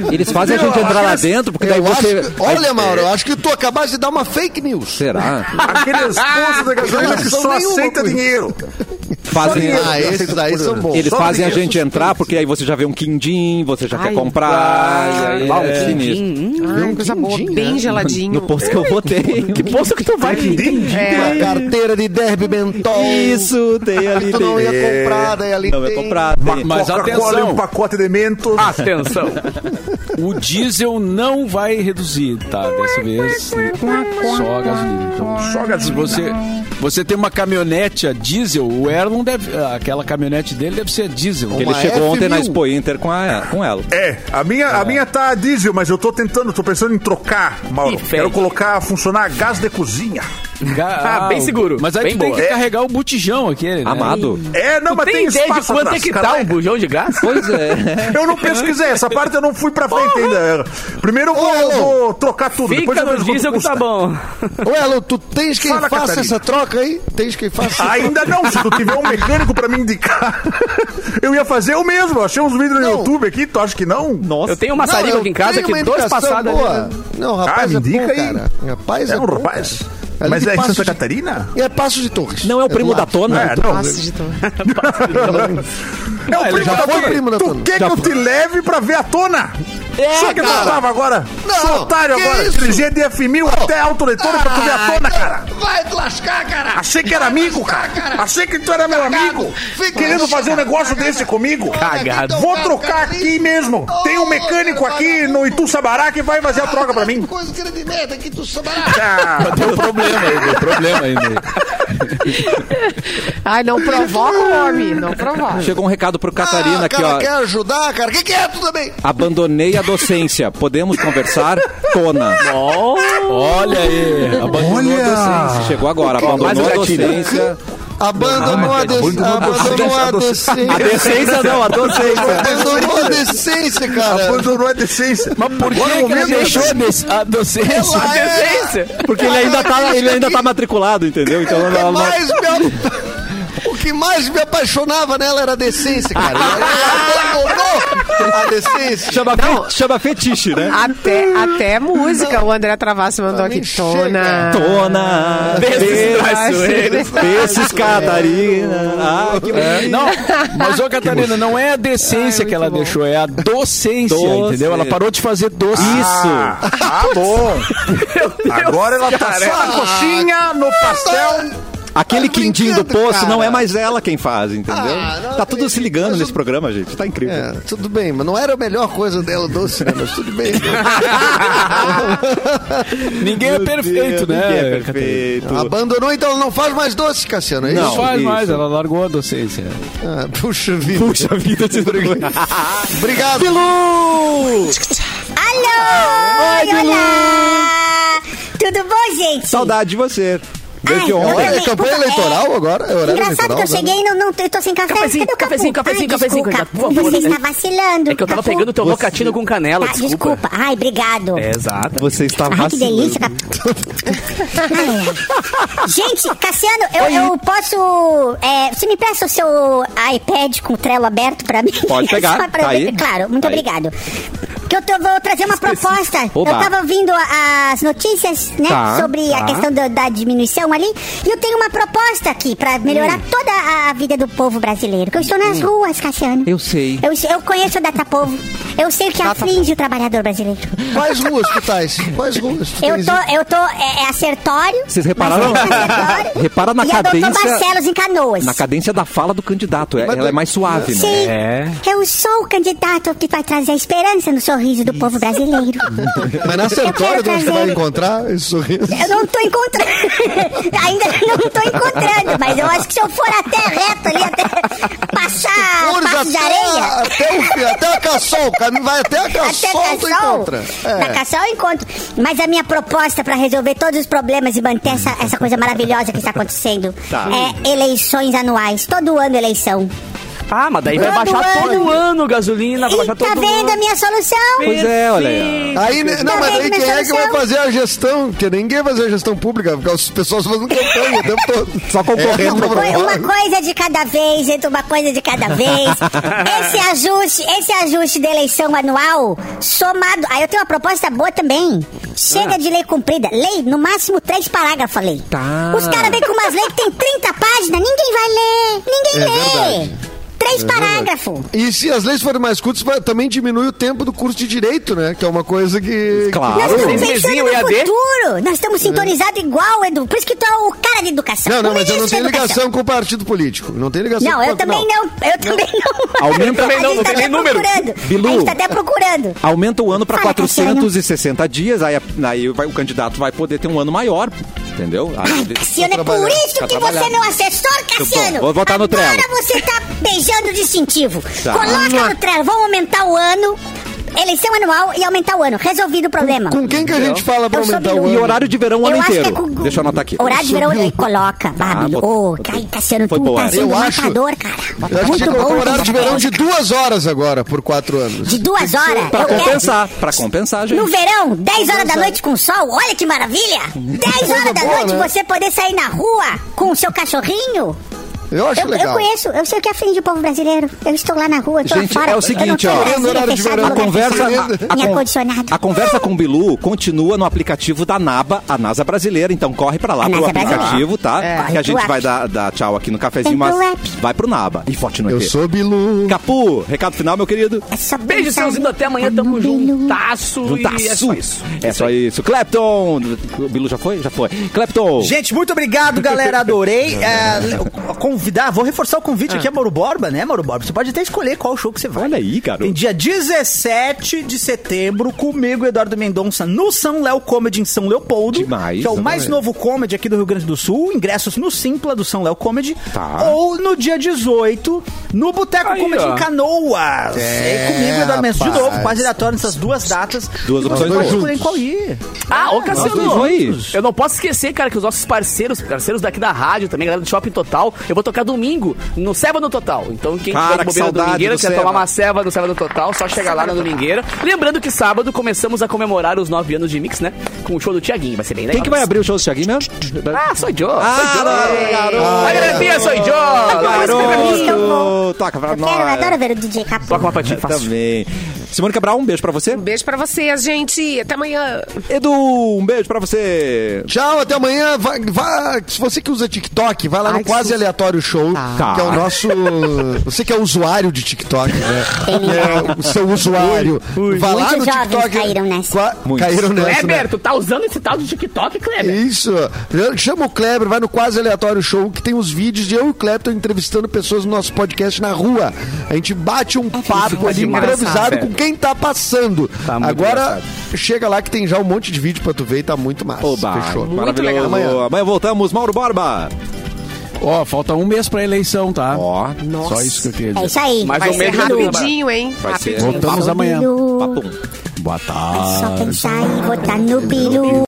[SPEAKER 6] acho.
[SPEAKER 1] Eles fazem a gente entrar lá dentro, porque daí
[SPEAKER 7] Eu acho
[SPEAKER 1] você...
[SPEAKER 7] que- olha, Mauro,
[SPEAKER 8] É.
[SPEAKER 7] eu acho que tu acabaste de dar uma fake news.
[SPEAKER 8] tá
[SPEAKER 1] Será?
[SPEAKER 8] Aqueles postos de gasolina que só
[SPEAKER 7] Nenhuma
[SPEAKER 8] aceita
[SPEAKER 7] coisa.
[SPEAKER 8] dinheiro.
[SPEAKER 1] Fazem...
[SPEAKER 7] Ah,
[SPEAKER 8] Tá
[SPEAKER 7] esses daí são bons.
[SPEAKER 1] Eles
[SPEAKER 8] Só
[SPEAKER 1] fazem a
[SPEAKER 8] dinheiro.
[SPEAKER 1] gente entrar, porque aí você já vê um quindim, você já
[SPEAKER 5] Ai,
[SPEAKER 1] quer comprar.
[SPEAKER 5] ai,
[SPEAKER 1] Lá um
[SPEAKER 5] ai,
[SPEAKER 1] sinistro.
[SPEAKER 5] Ai, coisa boa,
[SPEAKER 7] quindim,
[SPEAKER 5] bem
[SPEAKER 7] né?
[SPEAKER 5] geladinho.
[SPEAKER 1] No posto que eu botei.
[SPEAKER 3] Que poço que tu vai?
[SPEAKER 7] Uma carteira de derby mentol.
[SPEAKER 1] Isso, tem ali.
[SPEAKER 7] Tu não
[SPEAKER 1] tem-
[SPEAKER 7] ia comprar, daí ali
[SPEAKER 1] Não
[SPEAKER 7] tem.
[SPEAKER 1] ia comprar. tem-
[SPEAKER 6] Mas
[SPEAKER 8] Coca-Cola e um
[SPEAKER 6] atenção,
[SPEAKER 8] pacote de mentos.
[SPEAKER 3] Ah, Atenção.
[SPEAKER 6] o diesel não vai reduzir, tá? Dessa vez, só a gasolina. Então,
[SPEAKER 8] Só a
[SPEAKER 6] se
[SPEAKER 8] gasolina.
[SPEAKER 6] você, você tem uma caminhonete a diesel, o Erlon deve... Aquela caminhonete dele deve ser a diesel.
[SPEAKER 1] Ele
[SPEAKER 7] Uma
[SPEAKER 1] chegou ontem na
[SPEAKER 7] F1000.
[SPEAKER 1] Expo Inter com, a, com ela.
[SPEAKER 8] É, a minha, a minha tá a diesel, mas eu tô tentando, tô pensando em trocar, Mauro.
[SPEAKER 3] Ih,
[SPEAKER 8] Quero
[SPEAKER 3] fede.
[SPEAKER 8] colocar, funcionar gás de cozinha.
[SPEAKER 3] Ah, bem
[SPEAKER 6] o-
[SPEAKER 3] seguro,
[SPEAKER 6] Mas aí
[SPEAKER 3] bem
[SPEAKER 6] tu tem
[SPEAKER 3] boa.
[SPEAKER 6] que carregar o botijão aquele, né?
[SPEAKER 1] Amado.
[SPEAKER 8] É, não, mas
[SPEAKER 3] tem,
[SPEAKER 8] tem,
[SPEAKER 3] ideia de
[SPEAKER 8] espaço
[SPEAKER 3] quanto
[SPEAKER 8] atrás,
[SPEAKER 3] é que tá né?
[SPEAKER 8] caralho.
[SPEAKER 3] um bujão de gás?
[SPEAKER 1] Pois é.
[SPEAKER 8] Eu não pesquisei, essa parte eu não fui pra frente ainda. Primeiro eu vou,
[SPEAKER 7] Ô, Elon.
[SPEAKER 8] vou trocar tudo, depois
[SPEAKER 3] Fica
[SPEAKER 8] eu
[SPEAKER 3] no
[SPEAKER 8] vejo quanto
[SPEAKER 3] diesel que tá
[SPEAKER 8] custa.
[SPEAKER 3] bom.
[SPEAKER 7] Ô, Elo, tu tens quem
[SPEAKER 8] Fala,
[SPEAKER 7] faça
[SPEAKER 8] Catarina.
[SPEAKER 7] essa troca aí? Tens quem faça essa
[SPEAKER 8] Ainda não, se tu tiver um mecânico pra me indicar, eu ia fazer o mesmo. Eu Achei uns vídeos no
[SPEAKER 7] Não.
[SPEAKER 8] YouTube aqui, tu acha que não?
[SPEAKER 1] Nossa.
[SPEAKER 3] Eu tenho uma sariga
[SPEAKER 7] eu
[SPEAKER 3] aqui em casa
[SPEAKER 7] tenho
[SPEAKER 3] que
[SPEAKER 7] uma
[SPEAKER 3] dois
[SPEAKER 7] indicação
[SPEAKER 3] passados
[SPEAKER 7] boa.
[SPEAKER 3] ali.
[SPEAKER 7] Não, rapaz,
[SPEAKER 8] Ah,
[SPEAKER 7] é
[SPEAKER 8] me
[SPEAKER 7] bom,
[SPEAKER 8] indica aí.
[SPEAKER 7] cara. Rapaz, é,
[SPEAKER 8] É um
[SPEAKER 7] bom,
[SPEAKER 8] rapaz.
[SPEAKER 7] cara. Ali
[SPEAKER 8] Mas
[SPEAKER 7] de
[SPEAKER 8] é em
[SPEAKER 7] Passo
[SPEAKER 8] Santa
[SPEAKER 7] de-
[SPEAKER 8] Catarina?
[SPEAKER 7] É Passo de Torres.
[SPEAKER 1] Não é o primo
[SPEAKER 7] do
[SPEAKER 1] da
[SPEAKER 7] lado.
[SPEAKER 1] Tona?
[SPEAKER 8] É, não.
[SPEAKER 5] Nossa, de tudo.
[SPEAKER 8] É o primo
[SPEAKER 7] já
[SPEAKER 8] da
[SPEAKER 7] foi
[SPEAKER 8] tona.
[SPEAKER 7] primo da
[SPEAKER 8] Tu
[SPEAKER 7] tona.
[SPEAKER 8] quer que
[SPEAKER 1] Já
[SPEAKER 8] eu te leve pra ver a tona? É, Só que eu não
[SPEAKER 7] cara.
[SPEAKER 8] tava agora.
[SPEAKER 7] Não,
[SPEAKER 8] Sou otário
[SPEAKER 7] que
[SPEAKER 8] agora.
[SPEAKER 7] isso?
[SPEAKER 8] Dirigente F1000 até autoleitora pra tu ver a tona,
[SPEAKER 7] Ah,
[SPEAKER 8] cara.
[SPEAKER 7] Vai te lascar, cara.
[SPEAKER 8] Achei que era amigo, cara. Achei que tu era meu amigo.
[SPEAKER 7] Tá Fica
[SPEAKER 8] Querendo
[SPEAKER 7] aí,
[SPEAKER 8] fazer um
[SPEAKER 7] cara.
[SPEAKER 8] negócio desse comigo.
[SPEAKER 10] Então,
[SPEAKER 7] Cagado.
[SPEAKER 8] Vou trocar aqui
[SPEAKER 10] tá
[SPEAKER 8] mesmo. Tem um mecânico aqui no Itu Sabará que vai
[SPEAKER 10] Ah,
[SPEAKER 8] fazer a troca pra mim.
[SPEAKER 7] Coisa que era de merda que tu
[SPEAKER 8] Ah,
[SPEAKER 6] Tem um problema aí, tem um problema aí. né?
[SPEAKER 5] Ai, não provoca o homem, não provoca.
[SPEAKER 1] Chegou um recado pro Catarina
[SPEAKER 7] ah,
[SPEAKER 1] aqui,
[SPEAKER 7] cara,
[SPEAKER 1] ó.
[SPEAKER 7] quer ajudar, cara? O que, que é tu também?
[SPEAKER 1] Abandonei a docência. Podemos conversar? Tona.
[SPEAKER 6] Olha aí, abandonou a docência.
[SPEAKER 1] Chegou agora. um Abandonou a docência.
[SPEAKER 7] Abandonou a decência. Abandonou a decência.
[SPEAKER 1] Decência não, a docência.
[SPEAKER 7] Abandonou a decência, cara.
[SPEAKER 8] abandonou a decência. Mas por
[SPEAKER 6] Olha o momento deixou desse- a docência.
[SPEAKER 7] Ela é
[SPEAKER 1] Porque ele ainda tá, ele ainda tá matriculado, entendeu? Então
[SPEAKER 7] O
[SPEAKER 1] não,
[SPEAKER 7] que
[SPEAKER 1] não, não.
[SPEAKER 7] mais me ap- O que mais me apaixonava nela era a decência, cara. Ela abandonou a decência.
[SPEAKER 1] Chama, fe- chama fetiche, né?
[SPEAKER 5] Até, até música, o André Travassi mandou
[SPEAKER 7] Pra
[SPEAKER 5] aqui.
[SPEAKER 7] mim chega.
[SPEAKER 5] Tona.
[SPEAKER 1] Tona.
[SPEAKER 3] Desses traiçoeiros.
[SPEAKER 1] Desses Catarina. Ah, que
[SPEAKER 6] É, não, mas ô Catarina, não é a decência que ela deixou, é a docência,
[SPEAKER 1] Docência.
[SPEAKER 6] entendeu? Ela parou de fazer docência.
[SPEAKER 1] isso.
[SPEAKER 8] Ah, bom. Agora ela tá só na
[SPEAKER 7] Ah,
[SPEAKER 8] coxinha, no pastel.
[SPEAKER 1] Aquele
[SPEAKER 7] Tá
[SPEAKER 1] quindim do
[SPEAKER 7] brincando,
[SPEAKER 1] poço
[SPEAKER 7] cara.
[SPEAKER 1] não é mais ela quem faz, entendeu?
[SPEAKER 7] Ah, não
[SPEAKER 1] tá tudo se
[SPEAKER 7] acredito.
[SPEAKER 1] ligando
[SPEAKER 7] Mas
[SPEAKER 1] nesse
[SPEAKER 7] o-
[SPEAKER 1] programa, gente. Tá incrível.
[SPEAKER 7] É, tudo bem, mas não era a melhor coisa dela doce, né? Mas tudo bem.
[SPEAKER 6] Ninguém é perfeito, né?
[SPEAKER 1] Ninguém é
[SPEAKER 6] Catarina?
[SPEAKER 1] perfeito.
[SPEAKER 7] Abandonou, então ela não faz mais doce, Cassiano, é
[SPEAKER 1] Não.
[SPEAKER 6] Não
[SPEAKER 7] isso?
[SPEAKER 6] faz
[SPEAKER 1] isso.
[SPEAKER 6] mais, ela largou a docência.
[SPEAKER 7] Ah, puxa vida.
[SPEAKER 1] Puxa vida, te obrigado.
[SPEAKER 7] Obrigado.
[SPEAKER 1] Ai, Bilu!
[SPEAKER 10] Olá! Tudo bom, gente?
[SPEAKER 1] Saudade de você. Desde
[SPEAKER 10] Ai,
[SPEAKER 7] Olha,
[SPEAKER 1] ontem.
[SPEAKER 10] também,
[SPEAKER 7] é campanha
[SPEAKER 10] puta,
[SPEAKER 7] eleitoral
[SPEAKER 10] é.
[SPEAKER 7] agora? É horário
[SPEAKER 10] Engraçado
[SPEAKER 1] tá
[SPEAKER 7] eleitoral
[SPEAKER 10] que eu
[SPEAKER 7] agora?
[SPEAKER 10] cheguei e não, não, eu tô sem café.
[SPEAKER 3] Cafezinho,
[SPEAKER 5] um
[SPEAKER 10] Cadê o
[SPEAKER 3] cafezinho,
[SPEAKER 10] Capu?
[SPEAKER 3] cafezinho,
[SPEAKER 10] Ai,
[SPEAKER 3] cafezinho,
[SPEAKER 10] desculpa,
[SPEAKER 3] Capu, por favor.
[SPEAKER 10] Você está
[SPEAKER 3] É-
[SPEAKER 10] vacilando.
[SPEAKER 3] É que eu tava
[SPEAKER 10] Capu.
[SPEAKER 3] pegando teu locatino com canela,
[SPEAKER 10] Tá, desculpa.
[SPEAKER 3] desculpa.
[SPEAKER 10] Ai, obrigado.
[SPEAKER 3] É, exato.
[SPEAKER 1] Você está
[SPEAKER 10] Ai, que
[SPEAKER 1] vacilando.
[SPEAKER 10] delícia, Capu. Ai. Gente, Cassiano, eu, eu posso. é, você me presta o seu iPad com o trelo aberto pra mim?
[SPEAKER 1] Pode pegar,
[SPEAKER 10] Só pra
[SPEAKER 1] tá
[SPEAKER 8] é
[SPEAKER 10] eu ver-
[SPEAKER 1] aí.
[SPEAKER 10] Claro, muito
[SPEAKER 1] Tá aí.
[SPEAKER 10] obrigado. Porque
[SPEAKER 8] que eu tô- vou trazer uma proposta.
[SPEAKER 10] Oba.
[SPEAKER 8] Eu tava ouvindo a- as notícias, né?
[SPEAKER 10] Tá,
[SPEAKER 8] sobre a
[SPEAKER 10] tá.
[SPEAKER 8] questão do- da diminuição ali. E eu tenho uma proposta aqui pra
[SPEAKER 10] Hum.
[SPEAKER 8] melhorar toda a- a vida do povo brasileiro. Que eu estou nas ruas, Cassiano.
[SPEAKER 10] Eu sei.
[SPEAKER 8] Eu, eu conheço o Datapovo. Eu sei o que aflige o trabalhador brasileiro.
[SPEAKER 7] Quais ruas tu tais? Quais ruas? tu
[SPEAKER 8] Eu
[SPEAKER 7] tens?
[SPEAKER 8] tô, eu tô, é, é acertório.
[SPEAKER 10] Vocês repararam?
[SPEAKER 8] mas é acertório.
[SPEAKER 10] Repara na
[SPEAKER 8] e é o doutor
[SPEAKER 10] cadência-
[SPEAKER 8] Barcelos em Canoas.
[SPEAKER 10] Na cadência da fala do candidato. é-
[SPEAKER 7] Mas-
[SPEAKER 10] Ela é mais suave, né?
[SPEAKER 8] Sim, eu sou o candidato que vai trazer a esperança no sorriso do povo brasileiro.
[SPEAKER 7] Mas na Sertório
[SPEAKER 8] Eu
[SPEAKER 7] tu
[SPEAKER 8] quero
[SPEAKER 7] acha que vai
[SPEAKER 8] trazer-
[SPEAKER 7] encontrar esse sorriso.
[SPEAKER 8] Eu não tô encontrando. Ainda não tô encontrando, mas eu acho que se eu for até reto ali, até passar
[SPEAKER 7] Flores
[SPEAKER 8] Ah, passo de areia.
[SPEAKER 7] até o fim, até a caçol, o caminho vai até a
[SPEAKER 8] Até
[SPEAKER 7] caçol, tu
[SPEAKER 8] Cassol,
[SPEAKER 7] encontra.
[SPEAKER 8] na
[SPEAKER 7] É.
[SPEAKER 8] Cassol eu encontro. Mas a minha proposta pra resolver todos os problemas e manter essa, essa coisa maravilhosa que está acontecendo é eleições anuais. Todo ano eleição.
[SPEAKER 3] Ah, mas daí vai
[SPEAKER 8] Todo
[SPEAKER 3] baixar todo
[SPEAKER 8] ano.
[SPEAKER 3] ano gasolina, vai
[SPEAKER 8] E
[SPEAKER 3] baixar todo
[SPEAKER 8] tá
[SPEAKER 3] ano.
[SPEAKER 8] vendo a minha solução?
[SPEAKER 10] Pois é, olha aí.
[SPEAKER 7] Aí, né, não, mas aí
[SPEAKER 8] Também,
[SPEAKER 7] quem é que
[SPEAKER 8] Marcelo
[SPEAKER 7] vai
[SPEAKER 8] Céu.
[SPEAKER 7] fazer a gestão? Porque ninguém vai fazer a gestão pública, porque as pessoas fazendo campanha o tempo todo. É, Só
[SPEAKER 8] Uma,
[SPEAKER 7] concorrendo.
[SPEAKER 8] coi- uma coisa de cada vez, gente, uma coisa de cada vez. Esse ajuste, esse ajuste da eleição anual, somado. Aí eu tenho uma proposta boa também. Chega
[SPEAKER 7] Ah.
[SPEAKER 8] de lei cumprida. Lei, no máximo três parágrafos, falei.
[SPEAKER 10] Tá.
[SPEAKER 8] Os caras vêm com umas leis que tem 30 páginas, ninguém vai ler. Ninguém
[SPEAKER 7] É
[SPEAKER 8] lê.
[SPEAKER 7] verdade.
[SPEAKER 8] Três parágrafos.
[SPEAKER 7] E se as leis forem mais curtas, vai- também diminui o tempo do curso de direito, né? Que é uma coisa que.
[SPEAKER 10] Claro.
[SPEAKER 8] Nós
[SPEAKER 7] um
[SPEAKER 3] Seis
[SPEAKER 8] estamos Tá pensando
[SPEAKER 3] mesinho,
[SPEAKER 8] no
[SPEAKER 3] EAD?
[SPEAKER 8] futuro. Nós estamos sintonizados igual, Edu. Por isso que tu é o cara de educação.
[SPEAKER 7] É. Não, não,
[SPEAKER 8] O
[SPEAKER 7] mas eu não
[SPEAKER 8] ministro da
[SPEAKER 7] tenho
[SPEAKER 8] é educação.
[SPEAKER 7] ligação com o partido político. Não tenho ligação
[SPEAKER 8] Não,
[SPEAKER 7] com o
[SPEAKER 8] eu
[SPEAKER 7] partido,
[SPEAKER 8] também não. Eu também não.
[SPEAKER 10] Aumenta- Eu também
[SPEAKER 8] a
[SPEAKER 10] não,
[SPEAKER 8] gente
[SPEAKER 10] não
[SPEAKER 8] tá
[SPEAKER 10] tem
[SPEAKER 8] até
[SPEAKER 10] nem número.
[SPEAKER 8] procurando.
[SPEAKER 10] Bilu.
[SPEAKER 8] A gente tá até procurando.
[SPEAKER 10] Aumenta o ano para
[SPEAKER 8] Fala,
[SPEAKER 10] 460 dias, aí, aí vai- o candidato vai poder ter um ano maior, entendeu? Aí ele-
[SPEAKER 8] Cassiano, é por
[SPEAKER 7] trabalhando.
[SPEAKER 8] isso
[SPEAKER 10] Tá
[SPEAKER 8] que você
[SPEAKER 10] trabalhando. Tá
[SPEAKER 8] é meu assessor, Cassiano.
[SPEAKER 10] Vou votar no
[SPEAKER 8] Agora
[SPEAKER 10] Trello.
[SPEAKER 8] você tá beijando o distintivo.
[SPEAKER 10] Tá.
[SPEAKER 8] Coloca no Trello. Vamos aumentar o ano, eleição anual e aumentar o ano. Resolvido o problema.
[SPEAKER 7] Com quem que a gente fala pra
[SPEAKER 8] Eu sou
[SPEAKER 7] aumentar
[SPEAKER 8] Bilu.
[SPEAKER 7] o
[SPEAKER 10] E
[SPEAKER 7] ano?
[SPEAKER 10] horário de verão o um ano
[SPEAKER 8] Eu acho que
[SPEAKER 10] inteiro.
[SPEAKER 8] é com-
[SPEAKER 10] Deixa eu anotar aqui.
[SPEAKER 8] Horário de verão, aí coloca.
[SPEAKER 10] botei,
[SPEAKER 8] Babilo. Ô, Caio Cassiano,
[SPEAKER 10] Foi
[SPEAKER 8] tu
[SPEAKER 10] boa.
[SPEAKER 8] tá sendo
[SPEAKER 7] Eu
[SPEAKER 8] um
[SPEAKER 7] acho-
[SPEAKER 8] matador,
[SPEAKER 7] Eu
[SPEAKER 8] cara.
[SPEAKER 7] acho que tinha
[SPEAKER 8] Muito
[SPEAKER 7] que colocar
[SPEAKER 8] bom.
[SPEAKER 7] um horário de verão de duas horas agora, por quatro anos.
[SPEAKER 8] De duas horas.
[SPEAKER 10] Pra
[SPEAKER 8] Eu quero-
[SPEAKER 10] compensar, pra compensar, gente.
[SPEAKER 8] No verão, 10 horas da noite com sol, olha que maravilha! 10 horas da
[SPEAKER 7] boa,
[SPEAKER 8] noite
[SPEAKER 7] né?
[SPEAKER 8] você poder sair na rua com o seu cachorrinho.
[SPEAKER 7] Eu acho
[SPEAKER 8] Eu, eu
[SPEAKER 7] legal.
[SPEAKER 8] conheço, eu sei o que aflige o povo brasileiro. Eu estou lá na rua, eu tô
[SPEAKER 10] Gente,
[SPEAKER 8] fora.
[SPEAKER 10] é o seguinte,
[SPEAKER 8] eu
[SPEAKER 7] Tá.
[SPEAKER 8] não
[SPEAKER 10] ó.
[SPEAKER 8] tô em Brasília,
[SPEAKER 7] Horário de
[SPEAKER 8] fechado
[SPEAKER 7] verão,
[SPEAKER 8] no
[SPEAKER 10] A
[SPEAKER 8] lugar
[SPEAKER 10] conversa,
[SPEAKER 8] fechado,
[SPEAKER 10] a, a
[SPEAKER 8] em
[SPEAKER 10] con-
[SPEAKER 8] ar-condicionado.
[SPEAKER 10] a conversa com o Bilu continua no aplicativo da NABA, a NASA brasileira. Então corre pra lá
[SPEAKER 8] A
[SPEAKER 10] pelo
[SPEAKER 8] NASA brasileira.
[SPEAKER 10] aplicativo, tá?
[SPEAKER 8] É.
[SPEAKER 10] Que a gente
[SPEAKER 8] Corre pro
[SPEAKER 10] vai
[SPEAKER 8] app.
[SPEAKER 10] dar, dar tchau aqui no cafezinho,
[SPEAKER 8] Tem
[SPEAKER 10] mas
[SPEAKER 8] pro app.
[SPEAKER 10] vai pro NABA. E forte no
[SPEAKER 7] Eu
[SPEAKER 10] EP.
[SPEAKER 7] sou Bilu.
[SPEAKER 10] Capu, recado final, meu querido.
[SPEAKER 8] É só
[SPEAKER 3] Beijo,
[SPEAKER 8] pensar
[SPEAKER 3] Seuzinho, até amanhã,
[SPEAKER 8] no
[SPEAKER 3] tamo
[SPEAKER 8] Bilu.
[SPEAKER 3] juntasso. E é só isso.
[SPEAKER 10] É só isso. Clapton! O Bilu já foi? Já foi. Clapton!
[SPEAKER 4] Gente, muito obrigado, galera. Adorei. É, convidar, vou reforçar o convite
[SPEAKER 10] Ah.
[SPEAKER 4] aqui a Mauro Borba, né, Mauro Borba? Você pode até escolher qual show que você vai.
[SPEAKER 10] Olha aí, garoto.
[SPEAKER 4] Tem dia 17 de setembro, comigo, Eduardo Mendonça, no São Léo Comedy em São Leopoldo.
[SPEAKER 10] Demais,
[SPEAKER 4] Que é o mais
[SPEAKER 10] exatamente.
[SPEAKER 4] novo comedy aqui do Rio Grande do Sul. Ingressos no Simpla do São Léo Comedy.
[SPEAKER 10] Tá.
[SPEAKER 4] Ou no dia 18, no Boteco
[SPEAKER 3] Aí,
[SPEAKER 4] Comedy
[SPEAKER 3] ó.
[SPEAKER 4] em Canoas. É, comigo, Eduardo Mendonça, de
[SPEAKER 7] rapaz.
[SPEAKER 4] novo, quase aleatório nessas duas datas.
[SPEAKER 10] Duas
[SPEAKER 4] E
[SPEAKER 10] opções
[SPEAKER 4] vocês podem
[SPEAKER 10] juntos.
[SPEAKER 4] escolher em qual ir.
[SPEAKER 3] Ah, ô
[SPEAKER 10] dois
[SPEAKER 3] Cassiano,
[SPEAKER 10] vamos aí.
[SPEAKER 3] eu não posso esquecer, cara, que os nossos parceiros, parceiros daqui da rádio também, galera do Shopping Total, eu vou tocar domingo no Ceva no Total. Então quem
[SPEAKER 10] Cara,
[SPEAKER 3] tiver de
[SPEAKER 10] que
[SPEAKER 3] bobeira na
[SPEAKER 10] saudade
[SPEAKER 3] domingueira,
[SPEAKER 10] do
[SPEAKER 3] quer
[SPEAKER 10] Ceva.
[SPEAKER 3] tomar uma ceva no Ceva no Total, só chegar lá na domingueira. Lembrando que sábado começamos a comemorar os nove anos de Mix, né? Com o show do Tiaguinho, vai ser bem legal.
[SPEAKER 10] Quem que vai abrir o show do Thiaguinho mesmo?
[SPEAKER 3] Ah, sou Joe.
[SPEAKER 10] Ah,
[SPEAKER 3] sou é Joe.
[SPEAKER 10] garoto!
[SPEAKER 3] Vai, galerinha, sou Joe.
[SPEAKER 10] Garoto! Toca pra
[SPEAKER 8] Eu quero, eu adoro
[SPEAKER 10] nós.
[SPEAKER 8] ver o DJ Capu.
[SPEAKER 3] Toca uma patinha, é fácil.
[SPEAKER 10] Também. Simone Cabral, um beijo pra você.
[SPEAKER 5] Um beijo pra vocês, gente. Até amanhã.
[SPEAKER 10] Edu, um beijo pra você.
[SPEAKER 7] Tchau, até amanhã. Vai, vai- se você que usa TikTok, vai lá
[SPEAKER 5] Ai,
[SPEAKER 7] no
[SPEAKER 5] que
[SPEAKER 7] Quase
[SPEAKER 5] susto.
[SPEAKER 7] Aleatório Show,
[SPEAKER 10] Tá.
[SPEAKER 7] que é o nosso. Você que é usuário de TikTok, né? É, o seu usuário. Vai lá
[SPEAKER 8] Muitos
[SPEAKER 7] no
[SPEAKER 8] jovens
[SPEAKER 7] TikTok.
[SPEAKER 8] caíram nessa.
[SPEAKER 7] Qua-
[SPEAKER 10] Muitos.
[SPEAKER 7] Caíram nessa. né?
[SPEAKER 3] Kleber, tu tá usando esse tal de TikTok, Kleber?
[SPEAKER 7] Isso. Chama o Kleber, vai no Quase Aleatório Show, que tem os vídeos de eu e o Kleber entrevistando pessoas no nosso podcast na rua. A gente bate um papo ali
[SPEAKER 3] demais,
[SPEAKER 7] improvisado
[SPEAKER 3] cara.
[SPEAKER 7] com quem tá passando.
[SPEAKER 3] muito
[SPEAKER 7] Agora chega lá que tem já um monte de vídeo pra tu ver e tá muito massa.
[SPEAKER 10] Oba,
[SPEAKER 7] Fechou.
[SPEAKER 10] maravilhoso.
[SPEAKER 7] Amanhã.
[SPEAKER 10] Amanhã. voltamos, Mauro Borba.
[SPEAKER 6] Ó, falta um mês pra eleição, tá?
[SPEAKER 10] Ó,
[SPEAKER 6] Só isso que eu queria
[SPEAKER 8] É
[SPEAKER 6] dizer.
[SPEAKER 8] isso aí.
[SPEAKER 3] Mais
[SPEAKER 5] Vai
[SPEAKER 3] um
[SPEAKER 5] ser
[SPEAKER 3] mês de
[SPEAKER 5] rapidinho, hein?
[SPEAKER 10] Vai ser.
[SPEAKER 5] rapidinho.
[SPEAKER 6] Voltamos amanhã.
[SPEAKER 8] Bilu.
[SPEAKER 10] Papum.
[SPEAKER 6] Boa
[SPEAKER 8] É
[SPEAKER 6] tarde.
[SPEAKER 8] só pensar em votar no Bilu.